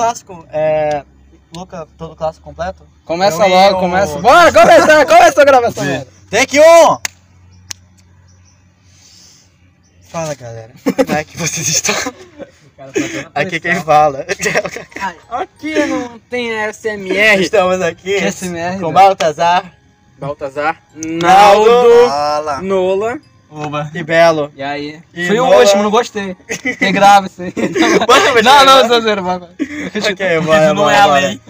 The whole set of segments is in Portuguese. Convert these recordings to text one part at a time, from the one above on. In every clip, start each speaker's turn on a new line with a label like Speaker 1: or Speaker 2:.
Speaker 1: Clássico, é. Luca, todo clássico completo?
Speaker 2: Começa
Speaker 1: Eu
Speaker 2: logo,
Speaker 1: ia-
Speaker 2: começa. Bora, começar, começa a gravação.
Speaker 1: Sim. Take um! on! Fala galera, como é que vocês estão? Aqui quem fala.
Speaker 3: Aqui não tem SMR.
Speaker 1: Estamos aqui
Speaker 2: Que esse merda.
Speaker 1: com Baltazar,
Speaker 3: Baltazar,
Speaker 1: Naldo.
Speaker 3: Naldo,
Speaker 4: Fala.
Speaker 3: Nola.
Speaker 2: Oba.
Speaker 1: e Belo.
Speaker 3: E aí?
Speaker 1: E
Speaker 2: Fui o
Speaker 1: Nola.
Speaker 2: último, não gostei. Quem grava isso aí?
Speaker 1: Bora, vai
Speaker 2: Não, não,
Speaker 1: gravar?
Speaker 2: sou zero, vai, vai.
Speaker 1: Ok, bora,
Speaker 3: não
Speaker 1: bora,
Speaker 3: é a
Speaker 1: bora.
Speaker 3: lei.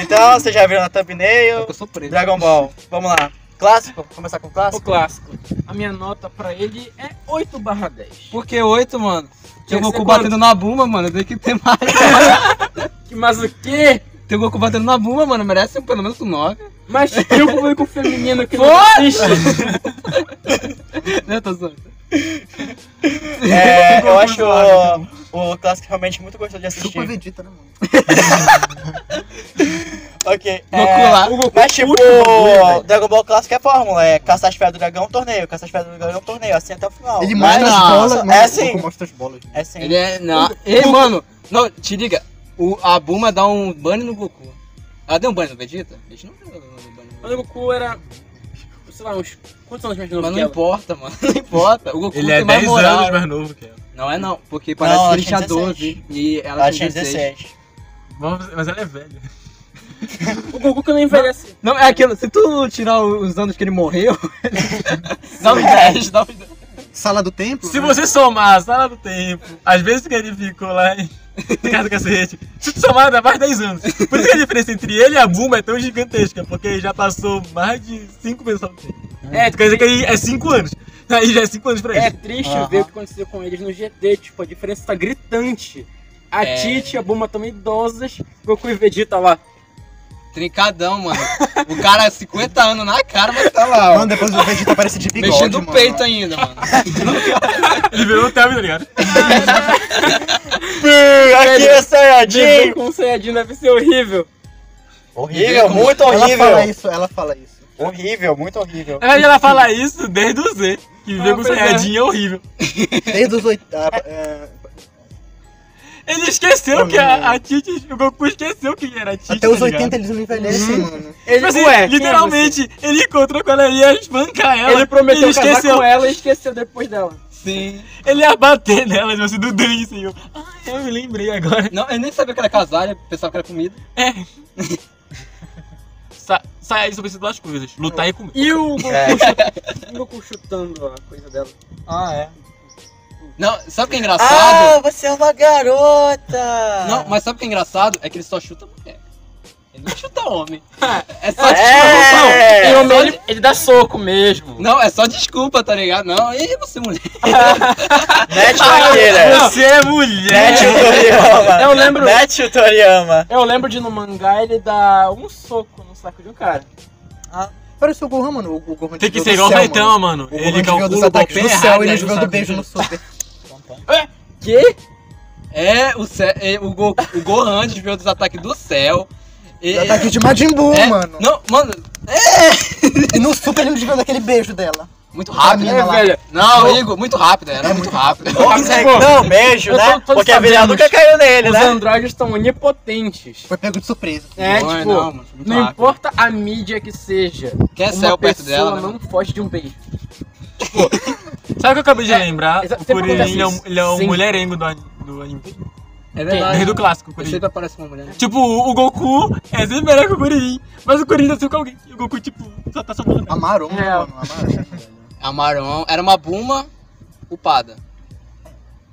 Speaker 1: Então, vocês já viram na thumbnail.
Speaker 2: É Eu sou preso.
Speaker 1: Dragon Ball, vamos lá. Clássico? Vamos Começar com
Speaker 3: O
Speaker 1: clássico?
Speaker 3: clássico. A minha nota pra ele é 8 barra 10.
Speaker 2: Por que oito, mano? Tem
Speaker 3: Tinha
Speaker 2: o
Speaker 3: que
Speaker 2: Goku
Speaker 3: ser
Speaker 2: batendo na Buma, mano. Tem que ter mais.
Speaker 3: Que- Mas o quê?
Speaker 2: Tem o Goku batendo na Buma, mano. Merece pelo menos um nove.
Speaker 3: Mas tinha um público feminino que não
Speaker 2: Foda-se!
Speaker 3: assiste.
Speaker 2: Né, tô zoando.
Speaker 1: É, eu acho o, o clássico realmente muito gostoso de
Speaker 4: Super
Speaker 1: assistir.
Speaker 4: Vegeta, né, mano?
Speaker 1: Ok.
Speaker 2: Goku
Speaker 1: é,
Speaker 2: lá.
Speaker 1: Mas tipo, Dragon Ball Clássico é fórmula, é caçar as pedras do dragão, torneio, caçar as pedras do dragão, torneio, assim até o final.
Speaker 4: Ele
Speaker 2: Mas
Speaker 4: mostra as
Speaker 2: não,
Speaker 4: bolas.
Speaker 1: é
Speaker 4: mano, o
Speaker 1: assim.
Speaker 4: Goku mostra as bolas.
Speaker 1: É assim.
Speaker 2: Ele é. Não. Ei, mano! Não, te liga. O, a Buma dá um ban no Goku. Ela deu um ban no Vegeta? A gente não deu um ban no
Speaker 3: Quando o
Speaker 2: Goku.
Speaker 3: Goku era. Sei lá, uns. Quantos anos mais novo
Speaker 2: Mas
Speaker 3: que
Speaker 2: não
Speaker 3: ela?
Speaker 2: importa, mano. Não importa. O Goku
Speaker 5: Ele
Speaker 2: tem
Speaker 5: é
Speaker 2: mais
Speaker 5: 10
Speaker 2: moral.
Speaker 5: anos mais novo que ela.
Speaker 2: Não é não, porque parece
Speaker 1: Não,
Speaker 2: que
Speaker 1: ela
Speaker 2: ele
Speaker 1: tinha
Speaker 2: tinha
Speaker 1: 16.
Speaker 2: 12 e ela
Speaker 1: Ela
Speaker 2: tinha
Speaker 1: tinha
Speaker 2: 16.
Speaker 1: 16.
Speaker 5: Vamos- Mas ela é velha.
Speaker 3: O Goku que não envelhece.
Speaker 2: Não, é aquilo, se tu tirar os anos que ele morreu, dá uns 10, dá um uns 10.
Speaker 4: Sala do templo?
Speaker 5: Se
Speaker 4: né?
Speaker 5: você somar a sala do tempo, as vezes que ele ficou lá em na Casa do Cacete, se tu somar, dá mais 10 anos. Por isso que a diferença entre ele e a Buma é tão gigantesca, porque já passou mais de 5 vezes ao tempo.
Speaker 3: É,
Speaker 5: Quer dizer que aí é 5 anos. Aí já é 5 anos pra
Speaker 3: É
Speaker 5: ele.
Speaker 3: triste
Speaker 1: Aham.
Speaker 3: ver o que aconteceu com eles no GT, tipo, a diferença tá gritante. A
Speaker 2: É.
Speaker 3: Tite e a Buma também idosas, Goku e Vegeta tá lá.
Speaker 2: Trincadão, mano. O cara 50 anos na cara, mas tá lá, ó.
Speaker 4: Mano, depois o Vegeta aparece de bigode,
Speaker 2: Mexendo o
Speaker 4: mano.
Speaker 2: peito ainda, mano.
Speaker 5: Ele virou o Thelma, tá ligado?
Speaker 1: Aqui é
Speaker 3: Viver
Speaker 1: Sayajin!
Speaker 3: com o Saiyajin deve ser horrível.
Speaker 1: Horrível, muito
Speaker 4: Ela fala
Speaker 1: é horrível!
Speaker 4: isso, ela fala isso.
Speaker 1: Horrível, muito horrível.
Speaker 5: Na verdade, ela fala isso desde o Z, que viver
Speaker 3: É. Ah,
Speaker 5: com o
Speaker 3: pois é.
Speaker 5: Saiyajin é horrível.
Speaker 4: Desde os oito... ah, é,
Speaker 5: Ele esqueceu
Speaker 4: Oh,
Speaker 5: que
Speaker 4: não.
Speaker 5: a, a Titi, o Goku esqueceu que era a Titi.
Speaker 4: até os
Speaker 5: tá ligado?
Speaker 4: 80 eles não envelhecem, mano.
Speaker 3: Ele,
Speaker 5: Tipo assim,
Speaker 3: Ué, quem é
Speaker 5: literalmente, ele encontrou com ela, ele ia espancar
Speaker 3: você?
Speaker 5: ela.
Speaker 3: ele prometeu
Speaker 5: ele
Speaker 3: casar
Speaker 5: esqueceu.
Speaker 3: com ela e esqueceu depois dela.
Speaker 2: Sim.
Speaker 5: Ele ia bater nela, tipo assim, do drink, senhor. Ah, eu me lembrei agora.
Speaker 2: Não, eu nem sabia que era casalho, pensava que era comida.
Speaker 5: É. Sa sai aí sobre essas duas coisas, lutar e comer.
Speaker 3: E o Goku,
Speaker 1: É.
Speaker 3: chu- o Goku chutando a coisa dela.
Speaker 1: Ah, é.
Speaker 2: Não, sabe o que é engraçado?
Speaker 1: Ah, você é uma garota!
Speaker 2: Não, mas sabe o que é engraçado? É que ele só chuta mulher. Ele não chuta homem. É só
Speaker 1: É!
Speaker 2: desculpa. Não, é só de-
Speaker 3: ele, ele dá soco mesmo.
Speaker 2: Não, é só desculpa, tá ligado? Não, e você, mulher?
Speaker 1: Net Maqueira!
Speaker 5: Você é mulher!
Speaker 1: Net Utoriama!
Speaker 3: Eu lembro-
Speaker 1: Net Utoriama!
Speaker 3: Eu lembro de no mangá ele dá um soco no saco de um cara.
Speaker 4: Parece o Gohan, mano. O o Gohan
Speaker 5: Tem que
Speaker 4: desviou
Speaker 5: ser
Speaker 4: do
Speaker 5: igual o
Speaker 4: céu,
Speaker 5: Caetano, mano.
Speaker 4: mano. O
Speaker 5: Ele
Speaker 4: Gohan desviou dos
Speaker 5: calcula o
Speaker 4: ataques
Speaker 5: golpe
Speaker 4: do
Speaker 5: errado.
Speaker 4: céu e ele
Speaker 5: ele não
Speaker 4: desviou do
Speaker 5: sabe
Speaker 4: beijo
Speaker 5: disso.
Speaker 4: no super.
Speaker 3: Que?
Speaker 2: É, o, cé- é, o, Go, o Gohan desviou dos ataques do céu. E-
Speaker 4: Ataque de Majin Buu,
Speaker 2: é,
Speaker 4: mano.
Speaker 2: Não, mano,
Speaker 4: E no super ele não desviou daquele beijo dela.
Speaker 2: muito rápido.
Speaker 4: Camina
Speaker 2: né?
Speaker 4: lá.
Speaker 3: É, velho.
Speaker 2: Não, Igor, muito rápido, era muito rápido.
Speaker 1: Não, beijo,
Speaker 3: Eu
Speaker 1: né?
Speaker 3: tô- todos
Speaker 1: Porque a Vilha
Speaker 3: sabemos.
Speaker 1: nunca caiu nele,
Speaker 3: Os
Speaker 1: né?
Speaker 3: androides estão onipotentes.
Speaker 4: Foi pego de surpresa.
Speaker 3: É,
Speaker 2: Não,
Speaker 3: tipo,
Speaker 2: não, mano, foi muito
Speaker 3: não
Speaker 2: rápido.
Speaker 3: importa a mídia que seja,
Speaker 2: Quer
Speaker 3: uma
Speaker 2: céu perto
Speaker 3: pessoa
Speaker 2: dela, né?
Speaker 3: não foge de um beijo.
Speaker 5: Sabe o que eu acabei de lembrar?
Speaker 3: exa-
Speaker 5: O
Speaker 3: sempre acontece
Speaker 5: Kuririn é um-
Speaker 3: isso.
Speaker 5: ele é um
Speaker 3: Sempre.
Speaker 5: mulherengo do, ani- do anime.
Speaker 2: É
Speaker 5: Desde o
Speaker 2: verdade.
Speaker 5: clássico, o
Speaker 2: Eu
Speaker 5: Kuririn.
Speaker 2: sempre aparece uma mulher. né?
Speaker 5: Tipo, o o Goku é sempre melhor que o Kuririn. Mas o Kuririn nasceu com alguém. E o Goku, tipo, só tá salvando.
Speaker 4: A Maroma,
Speaker 3: É.
Speaker 4: mano. A Maroma.
Speaker 2: A Maron era É uma Buma upada.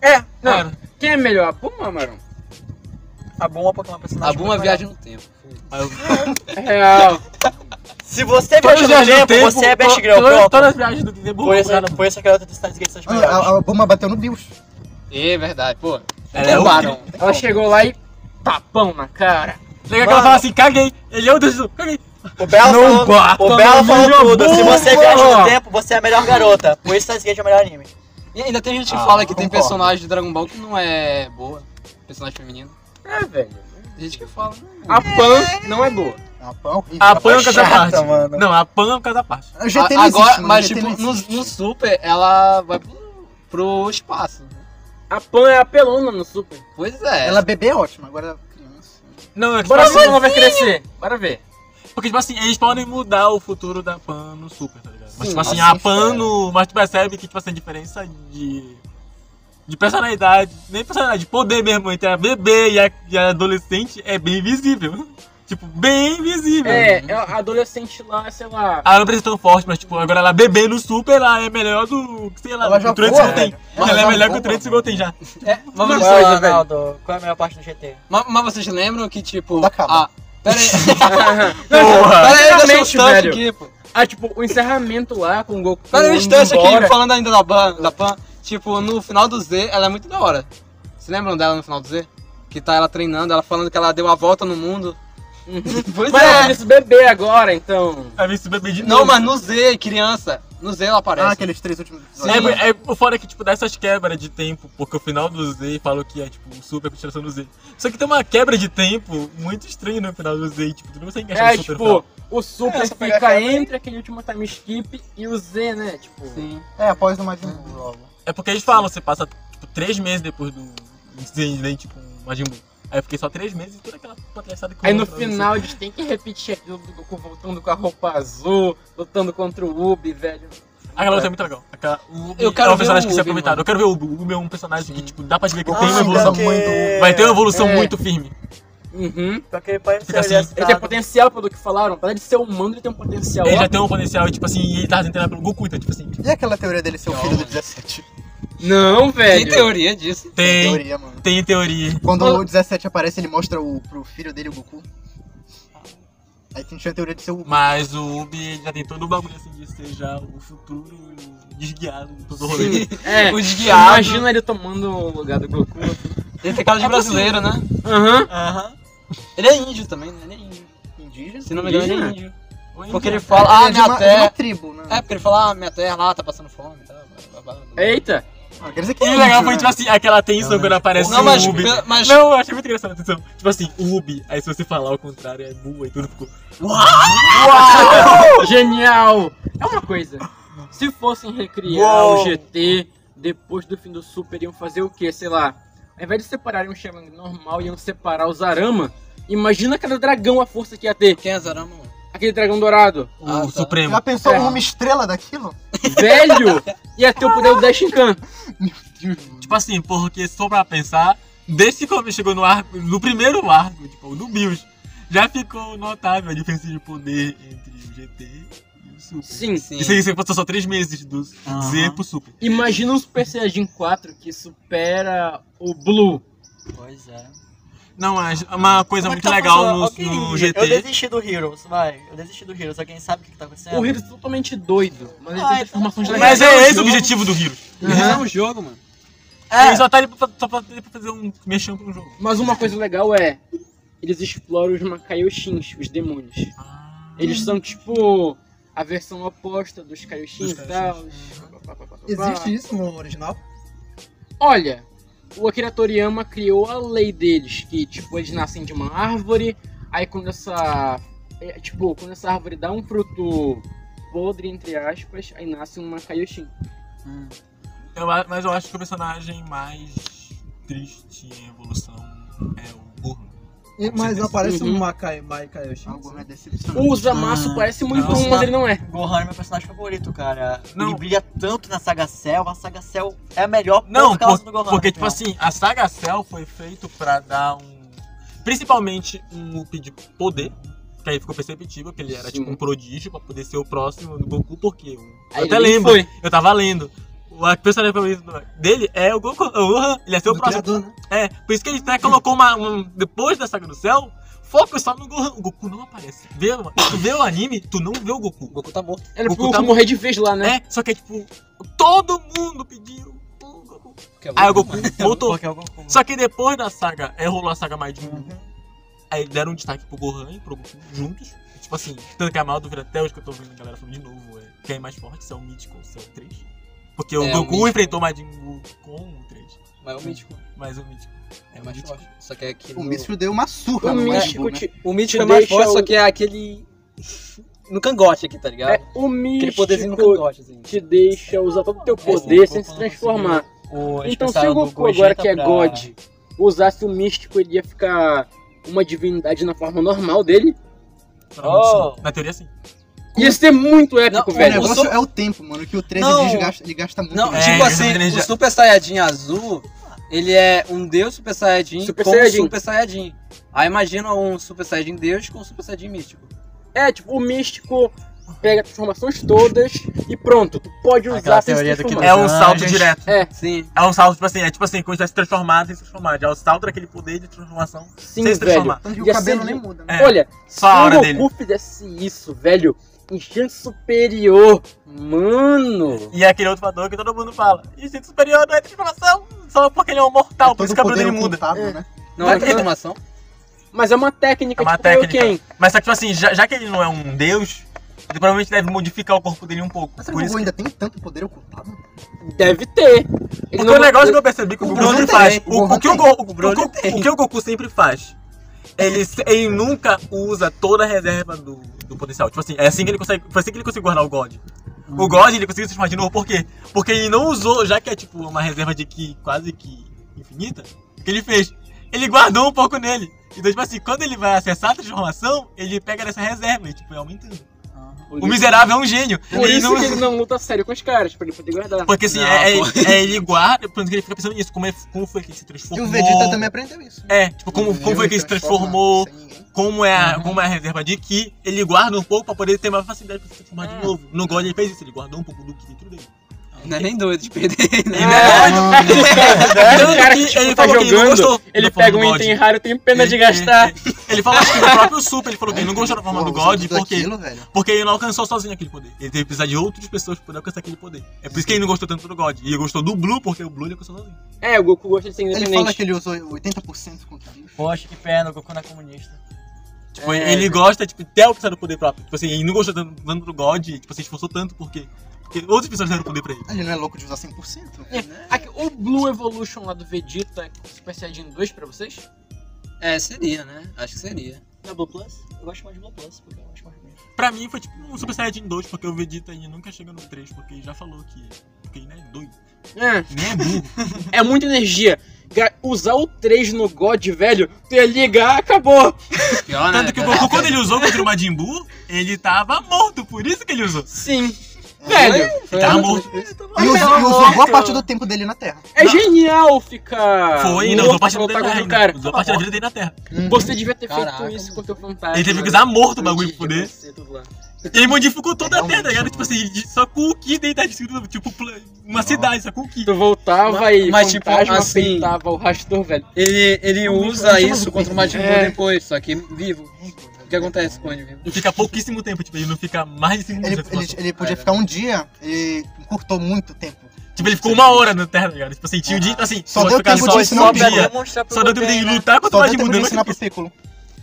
Speaker 3: É, não.
Speaker 5: Cara,
Speaker 3: Quem é melhor, a Buma, Marão?
Speaker 1: A Buma Pokémon personagem.
Speaker 2: A Buma
Speaker 1: muito
Speaker 2: viaja no tempo.
Speaker 3: É real.
Speaker 1: legal. Se você
Speaker 5: Todas as
Speaker 1: viaja no
Speaker 5: viagens
Speaker 1: tempo,
Speaker 5: do tempo,
Speaker 1: você é
Speaker 5: to-
Speaker 1: Best Girl,
Speaker 5: todas-
Speaker 1: pronto.
Speaker 5: Todas as viagens do tempo.
Speaker 1: Por isso,
Speaker 5: cara,
Speaker 1: por isso que ela está esquecendo as
Speaker 4: Mano,
Speaker 1: melhores.
Speaker 4: Ah, a, a Buma bateu no Bills.
Speaker 2: É verdade, pô.
Speaker 5: Ela é
Speaker 2: Que
Speaker 5: o-
Speaker 2: Maron.
Speaker 3: Ela chegou lá e tapão na cara.
Speaker 5: Legal que ela fala assim, caguei. Ele é o Deus do... Caguei.
Speaker 1: O Belo
Speaker 5: Não
Speaker 1: falou,
Speaker 5: bata
Speaker 1: o
Speaker 5: na
Speaker 1: Belo falou
Speaker 5: minha
Speaker 1: tudo. Se
Speaker 5: bunda!
Speaker 1: você viaja no tempo, você é a melhor garota. Por isso Steins Gate é o melhor anime.
Speaker 2: E ainda tem gente que
Speaker 5: Ah,
Speaker 2: fala que tem
Speaker 4: concordo.
Speaker 2: personagem de Dragon Ball que não é boa. Personagem feminino.
Speaker 3: É, velho.
Speaker 2: Tem gente que fala, né?
Speaker 3: A Pan não é boa.
Speaker 4: A Pan é horrível.
Speaker 5: A Pan é um
Speaker 1: Ela é
Speaker 5: caso à
Speaker 1: chata,
Speaker 5: parte.
Speaker 1: mano.
Speaker 5: Não, a Pan é um caso à parte.
Speaker 4: A GT
Speaker 2: A-
Speaker 4: não
Speaker 2: agora,
Speaker 4: existe, mano.
Speaker 2: mas
Speaker 4: GT
Speaker 2: tipo,
Speaker 4: não
Speaker 2: no,
Speaker 4: existe.
Speaker 2: no Super ela vai pro, pro espaço.
Speaker 3: A Pan é apelona no Super.
Speaker 2: Pois é.
Speaker 4: Ela bebê é ótima, agora... ela criança.
Speaker 5: Não, é que tipo
Speaker 3: Bora
Speaker 5: assim,
Speaker 3: ver, vai crescer. Bora ver.
Speaker 5: porque tipo assim, eles podem mudar o futuro da Pan no Super, tá ligado? Mas
Speaker 2: Sim,
Speaker 5: tipo
Speaker 2: assim
Speaker 5: assim, a Pan
Speaker 2: espero.
Speaker 5: no... Mas tu percebe que tipo assim, a diferença de... De personalidade, nem personalidade, de poder mesmo entre a bebê e a, e a adolescente é bem visível. Tipo, bem visível.
Speaker 3: É, é a adolescente lá, sei lá.
Speaker 5: Ela não precisa tão forte, mas tipo, agora ela bebê no super, ela é melhor do. Sei lá,
Speaker 4: Ela
Speaker 5: do
Speaker 4: já
Speaker 5: que o Trent
Speaker 4: voa,
Speaker 5: Goten.
Speaker 2: Mas
Speaker 5: Ela é
Speaker 2: né? já né?
Speaker 5: melhor que
Speaker 2: voa,
Speaker 5: o Trent Goten já.
Speaker 2: Mas
Speaker 1: Qual
Speaker 2: uma
Speaker 1: é,
Speaker 2: coisa, velho.
Speaker 1: Ronaldo? Qual é a melhor parte do GT?
Speaker 2: Mas, mas vocês lembram que, tipo.
Speaker 4: Da cama.
Speaker 2: Ah, pera aí.
Speaker 5: Porra!
Speaker 2: pera aí, deixa eu
Speaker 3: Realmente,
Speaker 2: um instante
Speaker 3: velho.
Speaker 2: aqui, pô.
Speaker 3: ah, tipo, o encerramento lá com o Goku.
Speaker 2: Pera aí, um
Speaker 3: indo
Speaker 2: instante
Speaker 3: embora.
Speaker 2: aqui, falando ainda da Pan, da Pan. Tipo, no final do Z, ela é muito da hora. Vocês lembram dela no final do Z? Que tá ela treinando, ela falando que ela deu a volta no mundo.
Speaker 3: Uhum.
Speaker 2: pois
Speaker 3: Mas ela
Speaker 2: é.
Speaker 3: disse bebê agora, então.
Speaker 5: Ela vem se beber de
Speaker 2: Não,
Speaker 5: novo.
Speaker 2: mas no Z, criança. No Z ela aparece.
Speaker 4: Ah, aqueles três últimos episódios.
Speaker 2: Sim.
Speaker 5: É, é, o fora é que, tipo, dá essas quebras de tempo, porque o final do Z falou que é, tipo, o super a continuação do Z. Só que tem uma quebra de tempo muito estranha no final do Z, tipo, tu não consegue encaixar
Speaker 3: É,
Speaker 5: no super
Speaker 3: tipo, o
Speaker 1: É,
Speaker 3: Super
Speaker 1: essa pegar a
Speaker 3: fica
Speaker 1: câmera aí.
Speaker 3: entre aquele último time skip e o Z, né? Tipo.
Speaker 2: Sim.
Speaker 4: É, após o Majin Buu logo.
Speaker 5: É porque eles falam, você passa, tipo, três meses depois do incidente com o um Majin Buu. Aí eu fiquei só três meses e toda aquela patriarcada que eu
Speaker 3: Aí no
Speaker 5: lembro pra você.
Speaker 3: final eles têm que repetir aquilo do Goku voltando com a roupa azul, lutando contra o Ubi, velho.
Speaker 5: Aquela luta é muito legal. Aquela, o,
Speaker 2: Eu quero
Speaker 5: é um
Speaker 2: ver o
Speaker 5: personagem que se
Speaker 2: Ubi,
Speaker 5: aproveitado.
Speaker 2: mano.
Speaker 5: Eu quero ver o Ubi. O Ubi é um personagem que,
Speaker 2: Sim.
Speaker 5: tipo, dá pra ver que
Speaker 1: Ah,
Speaker 5: tem uma evolução.
Speaker 1: porque-
Speaker 4: muito-
Speaker 5: Vai ter um- uma evolução
Speaker 3: É.
Speaker 5: muito firme.
Speaker 3: Uhum.
Speaker 1: Porque pode ser
Speaker 5: Fica assim,
Speaker 3: Ele tem
Speaker 1: aliás,
Speaker 3: potencial, pelo que falaram. Apesar de ser humano, ele tem um potencial.
Speaker 5: Ele
Speaker 3: ó.
Speaker 5: já tem um potencial, tipo assim, e ele tá sendo treinado pelo Goku, então, tipo assim.
Speaker 4: E aquela teoria dele ser o filho do 17?
Speaker 3: Não,
Speaker 2: Tem um
Speaker 3: velho.
Speaker 2: teoria disso.
Speaker 5: Tem,
Speaker 4: Teoria, mano.
Speaker 5: tem teoria.
Speaker 4: Quando
Speaker 2: Mano-
Speaker 4: o 17 aparece, ele mostra o, pro filho dele, o Goku. Aí tem a teoria de ser o
Speaker 5: Mas o Ubi ele já tem todo o bagulho assim de ser já o futuro desguiado, todo o rolê.
Speaker 3: Sim, é.
Speaker 2: O desguiado.
Speaker 3: Imagina ele tomando o lugar do Goku.
Speaker 2: Ele tem cara de
Speaker 5: É
Speaker 2: brasileiro, né?
Speaker 3: Aham.
Speaker 5: Aham.
Speaker 2: Ele é índio também, né? Ele é índio.
Speaker 4: indígena.
Speaker 2: Se não me engano, ele é
Speaker 3: Indígena?
Speaker 2: índio.
Speaker 5: Oi,
Speaker 2: Porque
Speaker 5: Ubi.
Speaker 2: ele fala, ah,
Speaker 4: Ele é de
Speaker 2: minha
Speaker 4: uma, de uma
Speaker 2: terra.
Speaker 4: tribo, né?
Speaker 2: É, porque ele fala, ah, minha terra lá tá passando fome. Tá, blá, blá, blá, blá.
Speaker 3: Eita.
Speaker 4: Ah, quer dizer que
Speaker 5: E
Speaker 4: é
Speaker 5: o legal
Speaker 4: índio,
Speaker 5: foi,
Speaker 4: né?
Speaker 5: tipo assim, aquela tensão quando aparece
Speaker 2: Não, mas,
Speaker 5: o Ubi.
Speaker 2: mas
Speaker 5: Não, eu achei muito engraçado a tensão. Tipo assim, o Ubi, aí se você falar ao contrário, é Bu, aí tudo ficou.
Speaker 3: Genial. É uma coisa. Se fossem recriar
Speaker 1: Uou.
Speaker 3: o GT depois do fim do Super, iam fazer o quê? Sei lá. Ao invés de separarem o Shaman normal, iam separar o Zarama. Imagina cada dragão a força que ia ter.
Speaker 2: quem é Zarama? mano?
Speaker 3: Aquele dragão dourado.
Speaker 5: O
Speaker 2: Ah, tá.
Speaker 5: Supremo.
Speaker 4: Já pensou
Speaker 3: É.
Speaker 4: numa estrela daquilo?
Speaker 3: Velho! Ia ter o poder do Dashinkan.
Speaker 5: Tipo assim, porque só pra pensar, desde que quando chegou no arco, no primeiro arco, tipo, no Bills, já ficou notável a diferença de poder entre o GT e o Super.
Speaker 3: Sim, sim.
Speaker 5: Isso aí, você passou só três meses do Z
Speaker 2: Aham.
Speaker 5: pro Super.
Speaker 3: Imagina um Super Saiyajin 4 que supera o Blue.
Speaker 2: Pois é.
Speaker 5: Não, mas uma coisa
Speaker 1: Como é que tá
Speaker 5: muito legal
Speaker 1: funcionando?
Speaker 5: no,
Speaker 1: Ok,
Speaker 5: no
Speaker 1: Eu
Speaker 5: GT.
Speaker 1: desisti do Heroes, vai. Eu desisti do Heroes, alguém sabe o que, que tá acontecendo?
Speaker 3: O Hiro é totalmente doido, mas ele
Speaker 1: Ah,
Speaker 3: tem
Speaker 1: então-
Speaker 3: transformações legais.
Speaker 5: Mas é esse o
Speaker 2: jogo.
Speaker 5: objetivo do Hiro.
Speaker 2: Isso é um jogo, mano.
Speaker 1: É,
Speaker 5: Ele só tá ali pra, só pra, ali pra fazer um mexão pro jogo.
Speaker 3: Mas uma coisa legal é, eles exploram os Makaioshin's, os demônios.
Speaker 1: Ah.
Speaker 3: Eles são tipo a versão oposta dos Kaioshin's
Speaker 5: Dos
Speaker 3: e tal.
Speaker 4: Uhum. Existe isso no original?
Speaker 3: Olha, o Akira Toriyama criou a lei deles, que tipo, eles nascem de uma árvore, aí quando essa. é, Tipo, quando essa árvore dá um fruto podre, entre aspas, aí nasce uma Kaioshin.
Speaker 5: Eu a- mas eu acho que o personagem mais triste em evolução é o Burro.
Speaker 6: E- Mas
Speaker 5: Uhum.
Speaker 6: aparece um Makai, Makai Yoshi.
Speaker 4: Algo é decepcionante.
Speaker 3: O Zamasu parece muito
Speaker 5: não,
Speaker 3: bom, mas ele não é.
Speaker 1: Gohan é meu personagem favorito, cara.
Speaker 5: Não.
Speaker 1: Ele brilha tanto na Saga Cell, a Saga Cell é a melhor por
Speaker 5: Não,
Speaker 1: causa
Speaker 5: por-
Speaker 1: do Gohan. né,
Speaker 5: porque,
Speaker 1: na
Speaker 5: tipo
Speaker 1: minha
Speaker 5: assim, a saga Cell foi feito pra dar um. Principalmente um up de poder. Que aí ficou perceptível, que ele era
Speaker 3: Sim.
Speaker 5: tipo um prodígio pra poder ser o próximo do Goku, porque. Eu
Speaker 3: Aí
Speaker 5: até
Speaker 3: ele nem
Speaker 5: lembro,
Speaker 3: foi.
Speaker 5: eu tava lendo. O a personagem favorito dele é o Goku. O Gohan, ele ia ser o
Speaker 6: Do
Speaker 5: próximo.
Speaker 6: criador, né?
Speaker 5: É, por isso que ele até colocou uma, um- Depois da saga do céu, foco só no Gohan. O Goku não aparece. Vê, tu vê o anime, tu não vê o
Speaker 2: O
Speaker 5: Goku.
Speaker 2: Goku tá morto.
Speaker 3: Era pro
Speaker 5: Goku
Speaker 3: Goku
Speaker 5: tá-
Speaker 3: morrer de vez lá, né?
Speaker 5: É, só que é tipo, todo mundo pediu o Goku.
Speaker 2: que é
Speaker 5: Aí Ah, o
Speaker 2: louco,
Speaker 5: Goku
Speaker 2: mano.
Speaker 1: opinião.
Speaker 5: voltou.
Speaker 1: Porque é o Goku. Uhum.
Speaker 5: Só que depois da saga, é, rolou a saga mais de um. Aí deram um destaque pro Gohan e pro Goku juntos. Tipo assim, tanto que a maior dúvida até hoje que eu tô vendo a galera falando de novo é quem é mais forte, se é o Mítico ou se é o 3. Porque o
Speaker 2: É, o
Speaker 5: Goku
Speaker 2: Mítico.
Speaker 5: enfrentou o Majin Buu com o 3,
Speaker 2: Mas é o mítico.
Speaker 5: mas o Mítico.
Speaker 2: É mais forte. Só que é aquele.
Speaker 4: O Místico deu uma surra
Speaker 3: O
Speaker 4: no Majin
Speaker 3: místico,
Speaker 4: Buu, né?
Speaker 3: ti-
Speaker 2: O mítico
Speaker 3: Tu
Speaker 2: é mais
Speaker 3: deixa
Speaker 2: forte, só
Speaker 3: o-
Speaker 2: que é aquele. No cangote aqui, tá ligado?
Speaker 3: é, o
Speaker 2: Aquele poderzinho no
Speaker 3: místico
Speaker 2: cangote, assim.
Speaker 3: te deixa usar todo o teu
Speaker 1: Esse
Speaker 3: poder
Speaker 1: Goku
Speaker 3: sem se
Speaker 1: não
Speaker 3: transformar.
Speaker 1: conseguiu. eles
Speaker 3: Então se
Speaker 1: pensaram
Speaker 3: o
Speaker 1: no
Speaker 3: Goku agora
Speaker 1: Gogeta
Speaker 3: que é
Speaker 1: pra-
Speaker 3: God usasse o místico, ele ia ficar uma divindade na forma normal dele.
Speaker 1: Oh.
Speaker 5: Na teoria, sim.
Speaker 3: Ia ser muito épico,
Speaker 2: Não, Velho,
Speaker 4: O
Speaker 3: velho.
Speaker 2: o
Speaker 4: negócio
Speaker 2: so-
Speaker 4: é o tempo, mano. Que o 13
Speaker 2: Não.
Speaker 4: ele gasta, ele gasta muito. né?
Speaker 2: Não,
Speaker 4: tempo.
Speaker 2: tipo
Speaker 5: É,
Speaker 2: assim,
Speaker 5: ele
Speaker 2: o
Speaker 5: já-
Speaker 2: Super Saiyajin azul, ele é um deus Super Saiyajin
Speaker 3: Super
Speaker 2: com
Speaker 3: Saiyajin.
Speaker 2: Super Saiyajin. Aí imagina um Super Saiyajin deus com um Super Saiyajin místico.
Speaker 3: É, tipo, o místico pega as transformações todas e pronto, tu pode usar
Speaker 6: Aquela
Speaker 3: sem se
Speaker 6: teoria do
Speaker 3: transformar.
Speaker 6: Mas
Speaker 5: É um
Speaker 6: antes-
Speaker 5: salto direto.
Speaker 2: Sim.
Speaker 5: É um salto, tipo assim, é tipo assim, quando já se transformado e se transformado. É o salto daquele poder de transformação
Speaker 3: Sim,
Speaker 5: sem se
Speaker 3: velho.
Speaker 5: transformar.
Speaker 4: Tanto que
Speaker 3: ia
Speaker 4: o cabelo
Speaker 3: ser-
Speaker 4: nem muda, né?
Speaker 5: É.
Speaker 3: Olha, se
Speaker 5: Só a hora
Speaker 3: o
Speaker 5: dele.
Speaker 3: Goku fizesse isso, velho, em chance superior, mano.
Speaker 5: E é aquele outro fator que todo mundo fala. Instinto superior não é transformação, só porque ele é um mortal, por
Speaker 4: Todo
Speaker 5: isso que o cabelo
Speaker 4: poder
Speaker 5: dele muda.
Speaker 4: ocultado, né?
Speaker 2: Não
Speaker 5: Mas
Speaker 2: é
Speaker 5: ele-
Speaker 2: transformação?
Speaker 3: Mas é uma técnica
Speaker 5: É uma
Speaker 3: tipo Ryoken.
Speaker 5: técnica. Mas só que, tipo assim, já, já que ele não é um deus, ele provavelmente deve modificar o corpo dele um pouco.
Speaker 4: Mas é será
Speaker 5: Por
Speaker 4: que o
Speaker 5: isso
Speaker 4: Goku ainda tem tanto poder ocultado?
Speaker 3: Deve ter. Ele
Speaker 5: Porque
Speaker 3: não-
Speaker 5: o negócio que eu percebi que o,
Speaker 2: o
Speaker 5: Broly
Speaker 2: Broly
Speaker 5: faz.
Speaker 2: tem,
Speaker 5: O,
Speaker 4: o
Speaker 5: o que o,
Speaker 4: Broly
Speaker 5: Go- o que o-
Speaker 2: Broly tem.
Speaker 5: o que o Goku sempre faz. Ele, se- ele nunca usa toda a reserva do, do potencial. Tipo assim, é assim que ele consegue. Foi assim que ele conseguiu guardar o God. O God ele conseguiu se transformar de novo, por quê? Porque ele não usou, já que é tipo uma reserva de que quase que infinita, o que ele fez? Ele guardou um pouco nele. Então, tipo assim, quando ele vai acessar a transformação, ele pega dessa reserva e tipo, é aumentando. O miserável é um gênio.
Speaker 3: Por
Speaker 5: ele
Speaker 3: isso
Speaker 5: não-
Speaker 3: que ele não luta sério com os caras, pra ele poder guardar.
Speaker 5: Porque assim,
Speaker 2: Não,
Speaker 5: é,
Speaker 2: pô.
Speaker 5: é- é ele guarda, por isso que ele fica pensando nisso, como, é- como foi que ele se
Speaker 4: E
Speaker 5: transformou.
Speaker 4: o Vegeta também aprendeu isso.
Speaker 5: É, tipo, como, como foi que ele se transformou,
Speaker 4: sem ninguém.
Speaker 5: como é,
Speaker 3: Uhum.
Speaker 5: a, como é a reserva de Ki, ele guarda um pouco pra poder ter mais facilidade pra se transformar de
Speaker 3: É.
Speaker 5: novo. No God ele fez isso, ele guardou um pouco do Ki dentro dele.
Speaker 2: Não é nem doido de perder, né?
Speaker 5: Ele
Speaker 4: mano.
Speaker 5: é doido,
Speaker 3: É,
Speaker 5: Tanto
Speaker 3: o cara
Speaker 5: que
Speaker 3: que, tipo,
Speaker 5: ele
Speaker 3: tá
Speaker 5: falou que ele não
Speaker 3: jogando,
Speaker 5: gostou
Speaker 3: ele
Speaker 5: da forma
Speaker 3: pega
Speaker 5: do É,
Speaker 3: um
Speaker 5: God.
Speaker 3: item raro, tem pena de
Speaker 5: Ele-
Speaker 3: gastar.
Speaker 5: Ele falou acho que no próprio Super, ele falou que ele não gostou da forma
Speaker 4: Pô,
Speaker 5: do
Speaker 4: usou
Speaker 5: God,
Speaker 4: tudo
Speaker 5: por quê?
Speaker 4: aquilo, velho.
Speaker 5: Porque ele não alcançou sozinho aquele poder. Ele teve que precisar de outras pessoas pra poder alcançar aquele poder. É por isso que ele não gostou tanto do God. E ele gostou do Blue, porque o Blue ele alcançou sozinho.
Speaker 3: É, o Goku gosta de ser
Speaker 4: Ele fala que
Speaker 3: independente.
Speaker 4: ele usou 80% contra o bicho.
Speaker 6: Poxa, que pena, o Goku não é comunista.
Speaker 5: Tipo,
Speaker 3: É,
Speaker 5: ele
Speaker 3: velho.
Speaker 5: gosta, tipo, até alcançar do poder próprio. Tipo assim, ele não gostou tanto, tanto do God, tipo, se esforçou tanto porque. Porque outras pessoas deram poder pra ele.
Speaker 4: Ele não é louco de usar 100%.
Speaker 3: É. Aqui, o Blue Evolution lá do Vegeta, Super Saiyajin 2 pra vocês?
Speaker 2: É, seria, né? Acho que seria.
Speaker 1: É Blue Plus? Eu gosto mais de Blue Plus, porque eu gosto mais bonito.
Speaker 5: Pra mim foi tipo um Super Saiyajin 2, porque o Vegeta ele nunca chega no 3, porque ele já falou que. Porque ele não é doido,
Speaker 3: É,
Speaker 5: nem é burro.
Speaker 3: é muita energia. Gra- Usar o 3 no God, velho, tu ia ligar, acabou.
Speaker 2: Pior, né?
Speaker 5: Tanto que o Goku, quando ele usou contra o Majin Buu, ele tava morto, por isso que ele usou.
Speaker 3: Sim.
Speaker 2: Foi-
Speaker 3: Velho,
Speaker 2: foi-
Speaker 5: Tá morto.
Speaker 4: É. E usou, e usou boa parte do tempo dele na Terra.
Speaker 3: é genial ficar.
Speaker 5: Foi,
Speaker 3: louco
Speaker 5: ainda usou
Speaker 3: pra
Speaker 5: parte da vida
Speaker 3: lutar contra Ah,
Speaker 5: dele
Speaker 3: o
Speaker 5: na
Speaker 3: cara.
Speaker 5: Terra. Usou parte da vida dele na Terra.
Speaker 4: Hum.
Speaker 3: Você devia ter
Speaker 6: Caraca.
Speaker 3: feito isso com o teu fantasma.
Speaker 5: Ele teve que
Speaker 3: né?
Speaker 5: usar morto o bagulho
Speaker 3: Antes
Speaker 5: pra poder.
Speaker 3: de você, tudo lá.
Speaker 5: Ele modificou toda a Terra,
Speaker 4: Realmente,
Speaker 5: tá ligado? Tipo assim, ele- só com o Ki dentro da escrito, tipo, pla- uma cidade, só com o Ki.
Speaker 3: Tu voltava
Speaker 2: Mas-
Speaker 3: e
Speaker 2: mas,
Speaker 3: o
Speaker 2: tipo,
Speaker 3: fantasma
Speaker 2: assim-
Speaker 3: peitava o rastor, velho.
Speaker 2: Ele, ele usa isso contra o Majin Buu
Speaker 3: É.
Speaker 2: depois, só que vivo. O que acontece com ele vivo?
Speaker 5: Ele fica pouquíssimo tempo, tipo, ele não fica mais de 5
Speaker 4: Ele,
Speaker 5: minutos. tipo, na
Speaker 4: ele,
Speaker 5: situação.
Speaker 4: ele podia ficar um dia, ele cortou muito tempo.
Speaker 5: Tipo, ele ficou uma hora na Terra, tá ligado? Tipo assim, tinha um dia, assim,
Speaker 4: Só
Speaker 5: tu
Speaker 4: deu
Speaker 5: vai ficar
Speaker 4: tempo
Speaker 5: só
Speaker 4: de
Speaker 5: esse
Speaker 4: ensinar
Speaker 5: um
Speaker 4: o Piccolo.
Speaker 5: dia.
Speaker 1: mostrar pro
Speaker 5: Só deu
Speaker 1: Goten,
Speaker 5: tempo de
Speaker 1: né?
Speaker 5: lutar contra o
Speaker 4: Só deu
Speaker 5: Majin
Speaker 4: tempo
Speaker 5: Buu.
Speaker 4: de
Speaker 5: não
Speaker 4: ensinar pro
Speaker 5: deu
Speaker 4: Piccolo.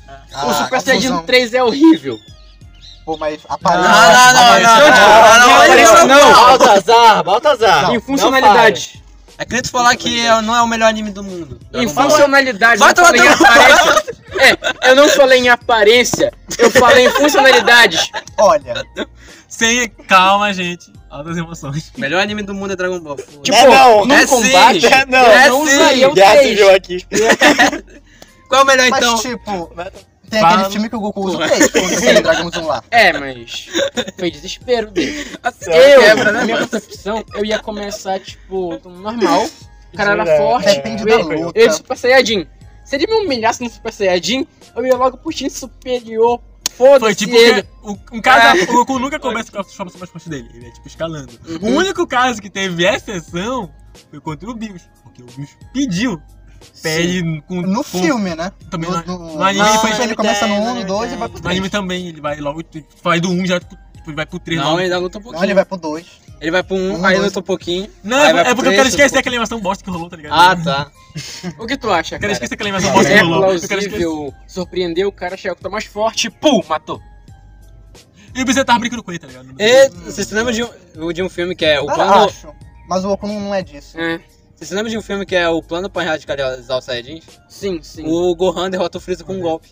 Speaker 3: o
Speaker 4: Ah,
Speaker 3: Super Saiyajin
Speaker 4: confusão.
Speaker 3: 3 é horrível.
Speaker 4: Pô, mas aparece.
Speaker 2: Ah, Não, não, não, não, não, não,
Speaker 1: Olha
Speaker 2: isso
Speaker 1: isso,
Speaker 2: não.
Speaker 1: Baltazar, Baltazar.
Speaker 3: em
Speaker 1: Não
Speaker 3: funcionalidade.
Speaker 2: É que nem tu falar que é- não é o melhor anime do mundo.
Speaker 3: Em
Speaker 2: Dragon Ball.
Speaker 3: funcionalidade.
Speaker 2: Vai
Speaker 3: eu não falei em
Speaker 2: tomar
Speaker 3: aparência. É, eu não falei em aparência. Eu falei em funcionalidades.
Speaker 2: É
Speaker 4: Olha,
Speaker 5: Sem calma, gente. Altas emoções.
Speaker 2: O melhor anime do mundo é Dragon Ball. foda-se.
Speaker 3: Tipo,
Speaker 1: não,
Speaker 3: num
Speaker 2: é sim.
Speaker 3: combate,
Speaker 1: É não.
Speaker 3: eu
Speaker 2: É
Speaker 3: não
Speaker 2: sim.
Speaker 3: usaria o
Speaker 1: Já se
Speaker 3: 3.
Speaker 1: viu aqui.
Speaker 2: Qual é o melhor
Speaker 4: mas
Speaker 2: então?
Speaker 4: tipo,
Speaker 1: Mas-
Speaker 4: tem
Speaker 5: Fala.
Speaker 4: aquele filme que o Goku usa o peixe, quando aquele Dragon Ball lá.
Speaker 3: É, mas foi desespero dele.
Speaker 2: Assim,
Speaker 3: tipo, Eu,
Speaker 2: quebra,
Speaker 3: na
Speaker 2: né,
Speaker 3: minha
Speaker 2: mano?
Speaker 3: concepção, eu ia começar, tipo, do normal. O cara era
Speaker 1: Mentira,
Speaker 2: é
Speaker 3: forte.
Speaker 4: Depende da
Speaker 3: eu-
Speaker 4: luta.
Speaker 3: Ele Super Saiyajin. Se ele me humilhasse no Super Saiyajin, eu ia logo pro time superior. Foda-se
Speaker 5: Foi tipo,
Speaker 3: ele.
Speaker 5: o- um
Speaker 2: É.
Speaker 5: caso, o Goku nunca começa com a transformação mais forte dele. Ele é, tipo, escalando. O
Speaker 2: Uhum.
Speaker 5: único caso que teve exceção foi contra o Bills. Porque o Bills pediu. Pele com,
Speaker 4: No
Speaker 5: com-
Speaker 4: filme, né?
Speaker 5: Também
Speaker 4: no,
Speaker 5: não-
Speaker 4: no-
Speaker 5: no anime
Speaker 4: no
Speaker 5: foi-
Speaker 4: filme ele começa no 1, no 2 e vai pro
Speaker 5: No anime
Speaker 4: 3.
Speaker 5: também, ele vai logo, tipo, vai do 1 já, tipo, ele vai pro 3
Speaker 2: Não,
Speaker 5: logo.
Speaker 2: ele ainda luta um pouquinho.
Speaker 4: Não, ele vai pro 2.
Speaker 2: Ele vai pro um,
Speaker 4: Um,
Speaker 2: aí
Speaker 4: dois.
Speaker 2: luta um pouquinho.
Speaker 5: Não,
Speaker 2: Aí
Speaker 5: é,
Speaker 2: vai
Speaker 5: é
Speaker 2: pro
Speaker 5: porque eu
Speaker 2: três,
Speaker 5: quero esquecer
Speaker 2: pô.
Speaker 5: aquela animação bosta que rolou, tá ligado?
Speaker 2: Ah, tá.
Speaker 3: O que tu acha,
Speaker 5: Eu quero
Speaker 3: cara?
Speaker 5: esquecer aquela animação bosta que
Speaker 3: É
Speaker 5: rolou. Eu quero esquecer.
Speaker 3: plausível, surpreendeu, o cara chegou tá mais forte, pum, matou.
Speaker 5: E o Bizet tava brincando com ele, tá ligado?
Speaker 2: E, vocês se lembram de um, de um filme que é o
Speaker 4: Ah,
Speaker 2: plano.
Speaker 4: acho. Mas o Goku não não é disso.
Speaker 3: É,
Speaker 2: Vocês se lembram de um filme que é o plano pra radicalizar o Saiyajin?
Speaker 3: sim, sim.
Speaker 2: O Gohan derrota o Freeza com um golpe.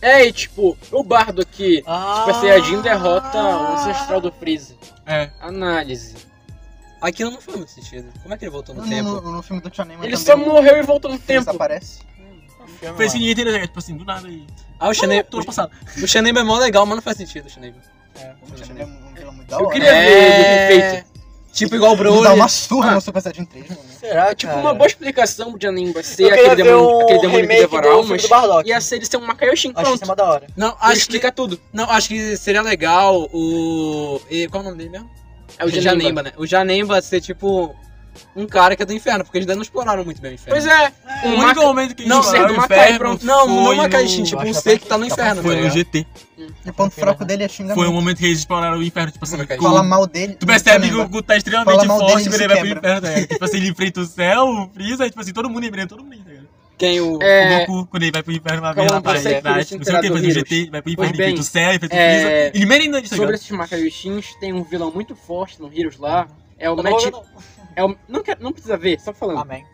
Speaker 3: É, e tipo, o bardo aqui,
Speaker 5: Ah.
Speaker 3: Super Saiyajin assim, derrota o ancestral do Freeza.
Speaker 5: É.
Speaker 3: Análise.
Speaker 2: Aquilo não faz muito sentido. Como é que ele voltou no
Speaker 4: No,
Speaker 2: tempo?
Speaker 4: no, no filme do Chanema
Speaker 3: Ele só morreu e voltou no um tempo.
Speaker 4: Aparece.
Speaker 5: Foi assim, ninguém entendeu, tipo assim, do nada aí.
Speaker 2: Ah, o Xenei.
Speaker 5: Todo passado.
Speaker 2: O Xenei é mó legal, mas não faz sentido o Xenei.
Speaker 4: O Xanadu é um vilão muito da
Speaker 3: Eu
Speaker 4: hora.
Speaker 3: queria ver ele feito.
Speaker 2: É Tipo igual o
Speaker 4: Vou
Speaker 2: Broly.
Speaker 4: dar uma surra no Super Saiyajin 3, mano.
Speaker 1: Será,
Speaker 3: Tipo,
Speaker 1: cara?
Speaker 3: uma boa explicação de anime vai ser
Speaker 1: Eu queria
Speaker 3: aquele
Speaker 1: ver
Speaker 3: demônio,
Speaker 1: um
Speaker 3: aquele demônio que
Speaker 1: remake
Speaker 3: devora
Speaker 1: do filme
Speaker 3: almas.
Speaker 1: do Bardock. assim,
Speaker 3: Ia ser ele ser um Makaioshin,
Speaker 1: Acho que
Speaker 3: pronto.
Speaker 1: isso é uma da hora.
Speaker 2: Não,
Speaker 3: Ele
Speaker 2: acho que,
Speaker 3: explica tudo.
Speaker 2: não, acho que seria legal o. e- Qual é o nome dele mesmo?
Speaker 3: É o Janemba.
Speaker 2: Janemba, né? O Janemba ser tipo um cara que é do inferno, porque eles ainda não exploraram muito bem o inferno.
Speaker 3: Pois é,
Speaker 5: O
Speaker 3: um
Speaker 5: único
Speaker 3: Maca-
Speaker 5: momento que a gente
Speaker 2: Não,
Speaker 5: não,
Speaker 3: ser do
Speaker 5: o
Speaker 3: Macaé,
Speaker 5: inferno
Speaker 3: pronto.
Speaker 2: Não, não
Speaker 5: foi
Speaker 2: uma caixinha,
Speaker 5: no-
Speaker 2: tipo
Speaker 1: acho
Speaker 2: um
Speaker 1: que
Speaker 2: ser que tá no inferno,
Speaker 5: Foi
Speaker 2: tá
Speaker 5: no
Speaker 2: ligado?
Speaker 5: GT.
Speaker 4: E o ponto fraco dele é xingamento.
Speaker 5: Foi o momento que eles exploraram o inferno, tipo assim,
Speaker 2: Como é que é?
Speaker 5: tu-
Speaker 4: Fala mal dele.
Speaker 5: Tu percebe que o
Speaker 4: Xanadu.
Speaker 5: Goku tá extremamente
Speaker 4: Fala mal
Speaker 5: forte,
Speaker 4: dele,
Speaker 5: mas ele
Speaker 4: ele
Speaker 5: vai
Speaker 4: se
Speaker 5: pro inferno, tá ligado? Tipo assim, ele enfrenta o céu, o Freeza, tipo assim, todo mundo enfrenta, todo mundo, tá ligado?
Speaker 2: Quem o.
Speaker 3: é,
Speaker 5: O Goku, quando ele vai pro inferno
Speaker 3: Calma,
Speaker 5: uma vez lá pra
Speaker 3: você é
Speaker 5: atrás,
Speaker 3: filho do
Speaker 5: não sei o que, faz um
Speaker 3: Imperador
Speaker 5: GT, vai pro inferno,
Speaker 3: Pois bem,
Speaker 5: enfrenta o céu, enfrenta o
Speaker 3: é,
Speaker 5: Freeza. Ele merda ainda, tá
Speaker 3: sobre
Speaker 5: ligado?
Speaker 3: esses Makaioshin's, tem um vilão muito forte no Heroes lá. É o
Speaker 1: Eu não vou ver,
Speaker 3: Matt...
Speaker 1: não.
Speaker 3: É o, não, quero- não precisa ver, só falando.
Speaker 1: Amém.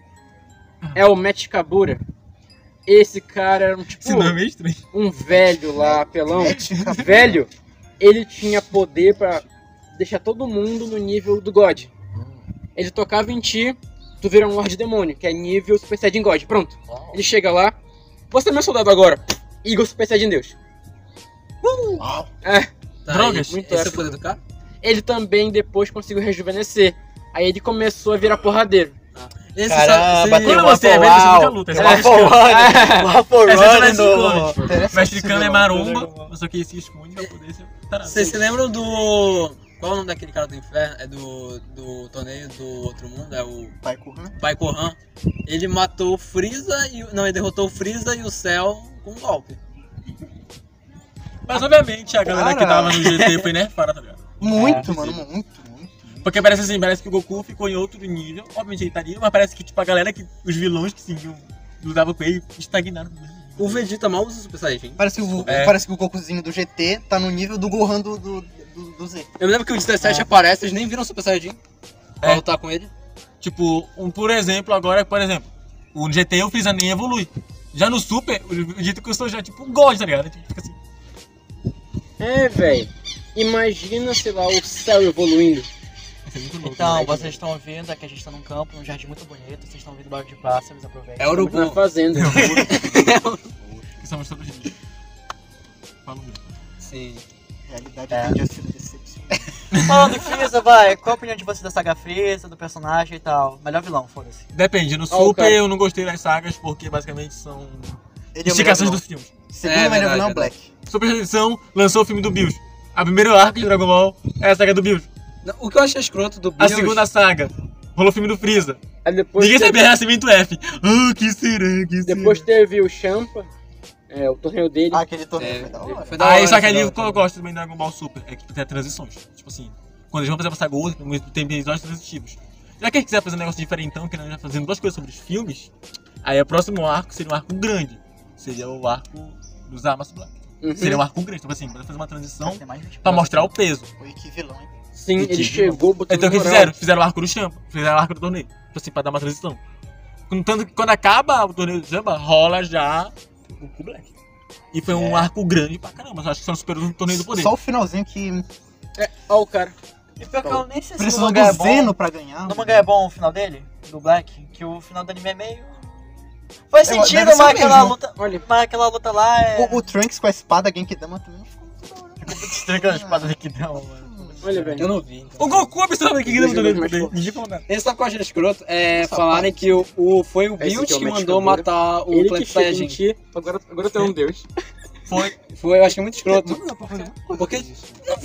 Speaker 3: É o Matt Kabura. Esse cara era um tipo
Speaker 5: Esse nome é estranho.
Speaker 3: um velho lá, pelão.
Speaker 4: Mete,
Speaker 3: velho, ele tinha poder pra deixar todo mundo no nível do God. Ele tocava em ti, tu vira um Lorde Demônio, que é nível Super Saiyajin God. Pronto. Ele chega lá, você é meu soldado agora. Igor Super Saiyajin Deus.
Speaker 4: Uau.
Speaker 2: Tá,
Speaker 5: Drogas.
Speaker 2: Esse,
Speaker 3: Muito
Speaker 2: esse é o
Speaker 3: épico.
Speaker 2: poder do cara?
Speaker 3: Ele também depois conseguiu rejuvenescer. Aí ele começou a virar porradeiro.
Speaker 2: Esse
Speaker 1: Caramba,
Speaker 2: sabe- esse-
Speaker 1: tem
Speaker 5: Quando
Speaker 1: o
Speaker 5: você é
Speaker 1: Apple
Speaker 5: velho, você
Speaker 1: Wow,
Speaker 5: nunca luta,
Speaker 1: tem o
Speaker 5: essa
Speaker 1: Apple
Speaker 4: né?
Speaker 1: One, o Apple
Speaker 5: Essa é
Speaker 1: One
Speaker 5: mais
Speaker 1: do...
Speaker 5: icônica.
Speaker 4: Interessa
Speaker 5: O mestre Kano é
Speaker 4: esse né?
Speaker 5: maromba, só que ele se esconde pra poder ser tarado.
Speaker 2: Vocês se lembram do. Qual é o nome daquele cara do inferno? É do. do torneio do outro mundo? É o
Speaker 4: Pai Kurna.
Speaker 2: Pai Kohan. Ele matou o Freeza e. o- Não, ele derrotou o Freeza e o Cell com um golpe.
Speaker 5: Mas obviamente a galera que
Speaker 4: Cara.
Speaker 5: tava no GT foi nerfada, tá ligado?
Speaker 4: Muito, mano, muito, muito.
Speaker 5: Porque parece assim, parece que o Goku ficou em outro nível, obviamente ele tá ali, mas parece que tipo a galera que. Os vilões que seguiam lutavam com ele estagnaram.
Speaker 2: O Vegeta mal usa o Super Saiyajin.
Speaker 4: Parece que, o,
Speaker 5: É.
Speaker 4: parece que o Gokuzinho do GT tá no nível do Gohan do, do, do, do Z.
Speaker 2: Eu me lembro que o 17 aparece, eles nem viram o Super Saiyajin. Pra
Speaker 5: É.
Speaker 2: lutar com ele.
Speaker 5: Tipo, um por exemplo agora, por exemplo, o no GT o Freeza nem evolui. Já no Super, o jeito que eu sou já é tipo um God, tá ligado? Tipo, fica assim.
Speaker 3: É, velho. Imagina, sei lá, o céu evoluindo.
Speaker 5: é
Speaker 1: Então, vocês estão ouvindo, aqui a gente tá num campo, num jardim muito bonito, vocês estão ouvindo barulho de pássaros, aproveitem.
Speaker 2: É o
Speaker 3: Estamos na
Speaker 2: Urubu.
Speaker 3: fazenda.
Speaker 5: Que são os todos é um de Fala um mesmo.
Speaker 2: Sim.
Speaker 4: Realidade
Speaker 1: É.
Speaker 4: é. tem sido decepcionante.
Speaker 1: Falando em Freeza, vai, qual a opinião de você da saga Freeza, do personagem e tal? Melhor vilão, foda-se.
Speaker 5: Depende,
Speaker 3: Ó,
Speaker 5: no
Speaker 3: o
Speaker 5: Super
Speaker 3: cara. um
Speaker 5: eu não gostei das sagas porque basicamente são
Speaker 4: Ele é o melhor
Speaker 5: esticações
Speaker 4: vilão.
Speaker 5: dos filmes.
Speaker 4: Segundo
Speaker 2: É,
Speaker 4: é, melhor
Speaker 2: verdade,
Speaker 4: vilão,
Speaker 2: verdade.
Speaker 4: Black.
Speaker 5: Super Seleção lançou o filme do Bills. A primeira arco de Dragon Ball é a saga do Bills.
Speaker 2: Não, O que eu achei escroto do
Speaker 5: A
Speaker 2: Bills- é.
Speaker 5: segunda saga rolou o filme do Freeza.
Speaker 3: Aí depois
Speaker 5: Ninguém
Speaker 3: teve,
Speaker 5: sabia Renascimento F. Ah, que será, que será?
Speaker 3: depois teve o Champa, é, o torneio dele.
Speaker 4: Ah, aquele torneio
Speaker 2: É,
Speaker 4: foi da hora.
Speaker 2: foi da
Speaker 5: Aí,
Speaker 2: hora,
Speaker 5: só que
Speaker 2: foi
Speaker 5: ali
Speaker 2: da
Speaker 5: o que
Speaker 2: hora.
Speaker 5: eu gosto também do Dragon Ball Super é que tem transições. Tipo assim, quando eles vão fazer uma saga ou outra, tem episódios transitivos. Já que a gente quiser fazer um negócio diferentão, que nós já fazendo duas coisas sobre os filmes, aí o próximo arco seria um arco grande. Seria o arco dos Armas Black.
Speaker 3: Uhum.
Speaker 5: Seria um arco grande, tipo assim, pra fazer uma transição
Speaker 4: Tem mais gente
Speaker 5: pra mostrar o peso.
Speaker 4: Oi, que vilão, hein?
Speaker 3: Sim,
Speaker 5: Entendi.
Speaker 3: ele chegou, botou
Speaker 5: Então o que
Speaker 3: moral.
Speaker 5: fizeram? Fizeram o arco do Champa, fizeram o arco do torneio, tipo assim, pra dar uma transição. Tanto que quando acaba o torneio do Champa, rola já o Goku Black. E foi um arco grande pra caramba, só acho que só não superou o torneio do poder.
Speaker 4: Só o finalzinho que
Speaker 3: Ó o cara.
Speaker 1: E pior que eu nem sei se no
Speaker 4: precisou
Speaker 1: mangá é
Speaker 4: do
Speaker 1: bom,
Speaker 4: Zeno pra ganhar.
Speaker 1: no mangá é bom o final dele, do Black, que o final do anime é meio... Faz
Speaker 4: Eu- É, deve
Speaker 1: sentido, mas
Speaker 4: ser o mesmo.
Speaker 1: aquela luta...
Speaker 3: Olha,
Speaker 1: Mas aquela luta lá é...
Speaker 4: O, o Trunks com a espada Genkidama também um- ficou muito da hora.
Speaker 1: Estragando as espadas aqui
Speaker 5: né,
Speaker 1: não, mano.
Speaker 3: olha, velho.
Speaker 2: Eu não vi. então.
Speaker 5: O Goku absorve que ganha o torneio do
Speaker 3: Mas,
Speaker 5: poder.
Speaker 3: pô,
Speaker 5: Ninguém falou nada.
Speaker 2: Esse sabe o que eu achei escroto? É falarem que o, o- foi o
Speaker 3: Esse
Speaker 2: Bills
Speaker 3: que é o
Speaker 2: que
Speaker 3: Matt
Speaker 2: mandou
Speaker 3: Kabura.
Speaker 2: matar o
Speaker 3: Ele que
Speaker 2: Plant
Speaker 3: chega em
Speaker 2: Saiyajin.
Speaker 3: ti, agora, agora tem um deus.
Speaker 5: Foi.
Speaker 2: Foi, eu achei muito escroto. Porque não foi,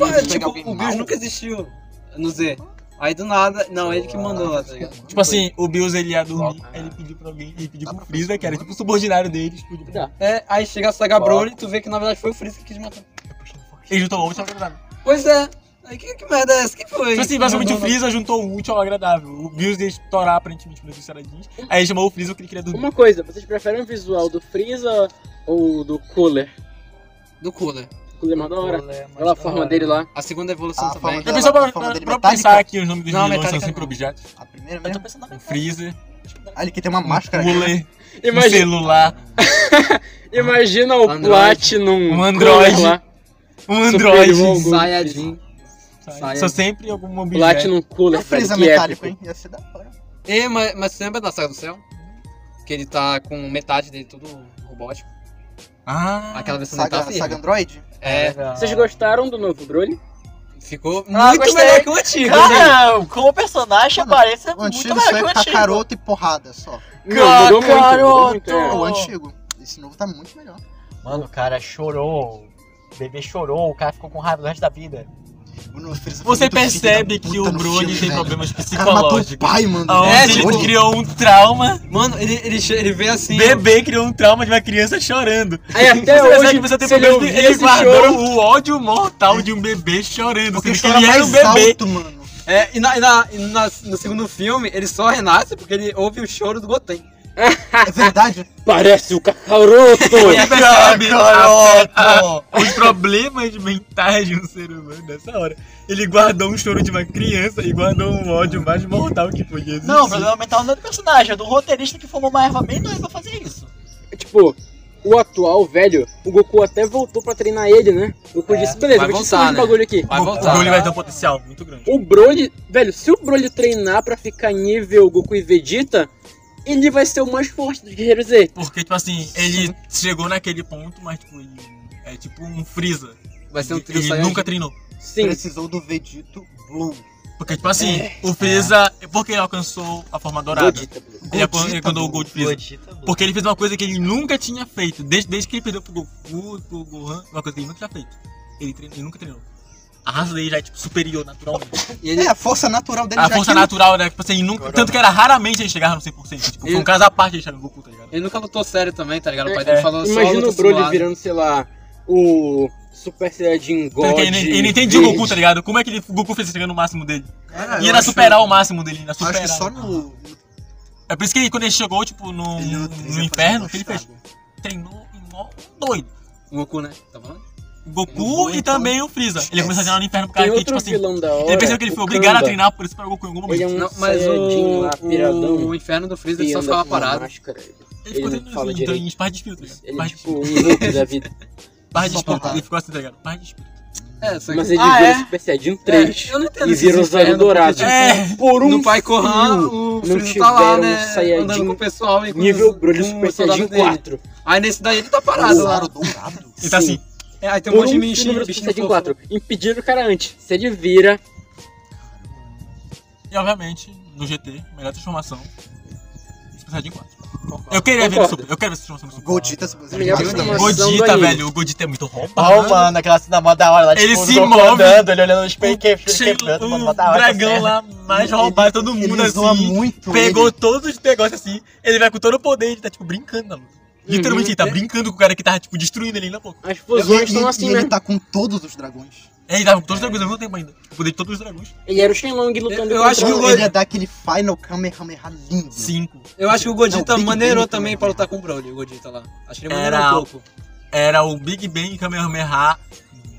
Speaker 4: Pegar
Speaker 2: tipo,
Speaker 4: alguém
Speaker 2: o Bills
Speaker 4: mal.
Speaker 2: nunca existiu no Z. Aí do nada, não, ele que mandou lá, tá ligado?
Speaker 5: Tipo assim, o Bills ele ia dormir, aí ele pediu né? pra alguém, ele pediu pro Freeza, que era tipo o subordinário deles. pediu pra-
Speaker 2: É, aí chega a saga Broly e tu vê que na verdade foi o Freeza que quis matar.
Speaker 5: Ele juntou um, o útil ao agradável.
Speaker 2: Pois é. Aí que, que merda é essa? Quem foi?
Speaker 5: Tipo assim, basicamente o
Speaker 2: Mandou-
Speaker 5: Freeza juntou o útil ao agradável. O Bills ia estourar aparentemente pelos Saradins, aí ele chamou o Freeza que ele queria dormir.
Speaker 3: Uma coisa, vocês preferem o visual do Freeza ou do Cooler?
Speaker 2: Do Cooler.
Speaker 3: O Cooler é mais da hora. Olha a forma dele lá.
Speaker 2: A segunda evolução
Speaker 4: Ah, a
Speaker 2: também.
Speaker 4: forma
Speaker 5: Eu pensei pra,
Speaker 4: A forma
Speaker 5: pra-
Speaker 4: dele
Speaker 5: pra
Speaker 4: metálica?
Speaker 5: pensar que os nomes dos
Speaker 2: Não,
Speaker 5: vilões são
Speaker 2: metálica
Speaker 5: sempre
Speaker 2: não.
Speaker 5: objetos.
Speaker 4: A primeira
Speaker 1: Eu tô
Speaker 4: mesmo.
Speaker 1: pensando na
Speaker 5: Um
Speaker 1: frente.
Speaker 5: freezer,
Speaker 4: Ah, ele que tem uma
Speaker 5: um
Speaker 4: máscara.
Speaker 5: cooler, um
Speaker 3: Imagina,
Speaker 5: celular,
Speaker 3: imagina o
Speaker 2: Android.
Speaker 3: Platinum
Speaker 5: Um Android.
Speaker 3: Cooler lá.
Speaker 5: um
Speaker 3: Superior
Speaker 5: android.
Speaker 3: ao Goku.
Speaker 2: Saiyajin.
Speaker 5: Sabe?
Speaker 2: Saiyajin.
Speaker 5: São sempre algum
Speaker 3: O
Speaker 5: objeto.
Speaker 3: Platinum Cooler,
Speaker 4: É Freeza
Speaker 3: velho, que
Speaker 4: metálico,
Speaker 3: épico.
Speaker 4: hein? Ia ser da hora.
Speaker 2: E, mas, mas você lembra da saga do céu? Que ele tá com metade dele tudo robótico.
Speaker 5: Ah,
Speaker 2: Aquela versão dele tá
Speaker 4: Saga,
Speaker 2: firme.
Speaker 4: saga Android?
Speaker 2: É,
Speaker 6: Legal.
Speaker 3: Vocês gostaram do novo Broly?
Speaker 2: ficou
Speaker 1: Ah,
Speaker 2: muito
Speaker 1: gostei.
Speaker 2: melhor que o antigo, hein?
Speaker 6: né?
Speaker 1: Cara, como personagem
Speaker 4: Mano,
Speaker 1: aparece é
Speaker 4: O
Speaker 1: muito
Speaker 4: antigo
Speaker 1: melhor
Speaker 4: só
Speaker 1: que o
Speaker 4: é
Speaker 1: antigo.
Speaker 4: cacaroto e porrada só.
Speaker 1: Ca-
Speaker 3: mudou muito,
Speaker 1: garoto!
Speaker 4: É
Speaker 3: é.
Speaker 4: o antigo. Esse novo tá muito melhor.
Speaker 6: Mano, o cara chorou. O bebê chorou, o cara ficou com raiva o resto da vida.
Speaker 4: O novo Freeza foi
Speaker 6: Você
Speaker 4: tá muito filho da
Speaker 6: percebe que
Speaker 4: puta
Speaker 6: o
Speaker 4: no
Speaker 6: Broly
Speaker 4: filme,
Speaker 6: tem
Speaker 4: velho.
Speaker 6: problemas
Speaker 4: O cara matou o
Speaker 6: psicológicos.
Speaker 4: pai, mano.
Speaker 6: Aonde
Speaker 2: É,
Speaker 6: ele
Speaker 2: tipo-
Speaker 6: criou um trauma.
Speaker 2: assim. Mano, ele, ele, che- ele veio assim.
Speaker 6: Bebê criou um trauma de uma criança chorando.
Speaker 3: Aí até
Speaker 6: Você percebe
Speaker 3: É, hoje,
Speaker 6: que você tem
Speaker 3: se ele
Speaker 6: problemas de-
Speaker 3: ouvir
Speaker 6: ele
Speaker 3: esse
Speaker 6: guardou
Speaker 3: choro...
Speaker 6: o ódio mortal de um bebê chorando.
Speaker 4: Porque
Speaker 6: Porque
Speaker 4: chora
Speaker 5: é
Speaker 6: ele era um
Speaker 4: mais
Speaker 6: bebê.
Speaker 4: alto, mano.
Speaker 2: É, e, na- e na- e na- no segundo filme, ele só renasce porque ele ouve o choro do Goten.
Speaker 4: É verdade.
Speaker 3: Parece o Kakaroto!
Speaker 6: Ele percebe a-
Speaker 4: Ó,
Speaker 5: os problemas mentais de um ser humano nessa hora. Ele guardou um choro de uma criança e guardou um ódio mais mortal que podia existir.
Speaker 1: Não, o problema mental não é do personagem, é do roteirista que formou uma erva bem doida pra fazer isso.
Speaker 3: tipo, o atual, velho, o Goku até voltou pra treinar ele, né? O Goku
Speaker 6: É,
Speaker 3: disse, beleza,
Speaker 2: vai
Speaker 3: vou te
Speaker 2: voltar,
Speaker 3: ensinar um
Speaker 2: né?
Speaker 3: bagulho aqui.
Speaker 2: Vai
Speaker 5: o, o
Speaker 2: voltar. né?
Speaker 5: Broly vai ter um potencial muito grande.
Speaker 3: O Broly, velho, se o Broly treinar pra ficar nível Goku e Vegeta, ele vai ser o mais forte dos Guerreiros Z.
Speaker 5: Porque, tipo assim, ele chegou naquele ponto, mas tipo, ele é tipo um Freeza.
Speaker 2: Vai ser um trio
Speaker 5: ele
Speaker 2: Saiyajin.
Speaker 5: nunca treinou.
Speaker 3: Sim.
Speaker 5: é
Speaker 4: Precisou do Vegito Blue.
Speaker 5: Porque, tipo assim, o Freeza. Porque ele alcançou a forma dourada.
Speaker 3: Vegeta, beleza.
Speaker 5: Ele
Speaker 4: Godita,
Speaker 5: alcançou o
Speaker 4: Blue.
Speaker 5: Gold Freeza. Porque ele fez uma coisa que ele nunca tinha feito. Desde, desde que ele perdeu pro Goku, pro Gohan, uma coisa que ele nunca tinha feito. Ele, treinou, ele nunca treinou. A raça dele já é tipo superior naturalmente.
Speaker 2: E
Speaker 4: É,
Speaker 2: ele,
Speaker 4: a força natural dele
Speaker 5: A
Speaker 4: já
Speaker 5: força
Speaker 4: aqui-
Speaker 5: natural, né? Tipo assim, nunca, tanto que era raramente ele chegava no 100%. Tipo, foi um
Speaker 2: Ele-
Speaker 5: caso à parte ele chegar no Goku, tá ligado?
Speaker 2: ele nunca lutou sério também, tá ligado? O pai
Speaker 3: É,
Speaker 2: dele
Speaker 5: é.
Speaker 2: falou só
Speaker 3: Imagina
Speaker 2: luta
Speaker 3: o Broly
Speaker 2: simulada.
Speaker 3: virando, sei lá, o Super Saiyajin God.
Speaker 5: Tanto que ele, ele não entendia o Goku, tá ligado? Como é que ele, o Goku fez ele chegar no máximo dele?
Speaker 4: É,
Speaker 5: E
Speaker 4: eu
Speaker 5: era
Speaker 4: acho-
Speaker 5: superar o máximo dele, ainda
Speaker 4: Acho
Speaker 5: superar.
Speaker 4: que só no.
Speaker 5: É por isso que ele, quando ele chegou, tipo, no,
Speaker 4: ele
Speaker 5: no,
Speaker 4: fazia
Speaker 5: inferno, que ele fez,
Speaker 4: bastardo.
Speaker 5: treinou em mó doido.
Speaker 2: O Goku, né? Tá falando?
Speaker 5: O Goku
Speaker 4: Goku,
Speaker 5: e
Speaker 4: então,
Speaker 5: também o Freeza. Ele começou a treinar no inferno por
Speaker 3: Tem
Speaker 5: causa que,
Speaker 3: outro
Speaker 5: tipo assim,
Speaker 3: vilão da hora.
Speaker 5: ele percebeu que ele
Speaker 3: o
Speaker 5: foi obrigado a
Speaker 3: Kamba.
Speaker 5: treinar por Super Goku em algum momento.
Speaker 3: Ele é um
Speaker 2: Não, mas
Speaker 3: Saiyajin lá,
Speaker 2: o,
Speaker 3: piradão.
Speaker 2: o inferno do Freeza
Speaker 3: que
Speaker 2: ele só
Speaker 3: anda
Speaker 2: ficava
Speaker 3: com uma
Speaker 2: parado.
Speaker 3: máscara.
Speaker 5: Ele ficou
Speaker 3: não
Speaker 5: treinando
Speaker 3: fala
Speaker 5: assim,
Speaker 3: direito.
Speaker 5: em espada de espírito, tá ligado?
Speaker 3: Ele é
Speaker 5: Barra de
Speaker 3: tipo
Speaker 5: espírito.
Speaker 3: um Hulk da vida.
Speaker 5: Barra de
Speaker 4: só
Speaker 5: espírito.
Speaker 4: porrada.
Speaker 5: Ele ficou assim, tá ligado? Barra de espírito.
Speaker 2: É, só que...
Speaker 3: Mas ele
Speaker 1: Ah,
Speaker 3: vira
Speaker 1: é?
Speaker 3: Super Saiyajin 3.
Speaker 2: É, eu não entendo
Speaker 3: E
Speaker 2: esses
Speaker 3: vira o
Speaker 2: infernos,
Speaker 3: Zero Dourado.
Speaker 2: porque,
Speaker 5: É,
Speaker 3: Por
Speaker 2: tipo,
Speaker 3: um
Speaker 2: no Pai Corran,
Speaker 3: fio,
Speaker 2: o
Speaker 3: não
Speaker 2: Freeza tá lá,
Speaker 3: tiveram um
Speaker 2: né?
Speaker 3: Saiyajin
Speaker 2: Andando com o pessoal e com
Speaker 3: nível
Speaker 2: os-
Speaker 3: Broly
Speaker 2: com
Speaker 3: Super
Speaker 2: os soldados
Speaker 3: Saiyajin
Speaker 2: dele.
Speaker 3: 4.
Speaker 2: Aí nesse daí ele tá parado lá.
Speaker 4: Claro, dourado.
Speaker 5: ele tá
Speaker 3: Sim.
Speaker 5: assim.
Speaker 2: É, aí tem um
Speaker 3: Por
Speaker 2: monte de
Speaker 3: um
Speaker 2: bichinho,
Speaker 3: número Super
Speaker 2: bichinho
Speaker 3: Saiyajin
Speaker 2: fofo.
Speaker 3: 4. Impediram o cara antes. Se ele vira,
Speaker 5: E obviamente, no GT, melhor transformação. Super Saiyajin 4. Eu queria ver no
Speaker 3: Concordo.
Speaker 5: Super. Eu quero ver essa transformação no Super.
Speaker 4: Godita, se você
Speaker 3: Melhor
Speaker 4: jogar
Speaker 3: que
Speaker 4: também.
Speaker 3: uma- transformação do
Speaker 5: Godita,
Speaker 3: anime.
Speaker 5: velho. O Godita é muito
Speaker 6: Ó,
Speaker 5: roubado.
Speaker 6: oh, mano, aquela cena mó da hora lá,
Speaker 5: Ele
Speaker 6: tipo,
Speaker 5: se
Speaker 6: o Goku
Speaker 5: move.
Speaker 6: andando, ele olhando no espelho, que
Speaker 5: Cheio
Speaker 6: fica andando, mano,
Speaker 5: o
Speaker 6: mó da hora. essa
Speaker 5: dragão
Speaker 6: cena.
Speaker 5: lá mais roubado de todo mundo
Speaker 4: ele zoa
Speaker 5: assim.
Speaker 4: muito
Speaker 5: Pegou
Speaker 4: ele.
Speaker 5: todos os negócios assim. Ele vai com todo o poder, ele tá tipo brincando na
Speaker 4: Uhum.
Speaker 5: luta. Literalmente, ele tá brincando com o cara que tava tipo destruindo ele ainda pouco.
Speaker 3: as
Speaker 4: E,
Speaker 3: fusões
Speaker 4: e-
Speaker 3: estão assim,
Speaker 4: e ele
Speaker 3: né?
Speaker 4: tá com todos os dragões.
Speaker 5: É, ele tava com todos os dragões ao mesmo tempo ainda. O poder de todos os dragões.
Speaker 4: Uhum.
Speaker 3: Ele era o Shenlong lutando
Speaker 2: Eu
Speaker 3: contra
Speaker 2: acho que
Speaker 3: o-
Speaker 2: o-
Speaker 4: ele ia dar aquele final Kamehameha lindo.
Speaker 5: Cinco.
Speaker 2: Eu acho que o Godita
Speaker 4: Não, Big
Speaker 2: maneirou
Speaker 4: Bang
Speaker 2: também
Speaker 4: também.
Speaker 2: pra lutar com o Broly, o Godita lá. Acho que ele
Speaker 5: Era-
Speaker 2: maneirou um pouco.
Speaker 5: Era o Big Bang Kamehameha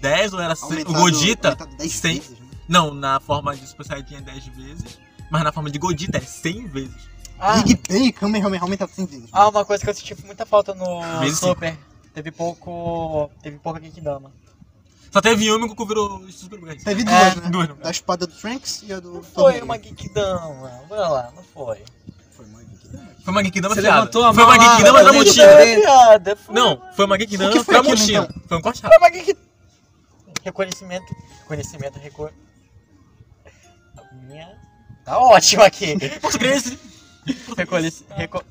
Speaker 5: 10 ou era 100? O
Speaker 4: Aumentado-
Speaker 5: Godita?
Speaker 4: aumentado dez
Speaker 5: cem.
Speaker 4: vezes, né?
Speaker 5: Não, na forma de Super Saiyajin é 10 vezes. Mas na forma de Godita é 100 vezes.
Speaker 1: Ah,
Speaker 4: Big Bang Kamehameha aumentado 100 vezes.
Speaker 1: ah, uma coisa que eu senti muita falta no
Speaker 5: Vezes cinco.
Speaker 1: Super. Teve pouco. Teve pouca Genkidama.
Speaker 5: Só teve um e o Goku virou Super Saiyajin.
Speaker 4: Teve duas,
Speaker 1: É,
Speaker 4: né?
Speaker 5: Duas, não.
Speaker 4: Da espada do Trunks e a do...
Speaker 1: Não foi uma Genkidama, bora lá, não foi.
Speaker 4: Foi uma Genkidama.
Speaker 5: Foi uma Genkidama
Speaker 2: Você
Speaker 5: fiada.
Speaker 2: levantou a
Speaker 5: Foi uma
Speaker 2: mão lá,
Speaker 5: Genkidama
Speaker 2: vai
Speaker 5: pra
Speaker 2: fazer
Speaker 5: mochila.
Speaker 1: Foi
Speaker 2: diferença.
Speaker 1: é piada, foi
Speaker 5: Não, foi uma
Speaker 4: O que
Speaker 5: Genkidama
Speaker 4: foi
Speaker 5: pra
Speaker 4: aquilo,
Speaker 5: mochila. Foi um corte rápido.
Speaker 1: foi uma Genki- Reconhecimento. Reconhecimento, recor. A minha. Tá ótima aqui.
Speaker 5: Português.
Speaker 1: Recolhe. Reco...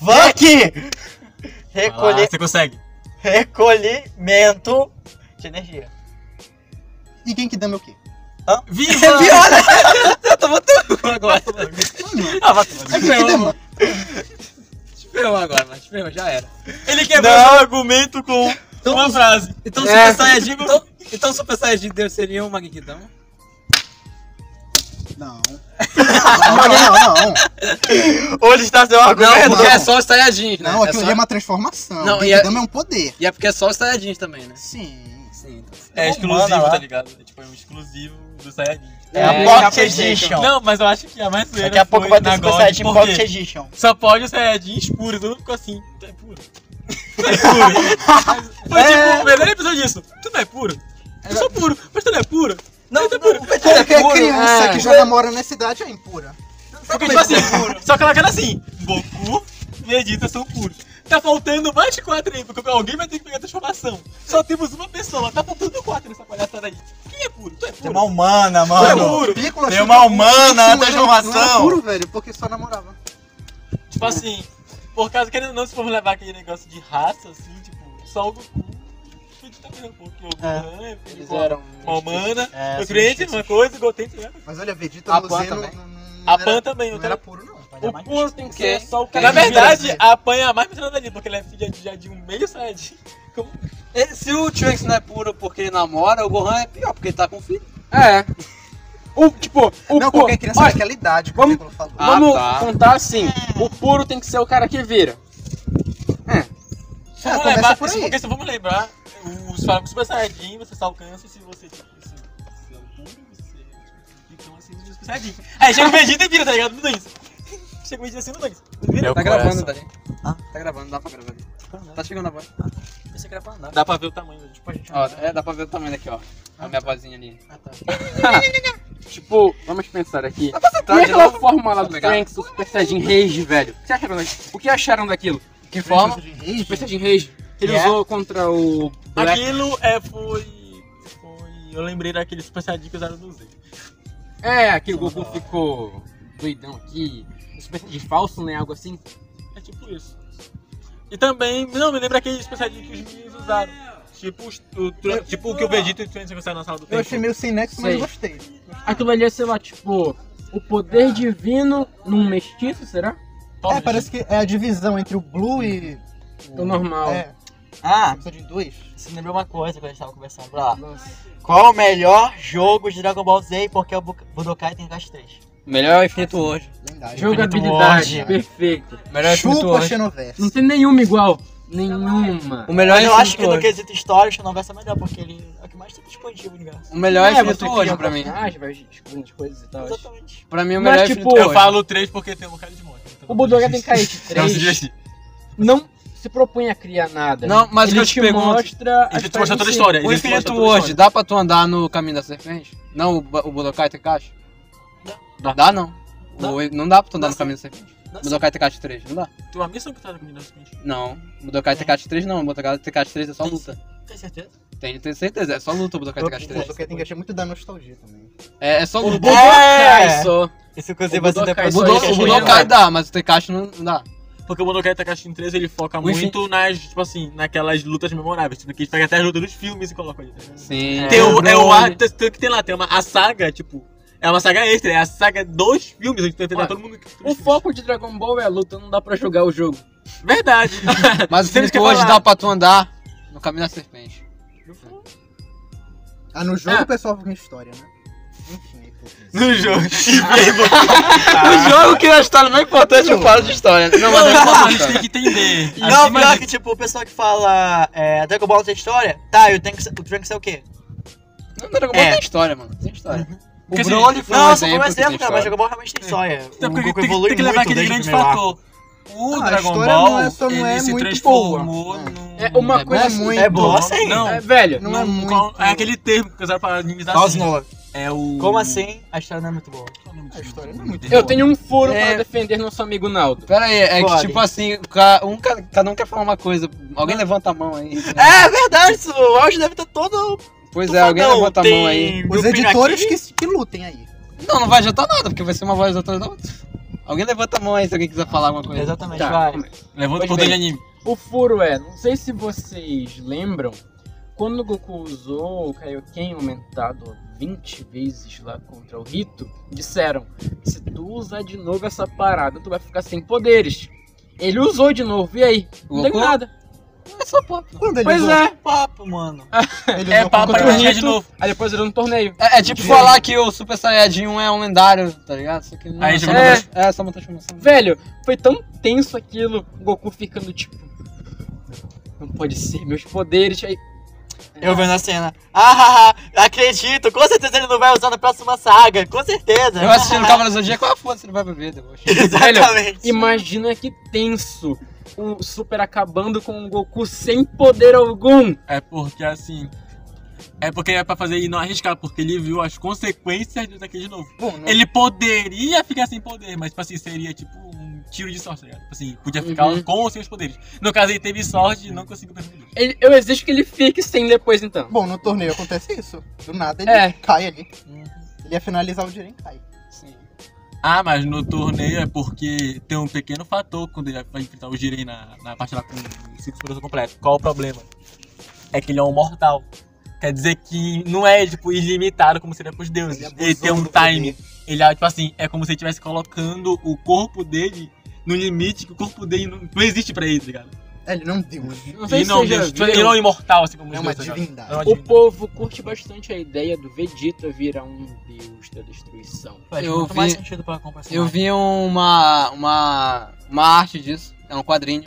Speaker 1: Vai aqui!
Speaker 5: Vai
Speaker 1: Recolhe...
Speaker 5: lá, Ah, Você consegue.
Speaker 1: Recolhimento de energia.
Speaker 4: E Genkidama é o quê?
Speaker 5: Viva!
Speaker 2: É né? Eu tô botando agora.
Speaker 5: Ah, vai tomar no cu.
Speaker 4: É Genkidama.
Speaker 2: Te ferrou agora, mas te ferrou, já era.
Speaker 5: Ele quebrou
Speaker 1: Não.
Speaker 5: seu é argumento com
Speaker 2: Então,
Speaker 5: uma frase.
Speaker 2: então
Speaker 3: É.
Speaker 2: Super Saiyajin... Então, então Super Saiyajin Deus seria um Magikidama?
Speaker 4: Não. Não, não, não.
Speaker 1: Hoje está seu
Speaker 2: Não,
Speaker 1: argumento.
Speaker 2: porque é só os Saiyajins, né?
Speaker 4: Não,
Speaker 2: é
Speaker 4: aquilo
Speaker 2: só...
Speaker 4: ali é uma transformação.
Speaker 2: Não,
Speaker 4: Não,
Speaker 2: e a-
Speaker 4: Genkidama é um poder.
Speaker 2: E é porque é só os Saiyajins também, né?
Speaker 4: Sim.
Speaker 2: Sim, então.
Speaker 1: Tem uma
Speaker 5: É exclusivo,
Speaker 1: humana lá.
Speaker 5: tá ligado? É tipo, é um exclusivo do Saiyajin.
Speaker 1: É a
Speaker 2: É,
Speaker 1: Pocket
Speaker 2: capacete,
Speaker 1: Edition.
Speaker 5: Não, mas eu acho que a mais zoeira
Speaker 1: Daqui a pouco vai
Speaker 5: foi na
Speaker 1: ter Super
Speaker 5: God,
Speaker 1: Saiyajin
Speaker 5: por
Speaker 1: Pocket
Speaker 5: quê?
Speaker 1: Edition.
Speaker 5: Só pode o Saiyajin escuro, todo mundo ficou assim, tu é puro. Tu é puro. Foi tipo, o melhor episódio disso. Tu não é puro. Eu sou puro, mas tu não é puro.
Speaker 2: Não,
Speaker 5: tu é puro.
Speaker 4: Qualquer
Speaker 2: puro,
Speaker 4: criança
Speaker 2: é.
Speaker 4: que já namora na cidade é impura.
Speaker 5: Porque, tipo assim, só que ela cara assim, Goku vegetação puro. Tá faltando mais de quatro aí, porque alguém vai ter que pegar a transformação. Só temos uma pessoa, tá faltando quatro nessa palhaçada aí. Quem é puro? Tu é
Speaker 7: Tem
Speaker 5: puro.
Speaker 7: uma humana,
Speaker 5: é
Speaker 7: mano.
Speaker 5: puro.
Speaker 4: Piccolo
Speaker 7: Tem
Speaker 4: achou
Speaker 7: uma
Speaker 4: que-
Speaker 7: humana
Speaker 4: Piccolo
Speaker 7: na
Speaker 4: né? Não era
Speaker 7: transformação.
Speaker 4: puro, velho, porque só namorava.
Speaker 5: Tipo assim, por causa, querendo ou não, se for levar aquele negócio de raça, assim, tipo, só o Goku. tá O Vegeta mesmo, porque o Goku é,
Speaker 3: Eles
Speaker 5: tipo,
Speaker 3: eram.
Speaker 5: uma humana.
Speaker 1: É,
Speaker 5: O Krente, uma coisa, o Goten, tem outra.
Speaker 4: Mas olha, Vegeta
Speaker 2: A
Speaker 4: no
Speaker 2: Pan
Speaker 4: Z não,
Speaker 2: também.
Speaker 4: não- não
Speaker 5: a
Speaker 4: era-
Speaker 5: Pan também,
Speaker 4: não
Speaker 5: o
Speaker 4: era puro, não. tá?
Speaker 3: O puro tem que
Speaker 2: é Que-
Speaker 3: ser só o cara
Speaker 5: Na
Speaker 3: que vira.
Speaker 5: verdade, apanha mais menina ali, porque ela é filha de, já de um meio Saiyajin. Como
Speaker 2: Ele- Se o Trunks não é puro porque ele namora, o Gohan é pior porque ele tá com filho.
Speaker 3: É. O, tipo, o
Speaker 4: Não,
Speaker 3: pu-
Speaker 4: qualquer criança
Speaker 3: Olha,
Speaker 4: daquela idade que é
Speaker 3: vamos-
Speaker 4: o Piccolo falou.
Speaker 2: Ah,
Speaker 3: Vamos
Speaker 2: tá.
Speaker 3: contar assim. O puro tem que ser o cara que vira.
Speaker 5: se
Speaker 4: Ah,
Speaker 5: vamos
Speaker 4: começa
Speaker 5: lembrar,
Speaker 4: por aí.
Speaker 5: porque se vamos lembrar, os falam que o Super Saiyajin, você só alcança se você, tipo, assim, você é um puro, você é, tipo, então assim, o Super Saiyajin. Aí chega o Vegeta e vira, tá ligado? Tudo isso. Chega o Vegeta assim, tudo isso.
Speaker 1: Meu
Speaker 2: tá
Speaker 1: coração.
Speaker 2: gravando, Dali.
Speaker 7: Ah?
Speaker 2: Tá gravando, dá pra gravar ali. Tá chegando a voz.
Speaker 1: Você grava nada.
Speaker 5: Dá pra ver o tamanho, né? tipo, a gente...
Speaker 2: Ó, é, dá pra ver o tamanho daqui, ó. A minha vozinha ali.
Speaker 3: Tipo, vamos pensar aqui.
Speaker 2: Tá
Speaker 3: Tá
Speaker 2: de
Speaker 3: e aquela
Speaker 2: novo?
Speaker 3: forma lá
Speaker 2: Tá
Speaker 3: do
Speaker 2: legal.
Speaker 3: Trunks, do Super Saiyajin Rage, velho? O que acharam daquilo? O que acharam daquilo?
Speaker 2: Que forma?
Speaker 3: Super Saiyajin Rage. que Ele
Speaker 2: Que é?
Speaker 3: usou contra o Black.
Speaker 5: Aquilo é, foi... foi... Eu lembrei daquele Super Saiyajin que usaram no Z.
Speaker 3: É, aqui o Goku ficou doidão aqui. O Super Saiyajin falso, né? Algo assim.
Speaker 5: É tipo isso. E também, não, me lembra aquele Super Saiyajin que os meninos usaram. Tipo, os- o, Tran- tipo o que o Vegeta e o Trunks conversaram na sala do tempo.
Speaker 4: Eu achei meio sem nexo, mas
Speaker 3: Sei.
Speaker 4: eu gostei.
Speaker 3: Aquilo ali é, sei lá, tipo, o poder divino num mestiço, será?
Speaker 4: É, parece que é a divisão entre o Blue e.
Speaker 3: O Então, normal.
Speaker 4: É,
Speaker 1: Ah,
Speaker 4: precisa de dois.
Speaker 1: você lembrou uma coisa quando a gente tava conversando lá.
Speaker 3: Nossa.
Speaker 1: Qual o melhor jogo de Dragon Ball Z? Porque o Buk- Budokai tem as três.
Speaker 2: Melhor é o infinito hoje.
Speaker 4: Lendário.
Speaker 1: Infinito
Speaker 3: Jogabilidade,
Speaker 1: Ward.
Speaker 3: perfeito.
Speaker 2: Melhor é o infinito
Speaker 4: Chupa
Speaker 2: hoje.
Speaker 4: Xenoverse.
Speaker 3: Não tem nenhuma igual. Nenhuma.
Speaker 2: O melhor
Speaker 1: Mas
Speaker 2: é
Speaker 1: eu
Speaker 2: o
Speaker 1: acho que
Speaker 2: infinito
Speaker 1: no
Speaker 2: hoje.
Speaker 1: quesito história, o Xenoverse é melhor, porque ele é o que mais tem disponível no universo.
Speaker 2: O melhor é o infinito
Speaker 3: você
Speaker 2: hoje
Speaker 3: cria
Speaker 2: pra mim.
Speaker 3: personagem, vai descobrindo as coisas e tal.
Speaker 1: Exatamente.
Speaker 2: Pra mim o
Speaker 3: Mas,
Speaker 2: melhor é o
Speaker 3: tipo,
Speaker 2: infinito
Speaker 5: Eu
Speaker 2: hoje.
Speaker 5: falo três porque tem um bocado de monte. então-
Speaker 3: O Budokai Tenkaichi
Speaker 5: Não, se
Speaker 3: 3
Speaker 5: divertir.
Speaker 3: não se propõe a criar nada.
Speaker 2: Não, mas o que
Speaker 3: ele
Speaker 2: eu te pergunto-
Speaker 3: mostra. as
Speaker 5: Ele te mostra
Speaker 3: paradas
Speaker 5: toda a
Speaker 3: em si.
Speaker 5: história.
Speaker 2: O
Speaker 5: ele te
Speaker 1: tá
Speaker 5: mostra
Speaker 2: infinito
Speaker 5: toda a
Speaker 2: hoje,
Speaker 5: história.
Speaker 2: dá pra tu andar no caminho da serpente? Não, o, Ba- o Budokai Tenkaichi? Dá. Dá não.
Speaker 1: Dá.
Speaker 2: O- não dá pra tu
Speaker 1: Dá
Speaker 2: andar no
Speaker 1: sim.
Speaker 2: caminho da serpente.
Speaker 1: Não, sim.
Speaker 2: Budokai Tenkaichi 3, não dá?
Speaker 5: Tem uma missão que tá no menino seguinte.
Speaker 2: Não. Budokai
Speaker 1: É.
Speaker 2: Tenkaichi 3 não, Budokai Tenkaichi 3 é só
Speaker 1: Tem
Speaker 2: luta.
Speaker 1: Tem certeza?
Speaker 2: Tem, tenho certeza, é só luta o Budokai Tenkaichi
Speaker 4: Pô,
Speaker 2: 3.
Speaker 4: do Kaiten Gacha é muito da nostalgia também.
Speaker 2: É, é só luta. É,
Speaker 1: Budokai
Speaker 2: só.
Speaker 1: Isso inclusive
Speaker 3: O
Speaker 1: vai ser
Speaker 3: Budokai
Speaker 2: O,
Speaker 1: depois.
Speaker 3: só
Speaker 2: Budô,
Speaker 3: isso
Speaker 2: o
Speaker 3: é
Speaker 2: Budokai
Speaker 3: genial.
Speaker 2: dá, mas o Tenkaichi não, não dá.
Speaker 5: Porque o Budokai Takashi em 3 ele foca
Speaker 2: O infi-
Speaker 5: muito nas, tipo assim, naquelas lutas memoráveis. Tipo, que ele pega até as lutas dos filmes e coloca ali. tá ligado?
Speaker 2: Sim.
Speaker 5: Tem o, é o ar,
Speaker 2: Broly.
Speaker 5: tem, tem o que tem lá, tem uma a saga, tipo. É uma saga extra, é a saga dos filmes, onde tem que
Speaker 3: Olha,
Speaker 5: todo mundo. que- dos
Speaker 3: O
Speaker 5: filmes.
Speaker 3: foco de Dragon Ball é a luta, não dá pra jogar o jogo.
Speaker 5: Verdade.
Speaker 2: Mas o
Speaker 5: Você não
Speaker 2: infinito
Speaker 5: quer
Speaker 2: hoje
Speaker 5: falar.
Speaker 2: dá pra tu andar no caminho da serpente.
Speaker 4: Ah, no jogo
Speaker 3: Ah.
Speaker 4: o pessoal fica em história, né? Enfim, é pouco.
Speaker 5: no jogo.
Speaker 1: Ah.
Speaker 2: O jogo que nós tá não é importante, eu falo de história. Não, mas é
Speaker 5: Não, a gente
Speaker 2: importante.
Speaker 5: tem que entender. Assim,
Speaker 1: Não,
Speaker 5: Acima
Speaker 1: pior
Speaker 5: de-
Speaker 1: que tipo, o pessoal que fala é, Dragon Ball tem história, tá, e o Trunks, o Trunks é o quê?
Speaker 2: Não, Dragon Ball
Speaker 1: É.
Speaker 2: tem história, mano. Tem história. O
Speaker 5: Porque, assim,
Speaker 2: Broly foi um
Speaker 1: Não, só por um
Speaker 2: exemplo que tem
Speaker 1: exemplo, cara, mas
Speaker 2: história.
Speaker 1: Dragon Ball realmente tem história.
Speaker 5: Até
Speaker 1: O
Speaker 5: porque
Speaker 1: Goku
Speaker 5: tem, É. Então, que-
Speaker 1: evolui
Speaker 5: tem que é levar
Speaker 1: muito
Speaker 5: aquele
Speaker 1: desde o
Speaker 5: grande
Speaker 1: primeiro arco.
Speaker 5: fator. O
Speaker 4: Ah, a
Speaker 5: Dragon
Speaker 4: história
Speaker 5: Ball
Speaker 4: não é só- não
Speaker 5: ele
Speaker 4: é
Speaker 5: se
Speaker 4: muito
Speaker 5: transformou
Speaker 4: boa.
Speaker 5: num-
Speaker 3: É uma
Speaker 2: É
Speaker 3: coisa.
Speaker 4: muito
Speaker 1: É boa, sim.
Speaker 5: Não,
Speaker 3: É, velho,
Speaker 4: Não é
Speaker 5: num-
Speaker 4: muito.
Speaker 5: qual- é aquele termo que usaram pra animizar
Speaker 7: Caos
Speaker 5: assim.
Speaker 7: Noah.
Speaker 5: É o. Ah,
Speaker 1: Como assim? A história não é muito boa.
Speaker 5: Qual o nome
Speaker 4: A
Speaker 5: disso?
Speaker 4: história não é muito
Speaker 3: eu tenho um furo
Speaker 2: É.
Speaker 3: pra defender nosso amigo Naldo.
Speaker 2: Pera aí, é que
Speaker 1: Broly.
Speaker 2: tipo assim, ca- um, ca- cada um quer falar uma coisa. Alguém levanta a mão aí. Né?
Speaker 1: É verdade, isso, o áudio deve estar todo.
Speaker 2: Pois é, alguém levanta a mão aí.
Speaker 4: Os editores que, que lutem aí.
Speaker 2: Não, não vai adiantar nada, porque vai ser uma voz atrás da outra. Alguém levanta a mão aí se alguém quiser falar alguma coisa.
Speaker 1: Exatamente,
Speaker 3: Tá.
Speaker 1: vai.
Speaker 5: Levanta
Speaker 3: Pois
Speaker 5: o poder
Speaker 3: bem.
Speaker 5: de anime.
Speaker 3: O furo é, não sei se vocês lembram, quando o Goku usou o Kaioken aumentado 20 vezes lá contra o Rito, disseram, se tu usar de novo essa parada, tu vai ficar sem poderes. Ele usou de novo, e aí? Não tem
Speaker 2: Goku?
Speaker 3: nada.
Speaker 2: É só papo.
Speaker 4: Quando ele
Speaker 3: Pois
Speaker 4: usou,
Speaker 3: é.
Speaker 1: Papo, mano.
Speaker 4: ele
Speaker 3: É
Speaker 4: usou
Speaker 3: papo
Speaker 4: contra
Speaker 3: pra
Speaker 4: o Hitler.
Speaker 5: pra mim. de
Speaker 3: Rito,
Speaker 5: novo.
Speaker 3: aí depois ele no torneio.
Speaker 2: É, é tipo falar que o Super Saiyajin 1 é um lendário, tá ligado? Só que não
Speaker 5: Aí
Speaker 2: é,
Speaker 5: joga
Speaker 2: é, é só uma transformação.
Speaker 3: Velho, foi tão tenso aquilo, o Goku ficando tipo... Não pode ser, meus poderes... Aí,
Speaker 1: Eu vendo a cena. Ah, acredito, com certeza ele não vai usar na próxima saga, com certeza.
Speaker 2: Eu assistindo o Cavaleiro do Zodíaco, ah, foda-se, ele vai beber, deboche.
Speaker 1: Exatamente.
Speaker 3: Imagina que tenso o Super acabando com o Goku sem poder algum.
Speaker 5: É porque assim. É porque é pra fazer e não arriscar, porque ele viu as consequências disso aqui de novo.
Speaker 4: Bom, não-
Speaker 5: Ele poderia ficar sem poder, mas tipo assim, seria tipo um tiro de sorte, tá ligado? Tipo assim, podia ficar
Speaker 3: Uhum.
Speaker 5: com ou sem os poderes. No caso, ele teve sorte e não conseguiu perder os poderes.
Speaker 3: Ele- eu exijo que ele fique sem depois, então.
Speaker 4: Bom, no torneio acontece isso. Do nada ele
Speaker 3: É.
Speaker 4: cai ali. Ele ia finalizar o Jiren cai.
Speaker 5: Ah, mas no torneio é porque tem um pequeno fator quando ele vai enfrentar o Jiren na, na parte lá com o cinco poderes completo. Qual o problema? É que ele é um mortal. Quer dizer que não é, tipo, ilimitado como seria pros deuses. Ele,
Speaker 4: abusou
Speaker 5: tem um
Speaker 4: é do
Speaker 5: time.
Speaker 4: poder.
Speaker 5: Ele, é, tipo assim, é como se ele estivesse colocando o corpo dele no limite que o corpo dele não, não existe pra ele, tá ligado?
Speaker 4: É, ele não deu.
Speaker 3: Não sei se
Speaker 5: Ele não,
Speaker 3: você já
Speaker 5: Deus,
Speaker 3: viu.
Speaker 5: ele não é imortal, assim como
Speaker 4: É
Speaker 5: os
Speaker 4: uma
Speaker 5: deuses, tá ligado?
Speaker 4: divindade.
Speaker 5: É uma
Speaker 3: O
Speaker 5: divindade.
Speaker 3: povo curte bastante a ideia do Vegeta virar um deus da destruição.
Speaker 1: Faz
Speaker 2: Eu
Speaker 1: muito mais
Speaker 2: vi-
Speaker 1: sentido pra comparação.
Speaker 5: né?
Speaker 2: Eu vi uma, uma, uma arte disso, é um quadrinho.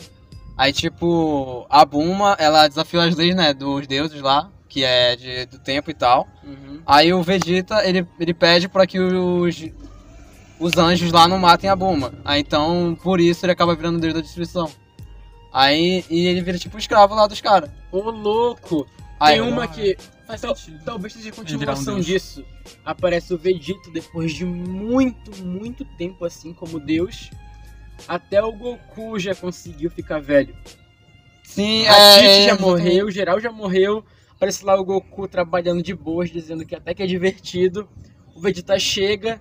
Speaker 2: Aí, tipo, a Buma, ela desafiou as leis, né, dos deuses lá, que é de, do tempo e tal.
Speaker 3: Uhum.
Speaker 2: Aí o Vegeta, ele, ele pede pra que os, os anjos lá não matem a Buma. Aí, então, por isso ele acaba virando o deus da destruição. Aí, e ele vira, tipo, escravo lá dos caras.
Speaker 3: Ô louco!
Speaker 2: Aí,
Speaker 5: Ah,
Speaker 3: Tem
Speaker 4: um-
Speaker 3: uma que
Speaker 5: Faz
Speaker 3: tal-
Speaker 5: sentido.
Speaker 3: talvez seja a
Speaker 5: é virar um
Speaker 3: continuação
Speaker 5: deus.
Speaker 3: disso. Aparece o Vegeta depois de muito, muito tempo assim como deus. Até o Goku já conseguiu ficar velho.
Speaker 2: Sim,
Speaker 3: A
Speaker 2: é,
Speaker 3: Tite já
Speaker 2: exatamente.
Speaker 3: morreu, geral já morreu. Aparece lá o Goku trabalhando de boas, dizendo que até que é divertido. O Vegeta chega,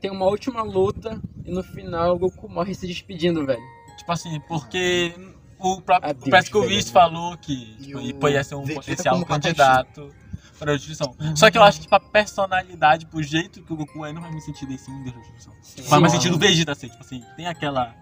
Speaker 3: tem uma última luta e no final o Goku morre se despedindo, velho.
Speaker 5: Tipo assim, porque o próprio
Speaker 3: Adeus,
Speaker 5: o Pescovich
Speaker 3: velho.
Speaker 5: falou que
Speaker 4: E
Speaker 5: tipo,
Speaker 4: o
Speaker 5: ele podia ser um
Speaker 4: Vegeta
Speaker 5: potencial
Speaker 4: como Kakashi.
Speaker 5: candidato para a destruição. Só que eu acho que pra personalidade, pro jeito que o Goku é, não faz muito sentido esse um Deus da destruição.
Speaker 2: Sim.
Speaker 5: Faz mais
Speaker 2: Sim.
Speaker 5: sentido o Vegeta ser, tipo assim, tem aquela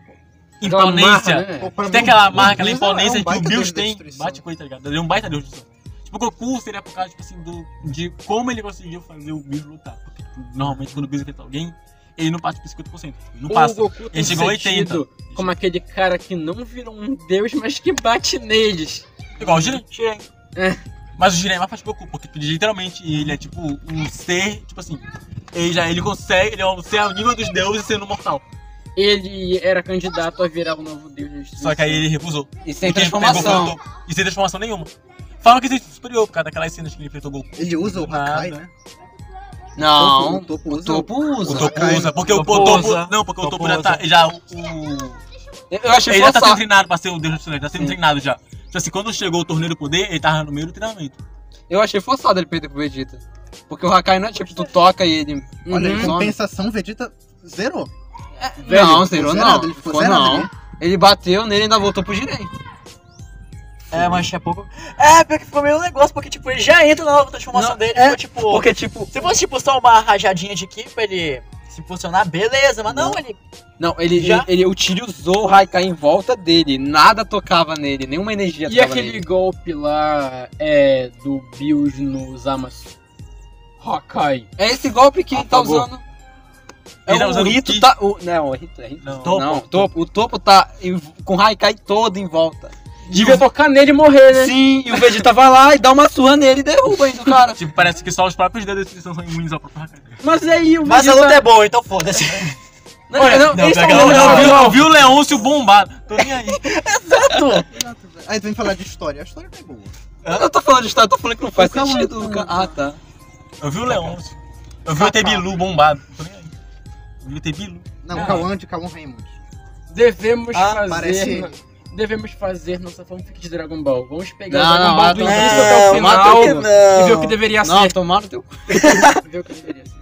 Speaker 3: Aquela
Speaker 5: imponência.
Speaker 3: marra, né?
Speaker 4: Pô, pra
Speaker 5: Tem
Speaker 4: mim,
Speaker 5: aquela
Speaker 4: o
Speaker 5: marca, aquela
Speaker 4: Bills é um
Speaker 5: imponência que o
Speaker 4: baita
Speaker 5: Bills
Speaker 4: deus da
Speaker 5: tem.
Speaker 4: destruição.
Speaker 5: Bate coisa, tá ligado? Ele é um baita deus da destruição. Tipo, o Goku seria por causa, tipo assim, do, de como ele conseguiu fazer o Bills lutar. Porque, tipo, normalmente quando o Bills enfrenta alguém, ele não passa por 50%. Tipo, não
Speaker 3: O
Speaker 5: passa.
Speaker 3: Goku tem
Speaker 5: Ele chegou a
Speaker 3: sentido como aquele cara que não virou um deus, mas que bate neles.
Speaker 5: Igual o Jiren.
Speaker 3: É.
Speaker 5: Mas o Jiren é mais forte que o Goku, porque tipo, literalmente ele é tipo um ser, tipo assim, ele já ele consegue, ele é um ser ao nível dos deuses sendo mortal.
Speaker 3: Ele era candidato a virar o novo deus da
Speaker 5: Só que aí ele recusou.
Speaker 2: E sem
Speaker 5: Porque ele
Speaker 2: é transformação.
Speaker 5: pegou, voltou. E sem transformação nenhuma. Falam que ele é superior por causa daquelas cenas que ele enfrentou o Goku.
Speaker 4: Ele usa o Hakai,
Speaker 5: Nada.
Speaker 4: né?
Speaker 2: Não,
Speaker 4: O topo
Speaker 2: o
Speaker 4: usa.
Speaker 2: topo usa.
Speaker 5: O Topo
Speaker 4: Hakai.
Speaker 5: usa, porque o,
Speaker 1: Topo
Speaker 5: o Topo.
Speaker 1: usa.
Speaker 5: Não, porque o Topo
Speaker 1: Topo
Speaker 5: já tá.
Speaker 1: usa.
Speaker 5: Já, o,
Speaker 2: Eu achei
Speaker 5: Ele já tá sendo
Speaker 2: forçado.
Speaker 5: treinado pra ser o Deus do Silêncio, tá sendo
Speaker 2: Sim.
Speaker 5: treinado já. Tipo assim, quando chegou o torneio do poder, ele tava no meio do treinamento.
Speaker 2: Eu achei forçado ele perder pro Vegeta. Porque o Hakai não é tipo, tu toca e ele.
Speaker 4: Olha,
Speaker 2: Uhum.
Speaker 4: em compensação, Vegeta zerou.
Speaker 3: velho,
Speaker 2: não,
Speaker 4: ele ficou
Speaker 2: zerou não.
Speaker 4: zerado,
Speaker 2: Ele
Speaker 4: ele ficou
Speaker 2: ficou
Speaker 4: zerado né?
Speaker 2: não.
Speaker 4: ali.
Speaker 2: Ele bateu nele e ainda voltou pro Jiren.
Speaker 1: É, mas tinha pouco. É, porque ficou meio um negócio, porque tipo, ele já entra na nova transformação dele.
Speaker 2: é,
Speaker 1: ficou, tipo,
Speaker 2: Porque, tipo.
Speaker 1: se fosse tipo só uma rajadinha de ki pra ele se funcionar, beleza, mas não, ele.
Speaker 2: Não, ele,
Speaker 1: Já?
Speaker 2: ele, ele utilizou o Hakai em volta dele. Nada tocava nele, nenhuma energia
Speaker 3: E
Speaker 2: tocava
Speaker 3: aquele
Speaker 2: nele.
Speaker 3: golpe lá é do Bills no Zamasu? Hawkeye.
Speaker 2: É esse golpe que ele tá
Speaker 3: Apagou.
Speaker 2: usando. É
Speaker 5: Ele tá
Speaker 2: o
Speaker 5: usando o
Speaker 2: Rito
Speaker 5: Ki.
Speaker 2: tá. O, não, o Rito é Rito.
Speaker 5: Não.
Speaker 1: Topo.
Speaker 2: Não, o topo, o topo tá em- com o Haikai todo em volta.
Speaker 3: Devia tocar nele e morrer, né?
Speaker 2: Sim, e o Vegeta vai lá e dá uma surra nele e derruba ainda o cara.
Speaker 5: Tipo, parece que só os próprios deuses da destruição são imunes ao próprio Hakai.
Speaker 3: Mas aí o
Speaker 1: Mas a
Speaker 3: Vegeta-
Speaker 1: luta é boa, então foda-se.
Speaker 2: Não,
Speaker 1: Olha,
Speaker 2: não, é
Speaker 1: não,
Speaker 2: eles
Speaker 5: é
Speaker 1: pega
Speaker 2: tão-
Speaker 1: lá,
Speaker 2: não,
Speaker 5: Eu vi-
Speaker 2: não,
Speaker 5: Eu vi o Leôncio bombado. Tô nem aí.
Speaker 4: Aí vem falar de história. A história não é boa.
Speaker 2: Eu não tô falando de história, eu tô falando que não faz
Speaker 4: Calma,
Speaker 2: sentido. cara.
Speaker 4: calma.
Speaker 2: Ah, tá.
Speaker 5: Eu vi o Leôncio. Eu vi o Tebilu bombado. Tô nem aí. Eu vi o Tebilu.
Speaker 4: Não,
Speaker 5: Ah.
Speaker 4: Kawan de Kawan Raymond.
Speaker 3: devemos
Speaker 4: Ah, parece
Speaker 3: fazer...
Speaker 4: ele.
Speaker 3: Devemos fazer nossa fanfic de Dragon Ball. Vamos pegar
Speaker 2: Não,
Speaker 3: o Dragon
Speaker 2: não,
Speaker 3: Ball do
Speaker 2: não,
Speaker 3: início até o
Speaker 2: não,
Speaker 3: final
Speaker 2: não,
Speaker 3: e ver o que deveria
Speaker 2: Não,
Speaker 3: ser.
Speaker 2: tomaram teu. cu.
Speaker 3: Ver o que deveria ser.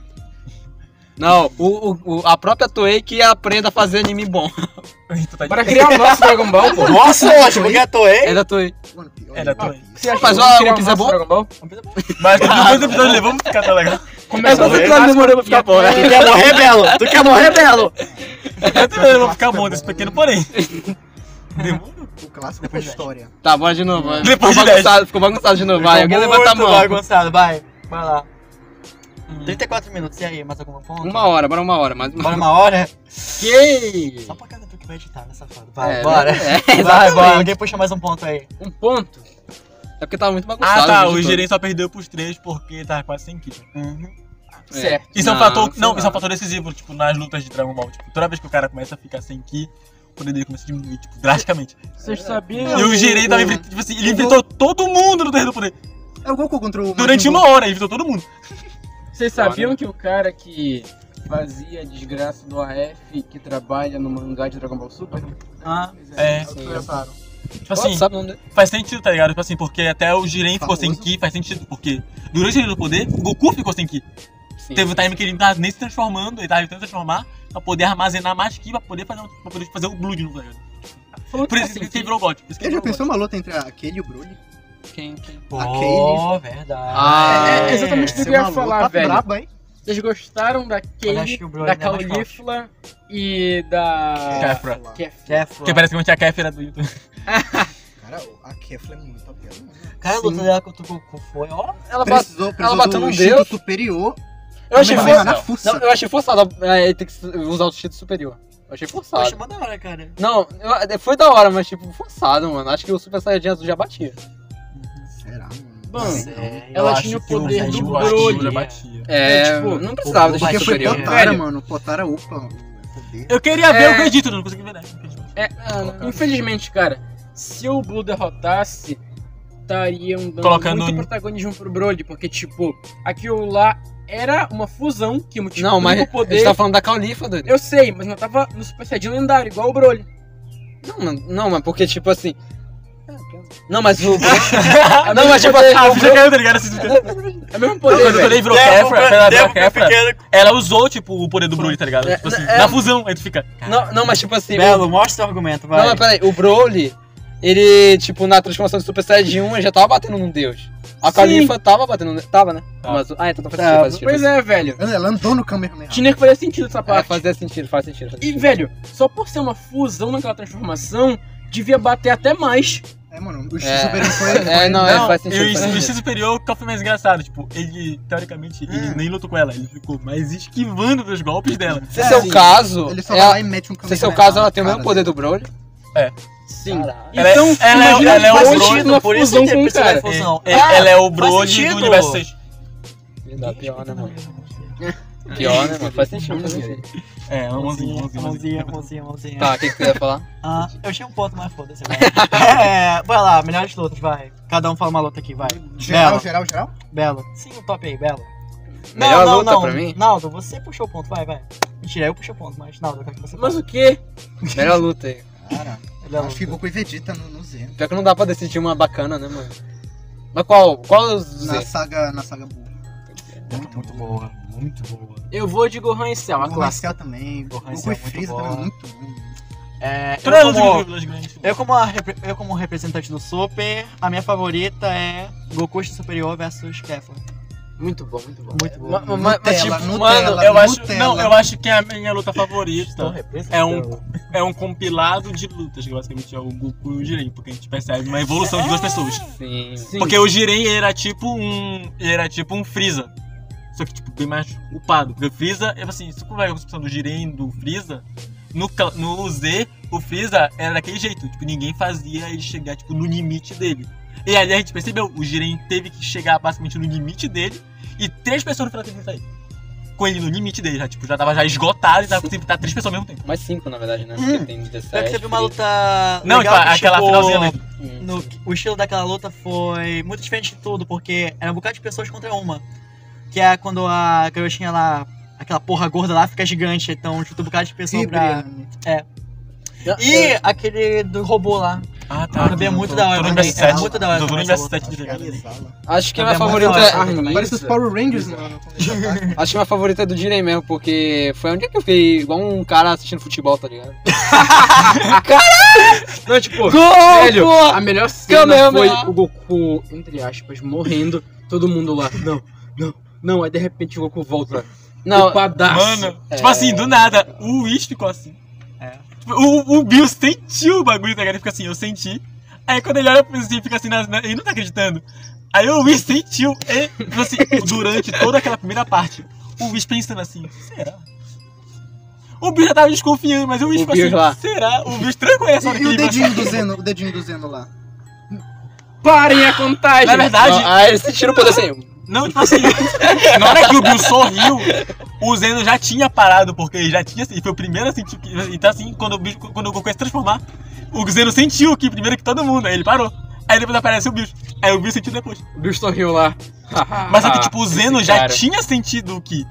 Speaker 2: Não, o, o- o- a própria Toei que aprenda a fazer anime bom.
Speaker 5: Então tá de-
Speaker 3: Bora criar o nosso Dragon Ball, pô.
Speaker 1: Nossa, ótimo, que atuei.
Speaker 2: É da Toei.
Speaker 4: One Piece.
Speaker 5: É da
Speaker 4: One
Speaker 5: Toei.
Speaker 4: Piece.
Speaker 3: Você acha
Speaker 2: Mas
Speaker 3: que vamos
Speaker 2: ó,
Speaker 3: criar
Speaker 2: One Piece
Speaker 3: o
Speaker 2: é
Speaker 3: nosso
Speaker 2: bom?
Speaker 3: Dragon Ball?
Speaker 5: Mas depois do episódio dele, vamos ficar, tá legal?
Speaker 2: Mas
Speaker 3: Começa
Speaker 2: o
Speaker 3: a ver.
Speaker 2: claro demorou pra ficar bom, né?
Speaker 1: Tu quer morrer belo? Tu quer morrer belo?
Speaker 5: Eu também não vou ficar bom desse pequeno porém. Demorou.
Speaker 4: O clássico foi história.
Speaker 2: Tá, bora de novo. vai.
Speaker 5: Depois
Speaker 2: ficou
Speaker 5: de dez.
Speaker 2: bagunçado, ficou bagunçado de novo. Vai, alguém levanta a
Speaker 1: Muito
Speaker 2: mão.
Speaker 1: bagunçado, vai. Vai lá. 34 minutos, e aí, mais alguma ponta?
Speaker 2: Uma hora, bora uma hora, mais uma
Speaker 1: Bora
Speaker 2: hora.
Speaker 1: uma hora?
Speaker 3: Ok.
Speaker 1: Só pra cada tu que vai editar nessa foto. Vai,
Speaker 2: É,
Speaker 1: bora.
Speaker 2: É,
Speaker 1: vai, bora. Alguém puxa mais um ponto aí.
Speaker 3: Um ponto.
Speaker 2: é porque tava muito bagunçado.
Speaker 5: Ah tá, o
Speaker 2: vídeo todo.
Speaker 5: gerente só perdeu pros três porque tava quase sem kit.
Speaker 2: É.
Speaker 3: Certo.
Speaker 5: Isso é um
Speaker 2: Não,
Speaker 5: fator.
Speaker 2: sei
Speaker 5: Não,
Speaker 2: lá.
Speaker 5: isso é um fator decisivo, tipo, nas lutas de Dragon Ball. Tipo, toda vez que o cara começa a ficar sem Ki, o poder dele começa a diminuir, tipo, drasticamente.
Speaker 3: Vocês sabiam?
Speaker 5: E o Jirei tava enfrentando, tipo assim, ele enfrentou todo mundo no terreno do poder.
Speaker 4: É o Goku contra o...
Speaker 5: Durante
Speaker 4: Majin Buu.
Speaker 5: uma hora, ele enfrentou todo mundo.
Speaker 3: Vocês sabiam que o cara que fazia a desgraça do AF que trabalha no mangá de Dragon Ball Super?
Speaker 5: Ah, é.
Speaker 4: É o que pensaram.
Speaker 5: Tipo assim,
Speaker 2: sabe o nome dele?
Speaker 5: faz sentido, tá ligado? Tipo assim, porque até o Jiren ficou sem
Speaker 4: Famoso.
Speaker 5: Ki, faz sentido, porque durante ele do poder, o Goku ficou sem Ki.
Speaker 2: Sim.
Speaker 5: Teve o time que ele não tava nem se transformando, ele tava tentando transformar pra poder armazenar mais Ki pra poder fazer, um- pra poder fazer o Blood no tá ligado?
Speaker 3: Falando
Speaker 5: Por isso
Speaker 3: assim,
Speaker 5: que ele virou God. Por isso que
Speaker 4: Você
Speaker 5: ele
Speaker 4: já
Speaker 5: virou God.
Speaker 4: pensou uma luta entre aquele e o Broly?
Speaker 2: Quem, quem?
Speaker 4: né?
Speaker 1: Pô, verdade.
Speaker 2: Ah,
Speaker 3: É, é exatamente o que
Speaker 4: Ser
Speaker 3: eu ia
Speaker 4: uma
Speaker 3: falar,
Speaker 4: luta
Speaker 3: velho.
Speaker 4: braba, hein?
Speaker 3: Vocês gostaram da
Speaker 1: Mas acho
Speaker 3: Kay,
Speaker 1: que o Broly
Speaker 3: da
Speaker 1: ainda é mais
Speaker 3: Caulifla e da... é
Speaker 5: Kefra.
Speaker 3: Kefla.
Speaker 1: Kefla.
Speaker 5: Porque parece que eu tinha a Kéfera do Yuta.
Speaker 4: Cara, a Kefla é muito apelão, né?
Speaker 1: Cara, a luta
Speaker 3: Sim.
Speaker 1: dela contra o Goku foi, ó.
Speaker 2: Ela bate...
Speaker 4: Precisou,
Speaker 2: ela
Speaker 4: precisou
Speaker 2: bateu
Speaker 4: do
Speaker 2: num
Speaker 4: instinto
Speaker 2: deus.
Speaker 4: superior.
Speaker 2: Eu achei
Speaker 4: Kamehameha
Speaker 2: forçado.
Speaker 4: na fuça.
Speaker 2: Não, eu achei forçado é, ele ter que usar o instinto superior. Eu achei
Speaker 1: Pô,
Speaker 2: forçado.
Speaker 1: achei mó da hora, cara.
Speaker 2: Não, eu- foi da hora, mas tipo, forçado, mano. Acho que o Super Saiyajin azul já batia.
Speaker 4: Será, mano?
Speaker 3: Mano,
Speaker 4: Não sei.
Speaker 3: ela tinha o poder
Speaker 1: Saiyajin
Speaker 3: do
Speaker 1: batia.
Speaker 3: Broly.
Speaker 5: batia.
Speaker 2: É,
Speaker 3: tipo,
Speaker 2: não precisava do
Speaker 4: Porque
Speaker 1: Baixo
Speaker 2: instinto
Speaker 4: foi
Speaker 2: superior.
Speaker 1: superior.
Speaker 4: Potara,
Speaker 3: Velho.
Speaker 4: mano. Potara upa o poder.
Speaker 5: Eu queria ver
Speaker 3: É.
Speaker 5: o Vegeta, não consegui ver. né?
Speaker 2: Ah, não.
Speaker 3: Infelizmente, cara, se o Blue derrotasse, estariam dando
Speaker 5: Colocando
Speaker 3: muito
Speaker 5: um-
Speaker 3: protagonismo pro Broly, porque, tipo, aquilo lá era uma fusão que multiplica
Speaker 2: Não, mas
Speaker 3: o
Speaker 2: a
Speaker 3: poder.
Speaker 2: gente tá falando da Caulifa, doido.
Speaker 3: Eu sei, mas não tava no Super Saiyajin lendário, igual o Broly.
Speaker 2: Não, mano, não, mas porque, tipo assim. Não, mas o. não, mas tipo assim.
Speaker 5: Ah,
Speaker 2: o
Speaker 5: ficha caiu, tá ligado? Vocês entenderam?
Speaker 3: É o mesmo poder,
Speaker 5: Não, Quando
Speaker 2: tipo,
Speaker 5: quando
Speaker 3: velho.
Speaker 5: ele virou
Speaker 1: Tempo
Speaker 5: Kefra,
Speaker 1: pra-
Speaker 5: quando ela virou
Speaker 1: tempo pra
Speaker 5: Kefra,
Speaker 1: pequeno.
Speaker 5: ela usou, tipo, o poder do Broly, tá ligado?
Speaker 2: É,
Speaker 5: Tipo assim,
Speaker 2: é-
Speaker 5: na fusão, aí tu fica.
Speaker 2: Não, não, mas tipo assim. o-
Speaker 1: Belo, mostra o argumento, vai.
Speaker 2: Não, mas peraí, o Broly, ele, tipo, na transformação do Super Saiyajin 1, ele já tava batendo num deus. A
Speaker 3: Sim.
Speaker 2: Califa tava batendo num Tava, né?
Speaker 5: Tava.
Speaker 2: Mas, ah, então tá fazendo
Speaker 1: Tava.
Speaker 2: sentido, faz
Speaker 3: Pois
Speaker 2: sentido.
Speaker 3: é, velho.
Speaker 4: Ela andou no Kamehameha.
Speaker 3: Tinha que fazer sentido essa
Speaker 2: É,
Speaker 3: parte.
Speaker 2: fazia sentido, faz sentido. Faz
Speaker 3: E,
Speaker 2: sentido.
Speaker 3: velho, só por ser uma fusão naquela transformação, devia bater até mais.
Speaker 4: É, mano, o
Speaker 2: É.
Speaker 4: X-Superior foi...
Speaker 2: É, não, é,
Speaker 5: Não,
Speaker 2: faz
Speaker 5: e
Speaker 2: sentido.
Speaker 5: o
Speaker 2: Faz
Speaker 5: Instinto
Speaker 2: sentido.
Speaker 5: Superior que foi mais engraçado. Tipo, ele, teoricamente, ele nem lutou com ela. Ele ficou mais esquivando dos golpes dela.
Speaker 2: Se é o
Speaker 4: Sim.
Speaker 2: caso,
Speaker 4: Ele só vai lá
Speaker 2: ela,
Speaker 4: e mete um Kamehameha.
Speaker 2: se é o caso, ela tem o
Speaker 4: na
Speaker 2: mesmo
Speaker 4: cara
Speaker 2: poder do
Speaker 4: dele.
Speaker 2: Broly.
Speaker 3: Sim.
Speaker 2: Caralho.
Speaker 5: Ela é-
Speaker 3: Então,
Speaker 5: ela é-
Speaker 3: imagina
Speaker 5: ela é o
Speaker 3: um
Speaker 5: Broly,
Speaker 3: monte na
Speaker 1: por isso
Speaker 3: fusão
Speaker 1: que
Speaker 3: com um
Speaker 1: tem
Speaker 3: cara.
Speaker 1: personagem. Fusão.
Speaker 5: É,
Speaker 1: Ah,
Speaker 5: ela é o
Speaker 1: faz
Speaker 5: Broly do
Speaker 1: sentido.
Speaker 5: universo 6.
Speaker 2: Dá pior, né, mano? Pior, né, mano? Faz sentido, faz sentido.
Speaker 5: É, uma mãozinha,
Speaker 1: Mãozinha, mãozinha,
Speaker 5: mãozinha, mãozinha.
Speaker 1: mãozinha, mãozinha.
Speaker 2: Tá, o que que tu ia falar?
Speaker 1: Ah, eu achei um ponto, mas foda-se. vai. é, vai lá, melhores lutas, vai. Cada um fala uma luta aqui, vai.
Speaker 4: Geral,
Speaker 1: Bela.
Speaker 4: geral, geral?
Speaker 1: Belo. Sim, o top aí, Belo.
Speaker 2: Melhor
Speaker 1: não,
Speaker 2: luta
Speaker 1: não,
Speaker 2: pra mim?
Speaker 1: Naldo, você puxou o ponto, vai, vai. Mentira, eu puxei o ponto, mas Naldo, eu quero que você
Speaker 3: Mas
Speaker 1: fale.
Speaker 3: o quê?
Speaker 2: Melhor luta aí.
Speaker 4: Cara,
Speaker 1: Bela
Speaker 4: acho que Goku e Vegeta no, no Z.
Speaker 2: Pior que não dá pra decidir uma bacana, né, mano? Mas qual? Qual é os
Speaker 4: Na
Speaker 2: Z?
Speaker 4: saga, na saga Buu.
Speaker 1: luta. muito boa, muito boa.
Speaker 3: Eu vou de Gohan e Cell, a
Speaker 4: Gohan
Speaker 3: clássica.
Speaker 4: Cell também.
Speaker 1: Gohan
Speaker 4: Goku
Speaker 1: Cell
Speaker 4: e
Speaker 1: é muito
Speaker 4: Freeza
Speaker 1: bom.
Speaker 4: também é muito bom.
Speaker 1: É,
Speaker 5: Tu não é
Speaker 1: eu,
Speaker 5: luta de
Speaker 1: como,
Speaker 5: vírgulas grandes.
Speaker 1: eu, como a repre- eu como representante do Super, a minha favorita é Goku Superior versus Kefla.
Speaker 3: Muito bom, muito bom.
Speaker 1: Muito boa.
Speaker 2: Ma- ma- ma- Mas
Speaker 4: Nutella,
Speaker 2: tipo,
Speaker 4: Nutella.
Speaker 2: mano,
Speaker 5: Eu acho,
Speaker 4: Nutella.
Speaker 5: não, eu acho que é a minha luta favorita
Speaker 6: representando.
Speaker 5: é um, é um compilado de lutas, que basicamente é o Goku e o Jiren, porque a gente percebe uma evolução de duas pessoas.
Speaker 2: sim.
Speaker 3: Sim.
Speaker 5: Porque o Jiren ele era tipo um. ele era tipo um Freeza. Só que, tipo, bem mais upado. Porque o Freeza, é assim, se tu vai a construção do Jiren e do Freeza, no, cla- no Z, o Freeza era daquele jeito. Tipo, ninguém fazia ele chegar, tipo, no limite dele. E ali a gente percebeu, o Jiren teve que chegar basicamente no limite dele e três pessoas no final teve que sair. Com ele no limite dele, já, tipo, já tava já esgotado e tava conseguindo estar três pessoas ao mesmo tempo.
Speaker 2: Mais 5, na verdade, né? Porque tem 17.
Speaker 1: Pior que teve uma luta.
Speaker 5: É, Não,
Speaker 1: legal,
Speaker 5: tipo,
Speaker 1: que,
Speaker 5: aquela
Speaker 1: tipo,
Speaker 5: finalzinha ali.
Speaker 2: Hum,
Speaker 1: no- o estilo daquela luta foi muito diferente de tudo, porque era um bocado de pessoas contra uma. Que é quando a garotinha lá, aquela porra gorda lá, fica gigante, então junta um bocado de
Speaker 4: é
Speaker 1: pessoas pra. É.
Speaker 4: Ibriane.
Speaker 1: E aquele do robô lá.
Speaker 5: Ah,
Speaker 1: tá. Também é muito da hora
Speaker 5: Tô no
Speaker 1: também,
Speaker 5: universo 7.
Speaker 1: é muito da hora
Speaker 5: Tô no
Speaker 1: também
Speaker 5: universo
Speaker 1: essa
Speaker 5: 7
Speaker 4: Acho
Speaker 5: de
Speaker 4: que é a
Speaker 5: Jiren.
Speaker 4: Isala.
Speaker 2: Acho que a minha
Speaker 1: Também é
Speaker 2: favorita
Speaker 1: muito
Speaker 3: né?
Speaker 2: é.
Speaker 1: da hora.
Speaker 2: Armin.
Speaker 4: Parece os Power Rangers, mano. quando eles atacam.
Speaker 2: Acho que a minha favorita é do Jiren mesmo, porque foi onde é que eu fiquei igual um cara assistindo futebol, tá ligado?
Speaker 3: Não, tipo,
Speaker 2: Velho!
Speaker 3: a melhor cena
Speaker 2: Kamehameha.
Speaker 3: foi o Goku, entre aspas, morrendo, todo mundo lá. Não, não, não. Aí de repente o Goku volta.
Speaker 2: Não,
Speaker 3: Padaço.
Speaker 5: Mano, tipo assim, do nada, o Whis ficou assim.
Speaker 1: É.
Speaker 5: Tipo, O, o Bill sentiu o bagulho, tá ligado? Ele fica assim, eu senti. Aí quando ele olha pra assim, fica assim, na- na- ele não tá acreditando. Aí o Whis sentiu, e, tipo assim, durante toda aquela primeira parte, o Whis pensando assim, será? O Bill já tava desconfiando, mas o Whis
Speaker 2: O
Speaker 5: ficou
Speaker 2: Bill
Speaker 5: assim,
Speaker 2: lá.
Speaker 5: será? O Whis trancou essa hora
Speaker 4: E,
Speaker 5: que
Speaker 4: e o
Speaker 5: ele
Speaker 4: dedinho do Zeno, o dedinho do Zeno lá.
Speaker 3: Parem a contagem.
Speaker 5: Na é verdade,
Speaker 2: Aí eles sentiram o poder assim.
Speaker 5: Não, tipo assim, na hora que o Bill sorriu, o Zeno já tinha parado, porque ele já tinha, ele foi o primeiro a sentir que. Então assim, quando o, bicho, quando o Goku ia se transformar, o Zeno sentiu que primeiro que todo mundo, aí ele parou. Aí depois aparece o bicho. Aí o bicho sentiu depois.
Speaker 3: O Bill sorriu lá.
Speaker 5: é
Speaker 3: Ah,
Speaker 5: Mas só que, tipo, o Zeno já
Speaker 2: cara.
Speaker 5: tinha sentido o Ki.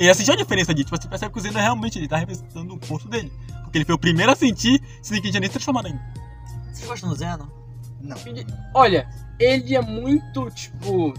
Speaker 5: E assim já a diferença de, tipo, você percebe que o Zeno realmente ele tá representando o posto dele. Porque ele foi o primeiro a sentir, se ninguém tinha nem se transformado ainda.
Speaker 1: Vocês gostam do Zeno?
Speaker 4: Não.
Speaker 3: Ele- Olha, ele é muito, tipo,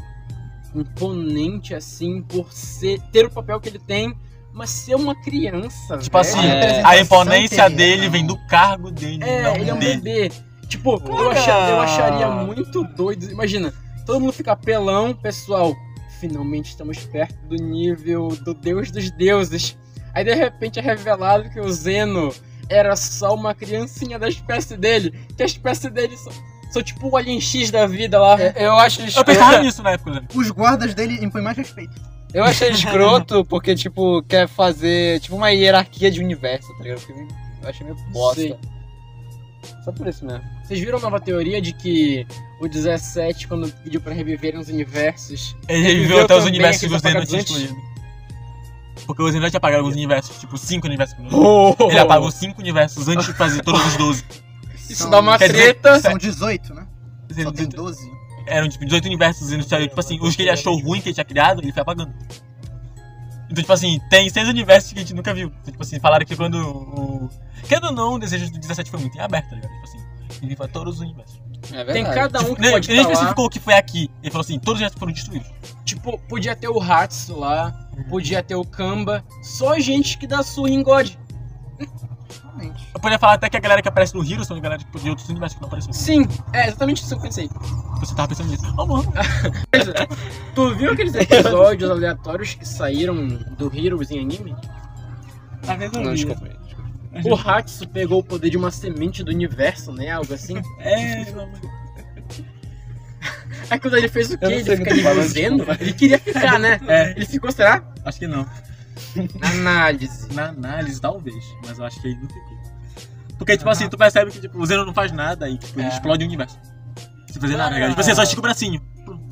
Speaker 3: imponente, assim, por ser, ter o papel que ele tem, mas ser uma criança, né?
Speaker 5: Tipo
Speaker 3: velho.
Speaker 5: assim,
Speaker 2: É.
Speaker 5: a imponência
Speaker 4: Representação
Speaker 5: dele
Speaker 4: terrena.
Speaker 5: vem do cargo dele, não
Speaker 3: É, ele é um
Speaker 5: dele.
Speaker 3: bebê. Tipo, eu,
Speaker 5: Cara!
Speaker 3: acha- eu acharia muito doido. Imagina, todo mundo fica pelão, pessoal. Finalmente estamos perto do nível do deus dos deuses. Aí de repente é revelado que o Zeno era só uma criancinha da espécie dele. Que a espécie dele são, são tipo o Alien X da vida lá.
Speaker 2: Eu- Eu acho ele
Speaker 5: Eu pensava
Speaker 2: escroto.
Speaker 5: nisso na época, né?
Speaker 4: Os guardas dele impõem mais respeito.
Speaker 2: Eu achei ele escroto porque, tipo, quer fazer tipo uma hierarquia de universo, tá ligado? Eu fiquei meio- Eu achei meio bosta.
Speaker 3: Sim.
Speaker 2: Só por isso mesmo.
Speaker 3: Vocês viram a nova teoria de que o 17, quando pediu pra reviver os universos,
Speaker 5: Ele
Speaker 3: Ele
Speaker 5: reviveu
Speaker 3: viu
Speaker 5: até os
Speaker 3: também
Speaker 5: universos que
Speaker 3: aqueles
Speaker 5: o Zeno tinha
Speaker 3: apagados antes.
Speaker 5: excluído. Porque o Zeno já tinha apagado alguns universos, tipo, cinco universos.
Speaker 2: Oh!
Speaker 5: Ele apagou cinco universos antes de fazer todos os 12.
Speaker 3: isso
Speaker 4: São-
Speaker 3: dá uma
Speaker 5: quer dizer-
Speaker 3: treta.
Speaker 4: São 18, né? Só
Speaker 5: Zeno-
Speaker 4: tem 12.
Speaker 5: Eram tipo 18 universos e tipo assim, os que ele achou ruim que ele tinha criado, ele foi apagando. Então, tipo assim, tem seis universos que a gente nunca viu. Então, tipo assim, falaram que quando o. Querendo ou não, o desejo do 17 foi muito em aberto, tá ligado? Tipo assim, ele foi todos os universos.
Speaker 2: É
Speaker 3: Tem
Speaker 2: verdade.
Speaker 3: cada um
Speaker 5: Tipo,
Speaker 3: que
Speaker 5: nem-
Speaker 3: pode
Speaker 5: ele nem
Speaker 3: falar.
Speaker 5: especificou o que foi aqui. Ele falou assim, todos os universos foram destruídos.
Speaker 3: Tipo, podia ter o Hatsu lá, podia ter o Kamba, só gente que dá surra em God.
Speaker 4: Realmente.
Speaker 5: Eu poderia falar até que a galera que aparece no Hero são galera tipo, de outros universos que não apareceu.
Speaker 3: Sim, é exatamente isso que eu pensei.
Speaker 5: Você tava pensando nisso. Oh, mano.
Speaker 3: Tu viu aqueles episódios aleatórios que saíram do Heroes em anime?
Speaker 5: Tá vendo?
Speaker 2: Não, desculpa aí. desculpa.
Speaker 5: Uhum.
Speaker 3: O Hatsu pegou o poder de uma semente do universo, né? Algo assim.
Speaker 5: É, meu amor.
Speaker 3: Aí quando ele fez o quê?
Speaker 2: Eu não sei
Speaker 3: Ele
Speaker 2: o que
Speaker 3: fica
Speaker 2: eu tô
Speaker 3: ali
Speaker 2: falando,
Speaker 3: dizendo? Ele queria ficar, né?
Speaker 5: É,
Speaker 3: Ele ficou, será?
Speaker 5: acho que não.
Speaker 3: Análise.
Speaker 5: Na análise, talvez, mas eu acho que ele não ficou. Porque, tipo assim, tu percebe que tipo, o Zeno não faz nada e tipo, ele
Speaker 1: É.
Speaker 5: explode o universo. Sem fazer nada,
Speaker 1: Ah.
Speaker 5: cara. Tipo assim, só estica o bracinho.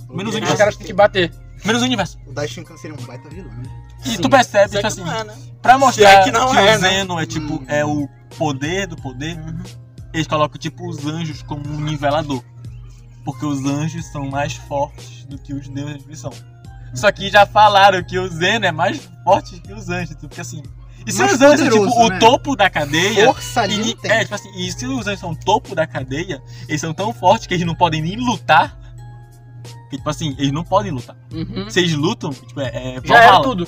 Speaker 5: Menos o
Speaker 3: Os
Speaker 5: universo.
Speaker 3: caras têm que bater.
Speaker 5: Menos o universo.
Speaker 4: O Dai Shinkan seria um baita vilão. né?
Speaker 5: E
Speaker 3: Sim.
Speaker 5: tu percebe,
Speaker 1: Se é
Speaker 5: tipo
Speaker 1: que
Speaker 5: assim,
Speaker 1: não é, né?
Speaker 5: pra mostrar
Speaker 1: que
Speaker 5: que,
Speaker 1: não
Speaker 5: o
Speaker 1: é, né?
Speaker 5: Zeno é tipo,
Speaker 4: Hum.
Speaker 5: é o poder do poder, eles colocam tipo os anjos como um nivelador. Porque os anjos são mais fortes do que os deuses eles são. Só que já falaram que o Zeno é mais forte que os anjos. Porque assim. E se
Speaker 4: Mais
Speaker 5: os anjos, tipo,
Speaker 4: poderoso,
Speaker 5: o
Speaker 4: né?
Speaker 5: topo da cadeia.
Speaker 4: Força ali
Speaker 5: E,
Speaker 4: não
Speaker 5: é,
Speaker 4: tem.
Speaker 5: tipo assim, e se os anjos são topo da cadeia, eles são tão fortes que eles não podem nem lutar. Que, tipo assim, eles não podem lutar.
Speaker 3: Uhum.
Speaker 5: Se eles lutam, tipo, é. é
Speaker 3: Já era
Speaker 5: Valhalla.
Speaker 3: tudo.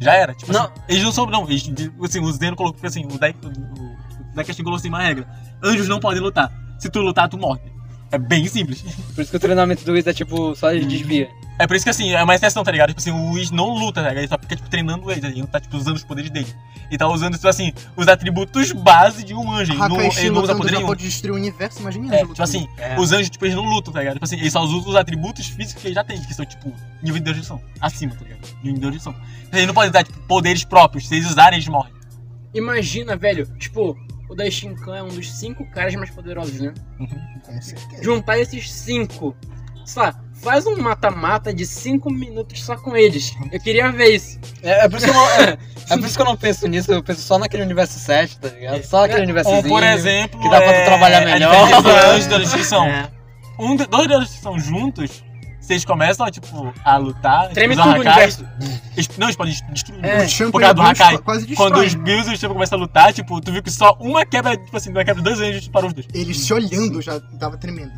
Speaker 5: Já era. Tipo
Speaker 1: Não.
Speaker 5: assim, eles não são. Não, eles, assim, o Zeno colocou, tipo assim, o Dai- o Daikashin colocou assim uma regra: anjos não podem lutar. Se tu lutar, tu morre. É bem simples.
Speaker 2: Por isso que o treinamento do Wiz é tipo, só ele desvia.
Speaker 5: É por isso que assim, é uma exceção, tá ligado? Tipo assim, o Whis não luta, tá ligado? Ele só fica, tipo, treinando ele, tá ligado? Ele não tá, tipo, usando os poderes dele. Ele tá usando, tipo assim, os atributos base de um anjo. Ele não, ele
Speaker 4: Hakaishin
Speaker 5: não usa
Speaker 4: lutando
Speaker 5: poder
Speaker 4: já
Speaker 5: nenhum.
Speaker 4: pode destruir o universo, imagina
Speaker 5: É,
Speaker 4: Ângelo
Speaker 5: tipo assim,
Speaker 1: É.
Speaker 5: os anjos, tipo, eles não lutam, tá ligado? Tipo assim, eles só usam os atributos físicos que eles já têm, que são, tipo, nível de Deus de som. Acima, tá ligado? Nível de Deus de som. Eles não podem usar, tipo, poderes próprios. Se eles usarem, eles morrem.
Speaker 3: Imagina, velho, tipo, o Daishinkan é um dos cinco caras mais poderosos, né?
Speaker 4: com certeza.
Speaker 3: Juntar esses cinco, sei lá, faz um mata-mata de cinco minutos só com eles. Eu queria ver isso.
Speaker 2: É, é por isso que eu não, é, é por isso que eu não penso nisso, eu penso só naquele universo 7, tá ligado? Só naquele universo
Speaker 5: É, Ou, por exemplo,
Speaker 2: que dá pra tu
Speaker 5: é,
Speaker 2: trabalhar
Speaker 5: a
Speaker 2: melhor.
Speaker 5: diferença do anjo e da
Speaker 3: Então,
Speaker 5: destruição.
Speaker 1: É.
Speaker 5: Um, de- dois deuses que são juntos, se eles começam, tipo, a lutar,
Speaker 3: Treme
Speaker 5: usar
Speaker 3: tudo o
Speaker 5: Hakai,
Speaker 3: universo.
Speaker 5: eles- não, tipo, eles podem destruir.
Speaker 3: É.
Speaker 4: O Champ
Speaker 5: Por causa
Speaker 4: ele
Speaker 5: do
Speaker 4: abaixa,
Speaker 5: Hakai.
Speaker 4: quase destrói.
Speaker 5: Quando os Bills e o Champa começam a lutar, tipo, tu viu que só uma quebra, tipo assim, uma quebra de dois anjos parou os dois.
Speaker 4: Eles se olhando já tava tremendo.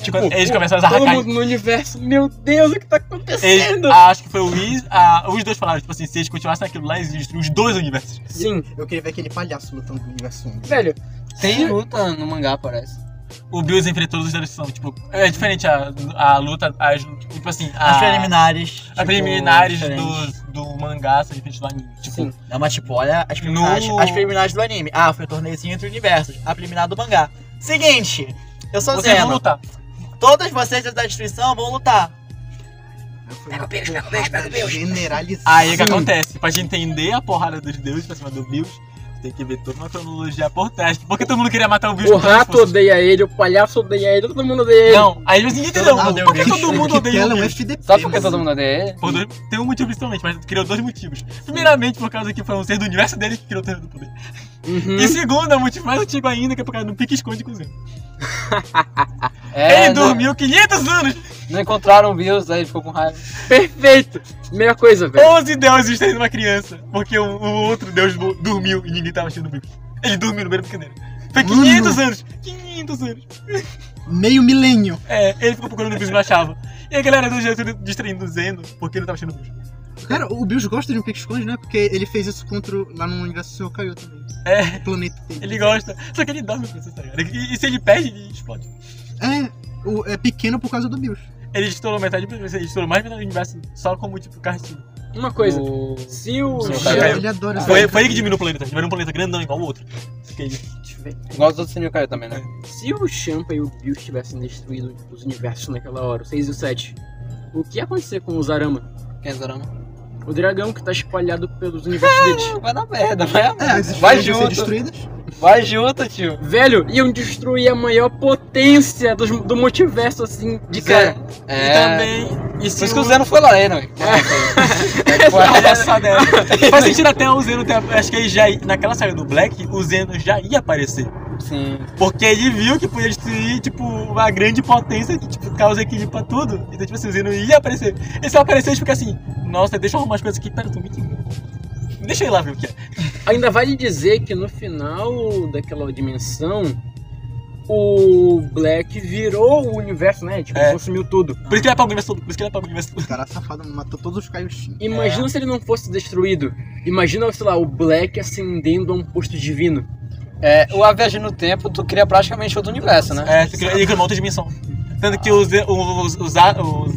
Speaker 5: Tipo, eles começaram a usar
Speaker 3: Todo
Speaker 5: Hakai.
Speaker 3: mundo no universo, meu Deus, o que tá
Speaker 5: Eles, ah,
Speaker 3: acontecendo?
Speaker 5: acho que foi o Wiz, a- os dois falaram, tipo assim, se eles continuassem naquilo lá, eles destruíam os dois universos.
Speaker 3: Sim,
Speaker 4: Eu queria ver aquele palhaço lutando com o universo 11.
Speaker 3: velho,
Speaker 2: Tem luta no mangá, parece.
Speaker 5: O Bills enfrentou todos os deuses são, tipo, é diferente a, a luta, as, tipo assim, a,
Speaker 1: As preliminares.
Speaker 5: as
Speaker 1: tipo,
Speaker 5: preliminares
Speaker 1: diferentes.
Speaker 5: do, do mangá são diferentes do anime. Tipo,
Speaker 3: Sim.
Speaker 1: É uma tipo, olha as preliminares,
Speaker 5: No-
Speaker 1: as preliminares do anime. Ah, foi o torneiozinho entre universos. A preliminar do mangá. Seguinte, eu sou
Speaker 5: vocês vão
Speaker 1: Zeno.
Speaker 5: lutar.
Speaker 1: Todas vocês da destruição vão lutar.
Speaker 4: Pega o Deus, pega o Deus, pega o Deus. Generalizada.
Speaker 5: Aí o que
Speaker 4: Sim.
Speaker 5: acontece? Pra gente entender a porrada dos deuses pra cima do Bills, tem que ver toda uma cronologia por trás. Porque todo mundo queria matar o Bills
Speaker 3: o
Speaker 5: com todas as
Speaker 3: rato
Speaker 5: forças.
Speaker 3: odeia ele, o palhaço odeia ele, todo mundo odeia ele.
Speaker 5: Não, aí eles ninguém entendeu.
Speaker 1: Todo mundo odeia
Speaker 5: Por que
Speaker 1: o Bills.
Speaker 5: todo mundo
Speaker 4: Que
Speaker 5: odeia
Speaker 4: tela
Speaker 5: o
Speaker 4: é um
Speaker 5: Bills?
Speaker 4: FDP,
Speaker 2: Sabe por que
Speaker 4: mano.
Speaker 2: todo mundo odeia ele?
Speaker 5: Por dois- Tem um motivo principalmente, mas criou dois motivos. Primeiramente, por causa que foi um ser do universo dele que criou o terreno do poder.
Speaker 3: Uhum.
Speaker 5: E segundo, é um motivo mais antigo ainda, que é por causa do pique-esconde e cozinha.
Speaker 2: É,
Speaker 3: É, né?
Speaker 5: ele
Speaker 2: não-
Speaker 5: dormiu 500 anos!
Speaker 2: Não, encontraram o Bills, aí ele ficou com raiva.
Speaker 3: Perfeito! Melhor coisa, velho.
Speaker 5: 11 deuses têm uma criança, porque o, o outro deus do- dormiu e ninguém tava achando o bico. Ele dormiu no meio da brincadeira.
Speaker 3: Hum.
Speaker 5: Foi 500 anos! 500 anos!
Speaker 4: Meio milênio.
Speaker 5: É, ele ficou procurando o bicho e não achava. E a galera do jeito distraindo, dizendo, porque ele não tava achando o bicho.
Speaker 4: Cara, o Bills gosta de um pique-esconde, né? Porque ele fez isso contra o- lá no universo seu Caio também.
Speaker 5: É.
Speaker 4: O planeta dele.
Speaker 5: Ele gosta. Só que ele dorme com isso, tá ligado? E, e se ele perde, ele explode.
Speaker 4: É, o- é pequeno por causa do Bills.
Speaker 5: Ele estourou metade do ele estourou mais metade do universo só como tipo cartinho.
Speaker 3: Uma coisa.
Speaker 2: O-
Speaker 3: Se o
Speaker 5: Sim,
Speaker 3: Jean-
Speaker 5: cara.
Speaker 4: Ele
Speaker 2: Ah,
Speaker 4: adora É,
Speaker 5: Foi,
Speaker 4: essa-
Speaker 5: foi ele que diminuiu o planeta. Tiveram um planeta grandão igual o outro. Fiquei-
Speaker 2: Igual os outros Senil Caio também, né?
Speaker 3: se o Champa e o Bills tivessem destruído os universos naquela hora, o 6 e o 7, o que ia acontecer com o Zarama?
Speaker 2: Quem é Zarama?
Speaker 3: O dragão que tá espalhado pelos universos deles.
Speaker 2: Vai dar merda, vai a
Speaker 4: É, as
Speaker 2: merda.
Speaker 4: estrelas
Speaker 2: Vai
Speaker 4: iam ser
Speaker 2: junto,
Speaker 4: destruídas.
Speaker 2: vai junto, tio.
Speaker 3: Velho, iam destruir a maior potência dos- do multiverso, assim, de cara.
Speaker 5: E
Speaker 2: É.
Speaker 5: também. E
Speaker 2: Por
Speaker 5: se
Speaker 2: isso que o
Speaker 5: o-
Speaker 2: Zé não foi lá, né? não. É, né? foi
Speaker 5: Olha
Speaker 2: essa.
Speaker 5: só dessa. Faz sentido até o Zeno ter. Acho que ele já. Naquela saída do Black, o Zeno já ia aparecer.
Speaker 2: Sim.
Speaker 5: Porque ele viu que podia destruir, tipo, uma grande potência que, tipo, causa equilíbrio pra tudo. Então, tipo assim, o Zeno ia aparecer. Ele só apareceu e fica assim: Nossa, deixa eu arrumar as coisas aqui. Pera, eu tô mentindo. Deixa ele lá ver o que é.
Speaker 3: Ainda vale dizer que no final daquela dimensão, o Black virou o universo, né? Tipo,
Speaker 5: É.
Speaker 3: consumiu tudo.
Speaker 5: Por isso que ele apagou o universo todo. Por isso que ele apagou o universo todo.
Speaker 4: O cara safado matou todos os Caios Shin.
Speaker 2: É.
Speaker 3: Imagina se ele não fosse destruído. Imagina, sei lá, o Black ascendendo a um posto divino.
Speaker 2: É, o A Viagem no Tempo, tu cria praticamente outro universo, né?
Speaker 5: É, ele criou uma outra dimensão. Tanto que os, os, os, os,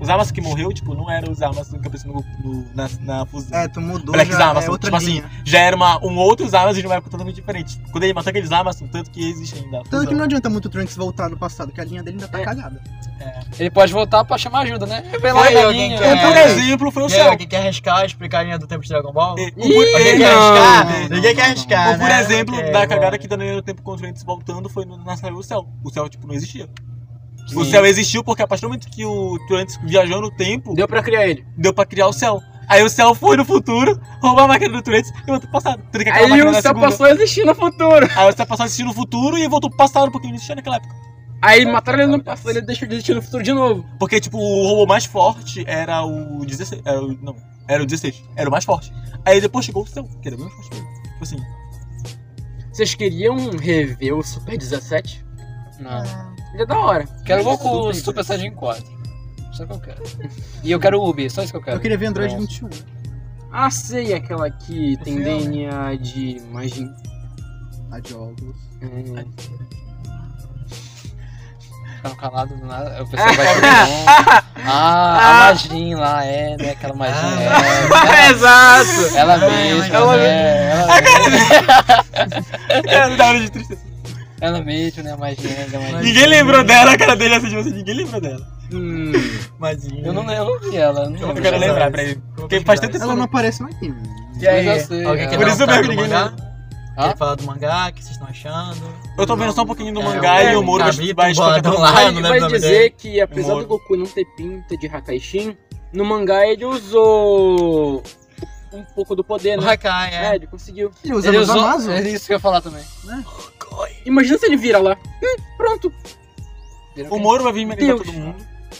Speaker 5: os Amas que morreu, tipo, não era os Amas que apareceu no, no, na, na fusão.
Speaker 4: É, tu mudou
Speaker 5: Black
Speaker 4: já,
Speaker 5: Zamas,
Speaker 4: é outra
Speaker 5: tipo
Speaker 4: linha.
Speaker 5: assim, já era uma, um outro Zamas de uma época totalmente diferente. Quando ele matou aqueles Zamas, tanto que existe ainda. a
Speaker 4: Tanto que não
Speaker 5: fusão.
Speaker 4: adianta muito o Trunks voltar no passado, que a linha dele ainda tá
Speaker 3: É.
Speaker 4: cagada.
Speaker 2: Ele pode voltar pra chamar ajuda, né? Vem lá,
Speaker 1: Foi
Speaker 2: galinha.
Speaker 1: alguém que-
Speaker 5: É, por
Speaker 1: É.
Speaker 5: exemplo, foi o
Speaker 1: Quem,
Speaker 5: céu.
Speaker 1: alguém quer arriscar explicar a linha do tempo de Dragon Ball?
Speaker 5: E-
Speaker 3: Ih,
Speaker 5: por-
Speaker 1: Ninguém
Speaker 5: e-
Speaker 1: quer arriscar?
Speaker 4: não, não,
Speaker 1: Ah, Ninguém quer
Speaker 4: não.
Speaker 1: arriscar,
Speaker 3: Ah,
Speaker 5: Ou, por
Speaker 1: né?
Speaker 5: exemplo,
Speaker 3: é,
Speaker 1: Ok,
Speaker 5: da
Speaker 1: bora.
Speaker 5: cagada que dando no tempo com os doentes voltando foi no, na saída do céu. O céu, tipo, não existia. O
Speaker 2: Sim.
Speaker 5: céu existiu porque a partir do momento que o Turantes viajou no tempo,
Speaker 3: Deu pra criar ele.
Speaker 5: deu pra criar o céu. Aí o céu foi no futuro, roubou a máquina do Turantes e voltou pro passado. Tanto que aquela
Speaker 3: Aí
Speaker 5: máquina
Speaker 3: o
Speaker 5: Então, na
Speaker 3: céu
Speaker 5: segunda.
Speaker 3: passou a existir no futuro.
Speaker 5: Aí o céu passou a existir no futuro e voltou pro passado, porque não existia naquela época.
Speaker 3: Aí mataram ele no passado, ele deixou de existir no futuro de novo.
Speaker 5: Porque, tipo, o robô mais forte era o 16. Era o, não, era o 16. Era o mais forte. Aí depois chegou o céu, que era o menos forte mesmo. Tipo assim,
Speaker 3: Vocês queriam rever o Super 17?
Speaker 2: Não.
Speaker 3: Ele é da hora.
Speaker 2: Quero Goku Super Saiyajin 4. Só que eu quero. E eu quero Ubi, só isso que eu quero.
Speaker 4: Eu queria ver Android
Speaker 2: Bom.
Speaker 4: 21.
Speaker 3: Ah, sei, aquela que tem
Speaker 4: Esse é, né?
Speaker 3: DNA de magia.
Speaker 4: Tá Adiós.
Speaker 3: É.
Speaker 2: Ficaram calados do nada. aí O pessoal vai comer. Ah, a Magin lá, é, né? Aquela Magin. É,
Speaker 3: Exato!
Speaker 2: ela mesma,
Speaker 3: ela
Speaker 2: né? Ela mesma,
Speaker 3: É,
Speaker 5: era da hora de tristeza.
Speaker 2: ela mesma, né? A Magin, né? da Magin.
Speaker 5: Ninguém lembrou dela, a cara dele assim, tipo assim, ninguém lembrou dela.
Speaker 3: Hum,
Speaker 5: Mas
Speaker 2: Eu não lembro vi ela. Não
Speaker 5: Eu
Speaker 2: lembro.
Speaker 5: quero lembrar pra ele. Porque faz tanto
Speaker 4: Ela não
Speaker 5: tempo.
Speaker 4: aparece mais aqui.
Speaker 1: E aí,
Speaker 2: Mas eu sei,
Speaker 1: é alguém
Speaker 2: é.
Speaker 1: quer
Speaker 5: Por
Speaker 1: dar um
Speaker 5: isso
Speaker 1: tapa
Speaker 5: mesmo
Speaker 1: no
Speaker 5: ninguém
Speaker 1: mangá?
Speaker 2: Ah?
Speaker 1: Quer falar do mangá? O que vocês estão achando?
Speaker 5: Eu tô vendo só um pouquinho do
Speaker 1: É,
Speaker 5: mangá
Speaker 1: é,
Speaker 5: e o Moro vai,
Speaker 1: Gabi,
Speaker 5: vai
Speaker 1: Tumbado
Speaker 5: explicar
Speaker 1: lá.
Speaker 3: vai
Speaker 1: Ah, não lembro
Speaker 3: vai
Speaker 1: o nome
Speaker 3: dizer
Speaker 1: dele.
Speaker 3: que apesar do
Speaker 5: Moro.
Speaker 3: Goku não ter pinta de Hakai Shin, no mangá ele usou um pouco do poder,
Speaker 1: O
Speaker 3: né?
Speaker 1: Hakai,
Speaker 3: É,
Speaker 1: é.
Speaker 3: ele conseguiu.
Speaker 4: Ele usa
Speaker 2: Ele
Speaker 4: os
Speaker 2: usou.
Speaker 4: Amazo.
Speaker 2: É isso que eu ia falar também.
Speaker 3: Imagina se ele vira lá. Hum, pronto.
Speaker 5: O Moro vai vir melhorar
Speaker 3: Deus.
Speaker 5: todo mundo.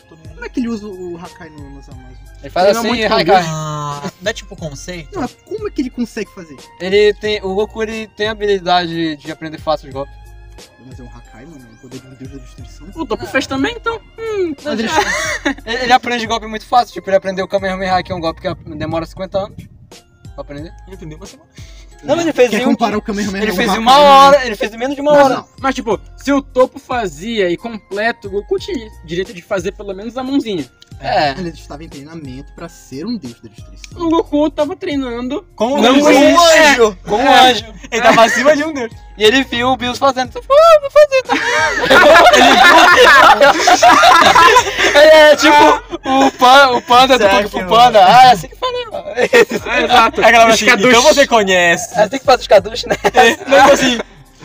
Speaker 5: Todo mundo.
Speaker 4: Como é que ele usa o Hakai no- nos Amazo?
Speaker 2: Ele faz
Speaker 3: Ele não é
Speaker 2: assim,
Speaker 3: muito
Speaker 2: Haikai.
Speaker 1: Ah, não é tipo conceito?
Speaker 4: Não, mas como é que ele consegue fazer?
Speaker 2: Ele tem. O Goku ele tem a habilidade de aprender fácil os golpes.
Speaker 4: Mas é um Hakai, mano. É o poder de um deus da destruição.
Speaker 3: O Topo fez também, então.
Speaker 4: Mas ele...
Speaker 2: Ele, ele aprende golpe muito fácil, tipo, ele aprendeu o Kamehameha, que é um golpe que a- demora 50 anos pra aprender.
Speaker 5: Entendeu? Mas você
Speaker 2: Não, mas ele fez
Speaker 4: Quer
Speaker 2: em um-
Speaker 4: comparar o Kamehameha
Speaker 2: Ele
Speaker 4: com o
Speaker 2: fez em
Speaker 4: Hakai,
Speaker 2: uma
Speaker 4: né?
Speaker 2: hora, ele fez em menos de uma
Speaker 4: Mas
Speaker 2: hora.
Speaker 4: não,
Speaker 3: Mas, tipo, se o Topo fazia e completo, o Goku tinha direito de fazer pelo menos a mãozinha.
Speaker 2: É.
Speaker 4: Ele estava em treinamento pra ser um deus da destruição.
Speaker 3: O Goku tava treinando.
Speaker 5: Como
Speaker 2: Não,
Speaker 5: Deus.
Speaker 2: ele-
Speaker 1: Um anjo!
Speaker 2: Com um anjo.
Speaker 5: Ele tava acima de um Deus.
Speaker 2: E ele viu o Bills fazendo. Então, falou, ah, vou fazer. Ele é tipo o, pan, o panda do
Speaker 1: Será
Speaker 2: Kung
Speaker 1: que
Speaker 2: Fu
Speaker 1: eu-
Speaker 2: Panda. Ah, é assim que faz, né, mano? É
Speaker 3: Ah, exato.
Speaker 5: Aí a galera assim,
Speaker 3: Escaduche.
Speaker 5: então você conhece.
Speaker 2: assim que faz os caduchos, né?
Speaker 5: Não, tipo assim,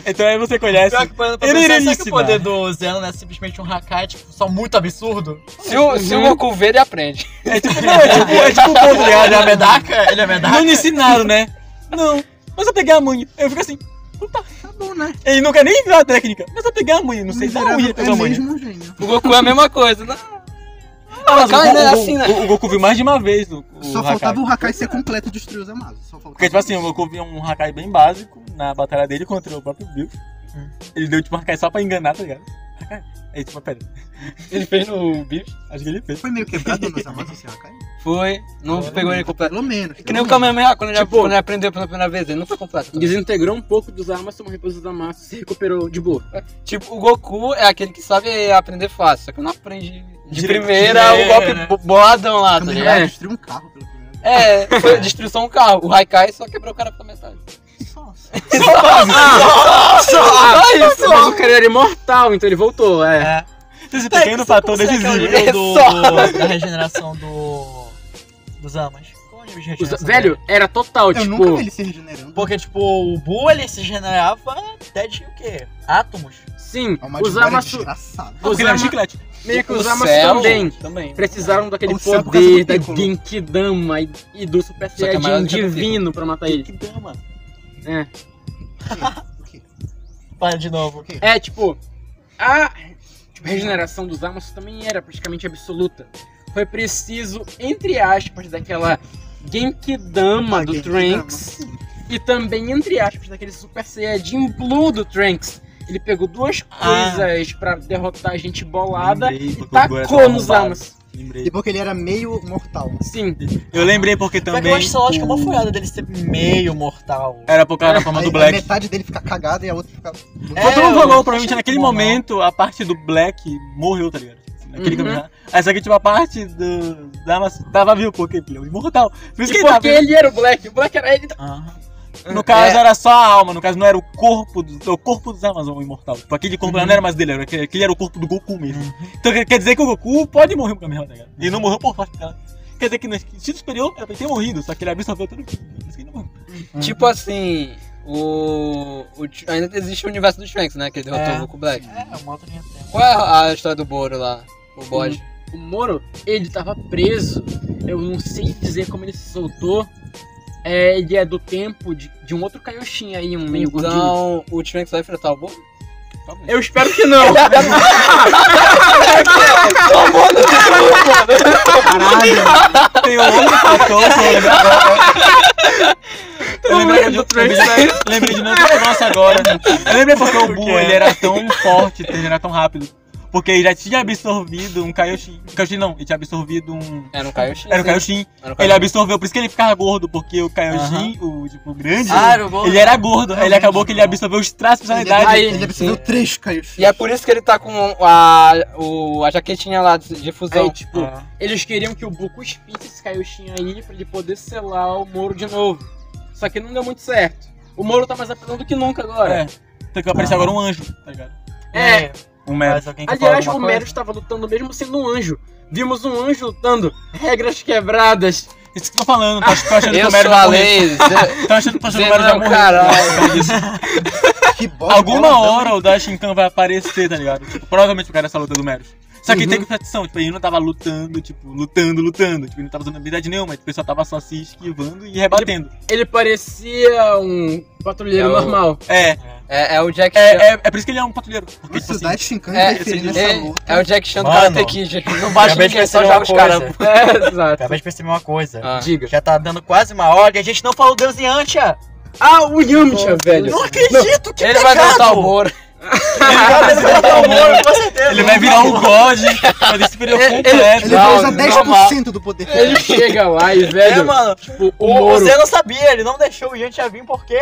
Speaker 5: então aí você conhece.
Speaker 1: Pior que parando pra
Speaker 5: Ele
Speaker 1: pensar,
Speaker 5: iria
Speaker 1: será
Speaker 5: me
Speaker 1: que o
Speaker 5: ensinar.
Speaker 1: poder do Zeno não é simplesmente um Hakai, tipo, só muito absurdo?
Speaker 2: Se o, se o Goku vê, ele aprende.
Speaker 5: É tipo, não, é tipo, é tipo o ponto, tá ligado?
Speaker 1: Ele é uma medaka? Ele é uma medaka?
Speaker 5: Não me ensinaram, né? Não. mas eu peguei a mãe. Aí eu fico assim,
Speaker 4: Tá bom, né?
Speaker 5: ele não quer nem ver a técnica, mas eu peguei a mãe, não sei se eu ia
Speaker 4: Miserável
Speaker 5: pegar a
Speaker 4: é
Speaker 5: mãe.
Speaker 4: mesmo um gênio.
Speaker 2: O Goku é a mesma coisa, né?
Speaker 5: Ah, mas o,
Speaker 2: Hakai, né,
Speaker 5: Goku-
Speaker 2: assim, né?
Speaker 5: o- o Goku viu mais de uma vez o, o
Speaker 4: Só
Speaker 5: Hakai.
Speaker 4: faltava o Hakai ser completo e destruir os amados. Só faltava.
Speaker 5: Porque, tipo assim, o Goku viu um Hakai bem básico na batalha dele contra o próprio Bill. Ele deu, tipo, um Hakai só pra enganar, tá ligado? Hakai. Aí, tipo, pera,
Speaker 2: Ele fez no bicho.
Speaker 5: acho que ele fez.
Speaker 4: Foi meio quebrado nos amados esse Hakai?
Speaker 2: Foi, Uhum. não pegou ele completo.
Speaker 4: Pelo menos.
Speaker 2: Que nem o
Speaker 4: pelo menos.
Speaker 2: Kamehameha, quando ele,
Speaker 3: Tipo-
Speaker 2: quando ele aprendeu pela primeira vez, ele não foi completo.
Speaker 3: Desintegrou um pouco dos Amasu, mas depois dos Amasu se recuperou de boa.
Speaker 2: Tipo, o Goku é aquele que sabe aprender fácil, só que não aprende de
Speaker 5: Direito.
Speaker 2: primeira
Speaker 5: É,
Speaker 2: o golpe
Speaker 5: né?
Speaker 2: bo- boladão lá, tá
Speaker 4: Kamehameha
Speaker 2: ligado?
Speaker 4: destruiu um carro pelo primeiro.
Speaker 2: É, foi destruição um carro. O Haikai só quebrou o cara pela metade.
Speaker 4: Só, só.
Speaker 2: Tipo,
Speaker 1: Ah!
Speaker 2: Só isso!
Speaker 3: Mas o cara era imortal, então ele voltou, é.
Speaker 1: É.
Speaker 5: Esse pequeno fator
Speaker 1: Como será que é o
Speaker 5: decisivo.
Speaker 1: nível do,
Speaker 2: Só.
Speaker 1: do- da regeneração do, dos Amas? Qual é o nível de
Speaker 3: Os-
Speaker 1: regeneração?
Speaker 3: velho,
Speaker 2: é.
Speaker 1: dele?
Speaker 3: era total,
Speaker 4: Eu
Speaker 3: tipo.
Speaker 4: nunca vi ele se regenerando.
Speaker 1: Porque, tipo, o Buu, ele se regenerava até de o quê? Átomos.
Speaker 3: Sim,
Speaker 4: É uma
Speaker 3: os
Speaker 4: desgraça
Speaker 3: Amasu.
Speaker 4: desgraçada.
Speaker 5: Porque
Speaker 3: Os
Speaker 5: ele é um
Speaker 3: Ama-
Speaker 5: chiclete.
Speaker 3: meio que
Speaker 2: O
Speaker 3: os Amasu
Speaker 2: céu
Speaker 3: também.
Speaker 2: Também.
Speaker 3: Precisaram daquele
Speaker 4: O céu por causa
Speaker 3: poder
Speaker 4: do
Speaker 3: da
Speaker 4: Piccolo.
Speaker 3: Genkidama e, e do Super
Speaker 2: que é maior
Speaker 3: Saiyajin
Speaker 2: do que o Piccolo.
Speaker 3: divino pra matar ele.
Speaker 1: Que dama.
Speaker 4: O quê?
Speaker 1: Para de novo.
Speaker 4: O quê?
Speaker 3: É, tipo, a tipo, regeneração dos Amasu também era praticamente absoluta. Foi preciso, entre aspas, daquela Genkidama
Speaker 4: Ah,
Speaker 3: do
Speaker 4: Genkidama.
Speaker 3: Trunks e também, entre aspas, daquele Super Saiyajin Blue do Trunks. Ele pegou duas
Speaker 5: Ah.
Speaker 3: coisas pra derrotar a gente bolada
Speaker 5: Lembrei,
Speaker 3: e
Speaker 5: porque o Goku era
Speaker 3: tacou
Speaker 5: tão
Speaker 3: nos
Speaker 5: arrombado.
Speaker 3: Amasu.
Speaker 4: E
Speaker 5: Lembrei.
Speaker 4: porque ele era meio mortal.
Speaker 3: Sim,
Speaker 5: Eu lembrei porque
Speaker 1: Só
Speaker 5: também.
Speaker 1: que eu acho essa lógica
Speaker 5: o-
Speaker 1: uma furada dele ser meio mortal.
Speaker 5: Era por causa da forma
Speaker 4: Aí
Speaker 5: do
Speaker 4: A
Speaker 5: Black.
Speaker 4: metade dele fica cagada e a outra fica.
Speaker 1: É,
Speaker 5: Todo mundo
Speaker 1: eu não
Speaker 5: falou, provavelmente
Speaker 1: achei
Speaker 5: naquele
Speaker 1: bom, não.
Speaker 5: momento a parte do Black morreu, tá ligado? Naquele
Speaker 3: Uhum.
Speaker 5: caminhar. Aí só que tipo a parte do. Da, mas tava vivo, porque ele é um imortal. Por isso que
Speaker 3: E
Speaker 5: ele tava.
Speaker 3: porque ele era o Black, o Black era ele.
Speaker 1: Aham.
Speaker 5: Então, No caso era só a alma, no caso não era o corpo do, o corpo dos Amazon o imortal. Tipo, aquele corpo lá não era mais dele, era, aquele aquele era o corpo do Goku mesmo. Então quer- quer dizer que o Goku pode morrer com o Kamehameha, tá ligado? Ele não morreu por parte dela. Quer dizer que no instinto superior era pra ele ter morrido, só que ele absorveu tudo aquilo. Por isso que ele não morreu.
Speaker 2: Tipo assim, o, o. Ainda existe o universo dos Trunks, né? Que ele derrotou
Speaker 1: É.
Speaker 2: o Goku Black.
Speaker 1: É, uma outra linha tempo.
Speaker 2: Qual é a história do Boro lá? O bode.
Speaker 3: O Moro, ele tava preso. Eu não sei dizer como ele se soltou. É, ele é do tempo de, de um outro Kaioshin aí, um meio gordinho.
Speaker 2: Então, o Trunks vai enfrentar o Boro?
Speaker 3: Eu espero que não.
Speaker 5: Tem um outro fator, só lembra- Eu lembrei, de,
Speaker 3: Trunks,
Speaker 5: lembrei, lembrei de um outro negócio agora. né? Eu lembrei porque o Buu ele era tão forte, ele era tão rápido. Porque ele já tinha absorvido um Kaioshin. Kaioshin não, ele tinha absorvido um.
Speaker 2: Era um Kaioshin.
Speaker 5: Era o
Speaker 2: sim.
Speaker 5: Kaioshin.
Speaker 2: Era um
Speaker 5: Ele
Speaker 2: Kaioshin.
Speaker 5: absorveu, por isso que ele ficava gordo, porque o Kaioshin, o tipo grande,
Speaker 1: Ah, era o gordo.
Speaker 5: ele era gordo. Aí ele acabou que ele absorveu os traços
Speaker 2: é
Speaker 5: da
Speaker 4: Ele,
Speaker 5: personalidade.
Speaker 4: ele absorveu três caios.
Speaker 2: E é por isso que ele tá com a, o, a jaquetinha lá de, de fusão.
Speaker 3: Aí, tipo,
Speaker 1: Ah.
Speaker 3: eles queriam que o Buku espisse esse Kaioshin aí pra ele poder selar o Moro de novo. Só que não deu muito certo. O Moro tá mais apelão do que nunca agora.
Speaker 5: É. Então que apareceu agora um anjo, tá ligado?
Speaker 3: É,
Speaker 5: Um mero.
Speaker 1: Ah. Mas alguém quer falar
Speaker 3: aliás, o
Speaker 1: alguma
Speaker 3: Mero estava lutando mesmo sendo um anjo. Vimos um anjo lutando. Regras quebradas.
Speaker 5: Isso que eu tô falando,
Speaker 1: Ah.
Speaker 5: tá tá achando que
Speaker 2: Eu
Speaker 5: o mero
Speaker 2: sou a
Speaker 5: já morreu.
Speaker 2: lei.
Speaker 5: Tá achando tá achando que o
Speaker 2: Zeno,
Speaker 5: mero já
Speaker 2: é
Speaker 5: morreu.
Speaker 2: um caralho.
Speaker 4: Que bosta.
Speaker 5: Alguma
Speaker 4: boladão.
Speaker 5: hora o Dashinkan vai aparecer, tá ligado? Tipo, provavelmente o cara essa luta do Meros. Só
Speaker 2: Uhum.
Speaker 5: que tem competição, tipo, ele não tava lutando, tipo, lutando, lutando. Tipo, ele não tava usando habilidade nenhuma, tipo, ele só tava só se esquivando e rebatendo.
Speaker 3: Ele parecia um
Speaker 2: É
Speaker 3: patrulheiro
Speaker 2: o-
Speaker 3: normal.
Speaker 5: É,
Speaker 2: É, é o Jack Chan.
Speaker 5: é, é, é por isso que ele é um patrulheiro. Porque,
Speaker 4: Nossa,
Speaker 5: tipo
Speaker 4: o
Speaker 5: assim,
Speaker 4: Dai Shinkan
Speaker 2: É,
Speaker 4: interferindo
Speaker 2: esse-
Speaker 4: nessa
Speaker 2: é-
Speaker 4: luta.
Speaker 2: é o Jack Chan do
Speaker 1: Mano.
Speaker 2: Karate Kid. Não baixa
Speaker 1: Acabei de
Speaker 2: ninguém, só
Speaker 1: perceber
Speaker 2: joga
Speaker 1: uma
Speaker 2: os caras.
Speaker 1: coisa.
Speaker 3: É, exato.
Speaker 1: Acabei de perceber uma coisa.
Speaker 2: Ah.
Speaker 3: Diga.
Speaker 1: Já tá dando quase uma hora e a gente não falou do Deus e Antia.
Speaker 3: Ah, o Yamcha, velho.
Speaker 1: Não acredito, que
Speaker 2: Ele vai derrotar o
Speaker 1: Moro.
Speaker 2: Boro.
Speaker 1: Ele tá vai derrotar o Moro, com certeza.
Speaker 5: ele vai virar um god, mas ele se perdeu
Speaker 2: Ele-
Speaker 5: completo.
Speaker 4: Ele
Speaker 2: Não,
Speaker 4: vai usar
Speaker 2: não,
Speaker 4: 10% do poder.
Speaker 3: Ele chega lá e,
Speaker 1: É,
Speaker 3: velho,
Speaker 1: mano.
Speaker 3: tipo, o
Speaker 1: O, o
Speaker 3: Moro...
Speaker 1: Zé não sabia, ele não deixou o Yantia vir porque...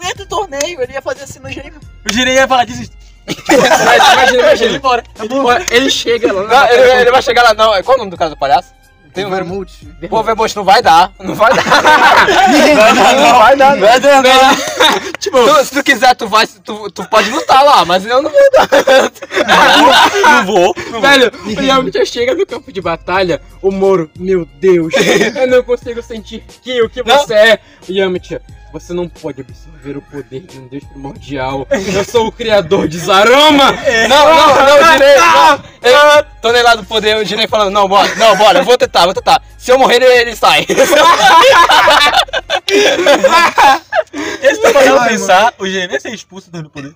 Speaker 1: Dentro do torneio, ele ia fazer assim no jeito.
Speaker 5: O Jirei ia falar disso.
Speaker 3: Mas Imagina,
Speaker 1: Ele
Speaker 3: imagina.
Speaker 1: embora.
Speaker 3: Ele mora- Ele chega lá...
Speaker 2: Não, ele, ele vai chegar lá, não. É Qual o nome do cara do palhaço? Tem
Speaker 4: Tem
Speaker 2: um
Speaker 4: o
Speaker 2: nome.
Speaker 4: Vermouth.
Speaker 2: Pô, Verbote, não vai dar. Não vai dar.
Speaker 5: Não vai dar, não vai dar.
Speaker 2: tipo, tu, se tu quiser, tu vai. Tu, tu pode lutar lá, mas eu não vou dar.
Speaker 5: Não vou.
Speaker 3: Velho, o Yamcha chega no campo de batalha, o Moro, meu Deus, eu não consigo sentir que o que
Speaker 2: Não.
Speaker 3: você é, Yamcha. Você não pode absorver o poder de um deus primordial. Eu sou o criador de Zarama!
Speaker 2: Não, não, não, direi. Não. Ele, tonelada do poder, o direi falando, não, bora, não, bora, eu vou tentar, vou tentar. Se eu morrer, ele, ele sai.
Speaker 5: Esse tá fazendo pensar, o Jiren ia ser expulso do poder.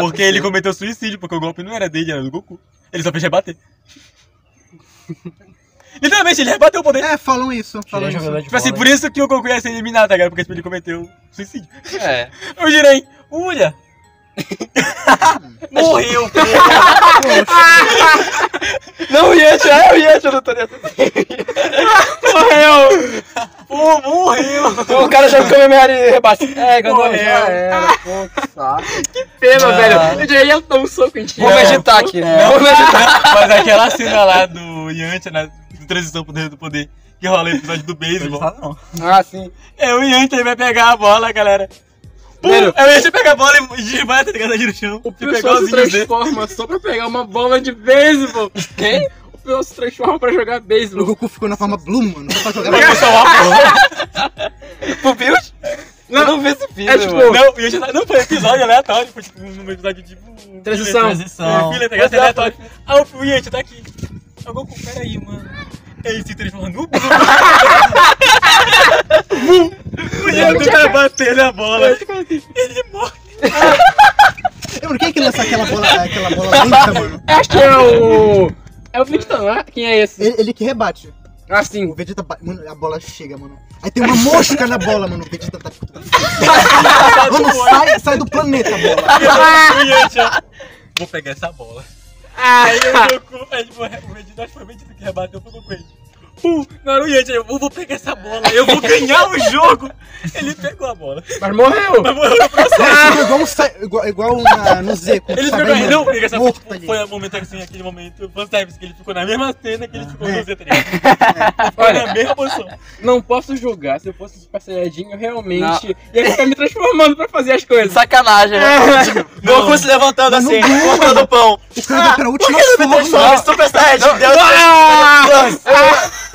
Speaker 5: Porque ele cometeu suicídio, porque o golpe não era dele, era do Goku. Ele só fez rebater. Literalmente, ele rebateu o poder.
Speaker 4: É, falam isso, falam
Speaker 6: Tirei
Speaker 4: isso.
Speaker 6: jogador de
Speaker 5: Tipo assim,
Speaker 6: bola.
Speaker 5: por isso que o Goku ia ser eliminado, tá ligado? Porque tipo, ele cometeu suicídio.
Speaker 2: É.
Speaker 5: O Jiren, olha! Morreu!
Speaker 2: Não, o Yeti, é o Yeti, eu não tô nem Morreu!
Speaker 5: Pô, morreu!
Speaker 2: O cara já ficou meio e rebate. É, Gandalf,
Speaker 5: Morreu.
Speaker 2: já era. Pô, que saco.
Speaker 3: Pena,
Speaker 5: Ah.
Speaker 3: É, velho. Eu diria eu dou um soco em ti.
Speaker 2: Vou meditar aqui. né? Vou meditar.
Speaker 5: É, Mas é aquela cena lá do Yantia, na transição pro Dedo do Poder, que rola o episódio do beisebol.
Speaker 2: Ah, sim.
Speaker 5: É o Yantia, ele vai pegar a bola, galera. Pum!
Speaker 2: Primeiro-
Speaker 5: É o Yantia pega a bola e desmaia, tá ligado? Ali no chão.
Speaker 3: O
Speaker 5: assim. E
Speaker 3: Pio
Speaker 5: pegar
Speaker 3: só se
Speaker 5: os índios dele.
Speaker 3: transforma só pra pegar uma bola de beisebol.
Speaker 2: Quem?
Speaker 3: O Pio se transforma pra jogar
Speaker 6: né?
Speaker 4: O
Speaker 3: beisebol.
Speaker 4: Goku ficou na forma Blue, mano. Só pra jogar.
Speaker 5: Vai transformar a bola.
Speaker 2: Pro Bills? Não, não vi esse filme,
Speaker 3: é tipo-
Speaker 2: mano.
Speaker 5: Não, o Yantia não foi um episódio aleatório, foi tipo um episódio tipo.
Speaker 3: Transição.
Speaker 5: É,
Speaker 1: Transição.
Speaker 5: filha, tá ligado? É aleatório. Ah, o Yantia tá aqui. Ah, o Goku, peraí, mano. É Ele se transforma no Blue. O Yantia tá batendo a
Speaker 3: É,
Speaker 5: bola. Ele morre.
Speaker 4: Eu não quero que lança aquela bola, aquela bola lenta, mano.
Speaker 3: Acho que é o... É o Victor, não é? Quem é esse?
Speaker 4: Ele, ele que rebate.
Speaker 3: Ah,
Speaker 4: O
Speaker 3: sim.
Speaker 4: Vegeta bate. Mano, a bola chega, mano. Aí tem uma mosca na bola, mano. O Vegeta tá. Mano, sai, sai do planeta a bola.
Speaker 5: O Yantia. Vou pegar essa bola.
Speaker 3: Ah,
Speaker 5: Aí o Goku, aí, tipo, o Vegeta, acho que foi o Vegeta que rebateu pro Goku. ele, Pum, na hora o Yantia, eu vou pegar essa bola, eu vou ganhar o jogo. Ele pegou a bola.
Speaker 3: mas morreu.
Speaker 5: Mas morreu no processo.
Speaker 4: Mano, ficou igual, um sa- igual, igual na- no Z. Com
Speaker 5: Ele
Speaker 4: o
Speaker 5: ficou
Speaker 4: Saban, mano,
Speaker 5: não, porque essa
Speaker 4: Tá morto
Speaker 5: tipo,
Speaker 4: ali.
Speaker 5: foi um momento assim, aquele momento fanservice, que ele ficou na mesma cena que ele ficou no Z, tá ligado? Ficou
Speaker 3: Olha,
Speaker 5: na mesma posição.
Speaker 3: não posso julgar. Se eu fosse Super Saiyajin, eu realmente ia ficar me transformando pra fazer as coisas. É.
Speaker 2: Sacanagem, né?
Speaker 1: Goku
Speaker 5: ah,
Speaker 1: se levantando
Speaker 4: Mas
Speaker 1: assim,
Speaker 4: não ganha,
Speaker 1: cortando o pão.
Speaker 4: O cara vai pra última forma.
Speaker 1: Transforma em Super Saiyajin. Deus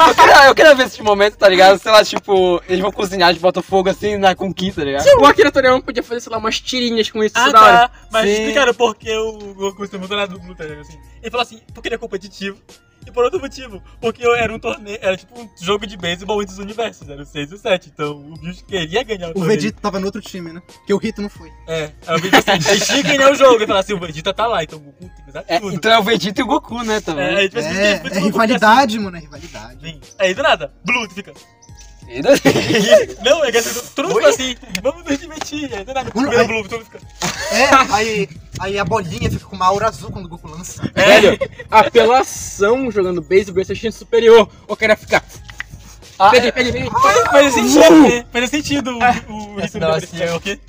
Speaker 2: Eu queria, eu queria ver esse momento, tá ligado? Sei lá, tipo, eles vão cozinhar, eles botam fogo assim na conquista, tá ligado?
Speaker 3: O Akira Toriyama podia fazer, sei lá, umas tirinhas com isso.
Speaker 5: Ah,
Speaker 3: isso da hora.
Speaker 5: tá. Mas
Speaker 2: Sim.
Speaker 5: explicaram por que o Goku se mudou na dupla, tá ligado? Assim, ele falou assim, porque ele é competitivo. E por outro motivo, porque eu- era um torneio, era tipo um jogo de beisebol entre os universos, era o 6 e o 7. Então o Bills queria ganhar o,
Speaker 4: O
Speaker 5: torneio.
Speaker 4: Vegeta tava no outro time, né? Que o Rito não foi.
Speaker 5: É, aí o Vegeta assim, eles tinham que ganhar o jogo. Ele falou assim, o Vegeta tá lá, então o Goku tem que usar
Speaker 2: É,
Speaker 5: tudo.
Speaker 2: então é o Vegeta e o Goku, né,
Speaker 5: É,
Speaker 2: também.
Speaker 5: aí, tipo, assim,
Speaker 4: É,
Speaker 5: tipo,
Speaker 4: é
Speaker 5: o Goku fica
Speaker 4: rivalidade, mano. É rivalidade.
Speaker 5: assim, Aí do nada, Blue tu fica.
Speaker 2: É.
Speaker 5: Não, é que assim, todo mundo fica assim, vamos nos divertir. Aí do nada,
Speaker 4: Mano,
Speaker 5: primeiro
Speaker 4: aí-
Speaker 5: Blue, todo mundo fica.
Speaker 4: É, aí, aí a bolinha fica com uma aura azul quando o Goku lança.
Speaker 3: Velho, apelação jogando beisebol e assistindo superior. O cara fica.
Speaker 2: Ah,
Speaker 3: Pede, pede, pede.
Speaker 5: Mas fazia sentido, né? Fazia sentido o- o
Speaker 6: Essa
Speaker 5: isso
Speaker 6: não,
Speaker 5: do
Speaker 6: assim,
Speaker 5: é o quê?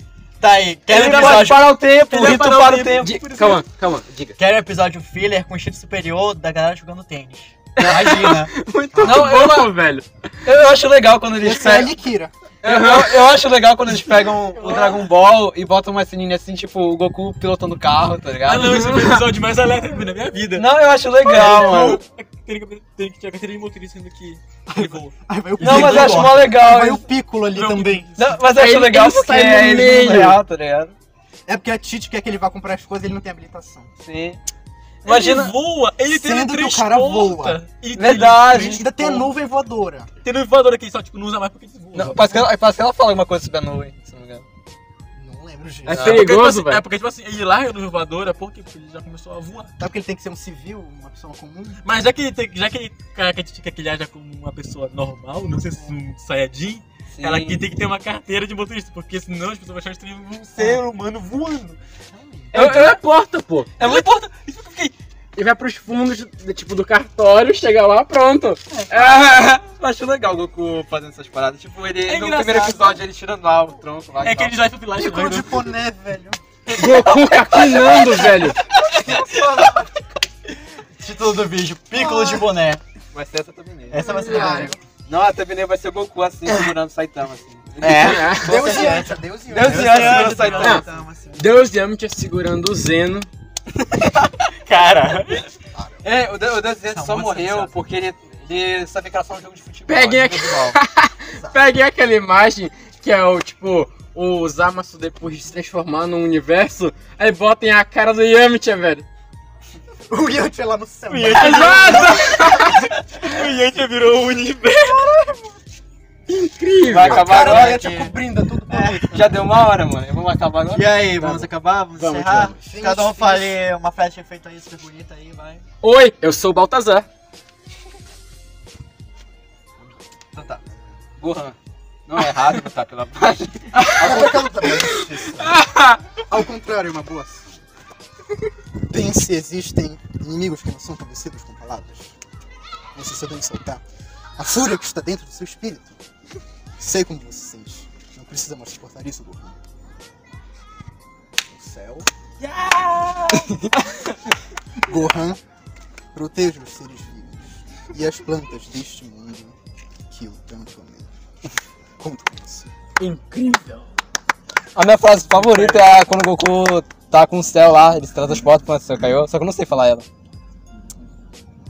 Speaker 1: Tá aí. Quero
Speaker 2: ele
Speaker 1: um
Speaker 2: pode
Speaker 1: episódio,
Speaker 2: parar o tempo, o
Speaker 5: Ele
Speaker 2: Rito
Speaker 5: vai parar o
Speaker 2: para o
Speaker 5: tempo.
Speaker 2: tempo.
Speaker 3: Di- Calma, calma, diga.
Speaker 1: quero um episódio filler com estilo superior da galera jogando tênis. Imagina.
Speaker 3: Muito
Speaker 2: Não, eu
Speaker 3: bom, velho.
Speaker 2: Eu, eu acho legal quando eles
Speaker 4: Esse é a
Speaker 2: pegam.
Speaker 4: Likira.
Speaker 2: Eu, eu- eu acho legal quando eles pegam o Dragon Ball e botam uma ceninha assim, tipo, o Goku pilotando o carro, tá
Speaker 5: Ah,
Speaker 2: ligado?
Speaker 5: não, esse foi o episódio mais alegre da minha vida.
Speaker 2: Não, eu acho legal, mano.
Speaker 5: Tem que, tem que tirar a carteira de motorista sendo que ele voa.
Speaker 4: Aí vai o
Speaker 2: Não, mas eu acho mó
Speaker 4: Vai
Speaker 2: legal.
Speaker 4: o Piccolo ali
Speaker 5: Não.
Speaker 4: também.
Speaker 2: Não, mas eu acho
Speaker 3: Ele-
Speaker 2: legal
Speaker 3: ele
Speaker 2: porque
Speaker 3: sai no
Speaker 2: é eles no
Speaker 3: meio.
Speaker 2: real, tá ligado?
Speaker 4: É porque a Tite quer que ele vá comprar as coisas e ele não tem habilitação.
Speaker 2: Sim. Imagina.
Speaker 5: Ele voa, ele tem
Speaker 4: Sendo que o
Speaker 5: três
Speaker 4: cara
Speaker 5: pontas.
Speaker 4: voa.
Speaker 5: E
Speaker 4: A
Speaker 2: Verdade.
Speaker 4: gente ainda tem a nuvem voadora.
Speaker 5: Tem, tem um voador aqui, só tipo, não usa mais porque ele voa.
Speaker 2: Não, parece, que ela, parece que ela fala alguma coisa sobre a nuvem, se não me engano.
Speaker 4: Não lembro, gente. Ah,
Speaker 3: É
Speaker 4: Sabe
Speaker 5: porque, tipo,
Speaker 3: perigoso,
Speaker 5: assim, é
Speaker 3: velho.
Speaker 5: porque, tipo assim, ele larga no voadora porque tipo, ele já começou a voar.
Speaker 4: que ele tem que ser um civil, uma pessoa comum?
Speaker 5: Mas já que ele, tem, já que ele característica que ele haja como uma pessoa normal, não sei se um saiyajin,
Speaker 2: Sim.
Speaker 5: ela aqui tem que ter uma carteira de motorista, porque senão as pessoas vão achar estranho um ser humano voando.
Speaker 3: Eu, eu é porta, pô.
Speaker 5: É muito importante. Isso que eu fiquei.
Speaker 3: Ele vai pros fundos, do- tipo, do cartório, chega lá, pronto.
Speaker 2: Ah, eu acho legal o Goku fazendo essas paradas. Tipo, ele
Speaker 5: É
Speaker 2: no
Speaker 5: engraçado.
Speaker 2: primeiro episódio ele tirando lá o tronco lá.
Speaker 5: É
Speaker 2: e tal.
Speaker 5: aquele Life of Life
Speaker 4: Piccolo
Speaker 5: doido.
Speaker 4: de boné, velho.
Speaker 3: Goku caquinando, velho.
Speaker 1: Título do vídeo, Piccolo de boné.
Speaker 2: Vai ser essa thumbnail.
Speaker 1: Essa vai ser a
Speaker 4: Ai,
Speaker 2: Não, a thumbnail vai ser o Goku assim, segurando o Saitama assim.
Speaker 3: É.
Speaker 4: Deus e Anta, Deus e Anta.
Speaker 2: Deus e Anta,
Speaker 4: Deus
Speaker 2: Deus e Anta.
Speaker 4: e Anta, assim.
Speaker 3: Deus de Amity segurando o Zeno.
Speaker 5: Cara.
Speaker 2: É, o, De- o Deus Zed
Speaker 1: Tá
Speaker 2: só
Speaker 1: muito
Speaker 2: morreu
Speaker 1: sensato.
Speaker 2: porque ele, ele sabia que era só um jogo de futebol.
Speaker 3: Peguem
Speaker 2: de
Speaker 3: aqui.
Speaker 2: futebol.
Speaker 3: Peguem aquela imagem que é o tipo, o Zamasu depois de se transformar num universo, aí botem a cara do Yamcha, velho.
Speaker 4: O Yant é lá no céu.
Speaker 5: O Yantia virou... o Yantia virou o universo.
Speaker 3: Incrível!
Speaker 2: Vai acabar
Speaker 4: Caramba,
Speaker 2: agora?
Speaker 4: a gente
Speaker 2: que-
Speaker 4: cobrindo tudo pra mim.
Speaker 2: Já deu uma hora, mano. Vamos acabar agora?
Speaker 1: E aí, vamos acabar? Tá Vamos,
Speaker 3: Vamos,
Speaker 1: encerrar?
Speaker 3: vamos.
Speaker 1: Cada um
Speaker 4: Finish,
Speaker 1: fale uma frase de efeito aí, super bonita aí, vai.
Speaker 3: Oi, eu sou o Baltazar.
Speaker 1: Então tá.
Speaker 2: Gohan. Não é errado botar pela página.
Speaker 4: Ao contrário, Ao contrário, é uma boa. ação. Pense, existem inimigos que não são convencidos com palavras. Você só tem que soltar a fúria que está dentro do seu espírito. Sei como você se sente. Não precisa mais suportar isso, Gohan. No céu. Gohan, proteja os seres vivos e as plantas deste mundo que eu tanto amei. Conto com você.
Speaker 2: A minha frase favorita é a quando o Goku tá com o céu lá, ele se transporta pra seu Kaiô, só que eu não sei falar ela.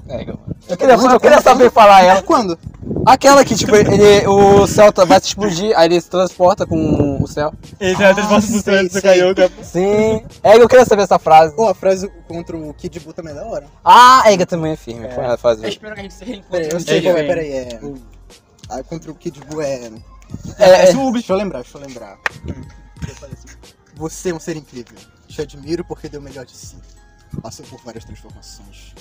Speaker 2: É, eu, eu, queria, eu queria saber
Speaker 4: Ah,
Speaker 2: falar ela.
Speaker 4: Quando?
Speaker 2: Aquela que, tipo, ele, o céu tá- vai se explodir, aí ele se transporta com o céu.
Speaker 5: Ele já transforma
Speaker 4: sei,
Speaker 5: o Santos
Speaker 4: sei.
Speaker 5: do Kaioka.
Speaker 2: Sim. É, eu queria saber essa frase.
Speaker 4: Pô, a frase contra o Kid Buu também é da hora.
Speaker 2: Ah, a Ega também é firme. Foi ela fazer.
Speaker 3: espero que a gente se
Speaker 4: Peraí,
Speaker 3: reencontre.
Speaker 4: eu sei
Speaker 3: É,
Speaker 4: qual é,
Speaker 3: é.
Speaker 4: peraí, é. Ah, contra o Kid Buu é.
Speaker 2: É, é.
Speaker 4: Deixa eu lembrar, deixa eu lembrar. Você é um ser incrível. Te admiro porque deu o melhor de si. Passou por várias transformações.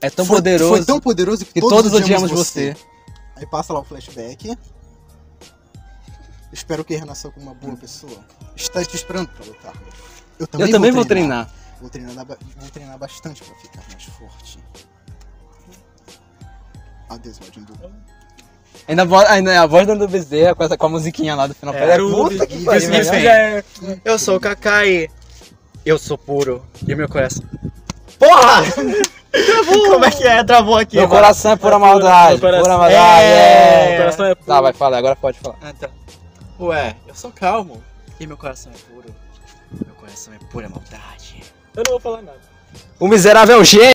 Speaker 2: É tão
Speaker 4: Foi-
Speaker 2: poderoso
Speaker 4: Foi tão poderoso que,
Speaker 2: que
Speaker 4: todos,
Speaker 2: odiamos você.
Speaker 4: Aí passa lá o flashback. Espero que renasça como uma boa pessoa. Está te esperando pra lutar. Eu também, né?
Speaker 2: Eu também vou treinar.
Speaker 4: Vou treinar, ba- vou treinar bastante pra ficar mais forte. Adeus, Majin Buu.
Speaker 2: Ainda, bo- ainda é a voz do Nando Bezerra com, essa, com a musiquinha lá do final.
Speaker 5: É,
Speaker 2: Era puta que pariu, né?
Speaker 5: Isso
Speaker 2: velho.
Speaker 5: já é
Speaker 1: Eu sou o Kakai. Eu sou puro. E meu coração.
Speaker 5: Porra!
Speaker 1: Como é que é? Travou aqui.
Speaker 2: Meu
Speaker 1: agora.
Speaker 2: coração é pura maldade.
Speaker 5: Meu coração-
Speaker 2: Pura maldade.
Speaker 1: É.
Speaker 5: O coração é
Speaker 2: Tá, vai falar, agora pode falar.
Speaker 1: Ah, tá. Ué, eu sou calmo. E meu coração é puro. Meu coração é pura maldade.
Speaker 5: Eu não vou falar nada.
Speaker 2: O miserável é um gênio.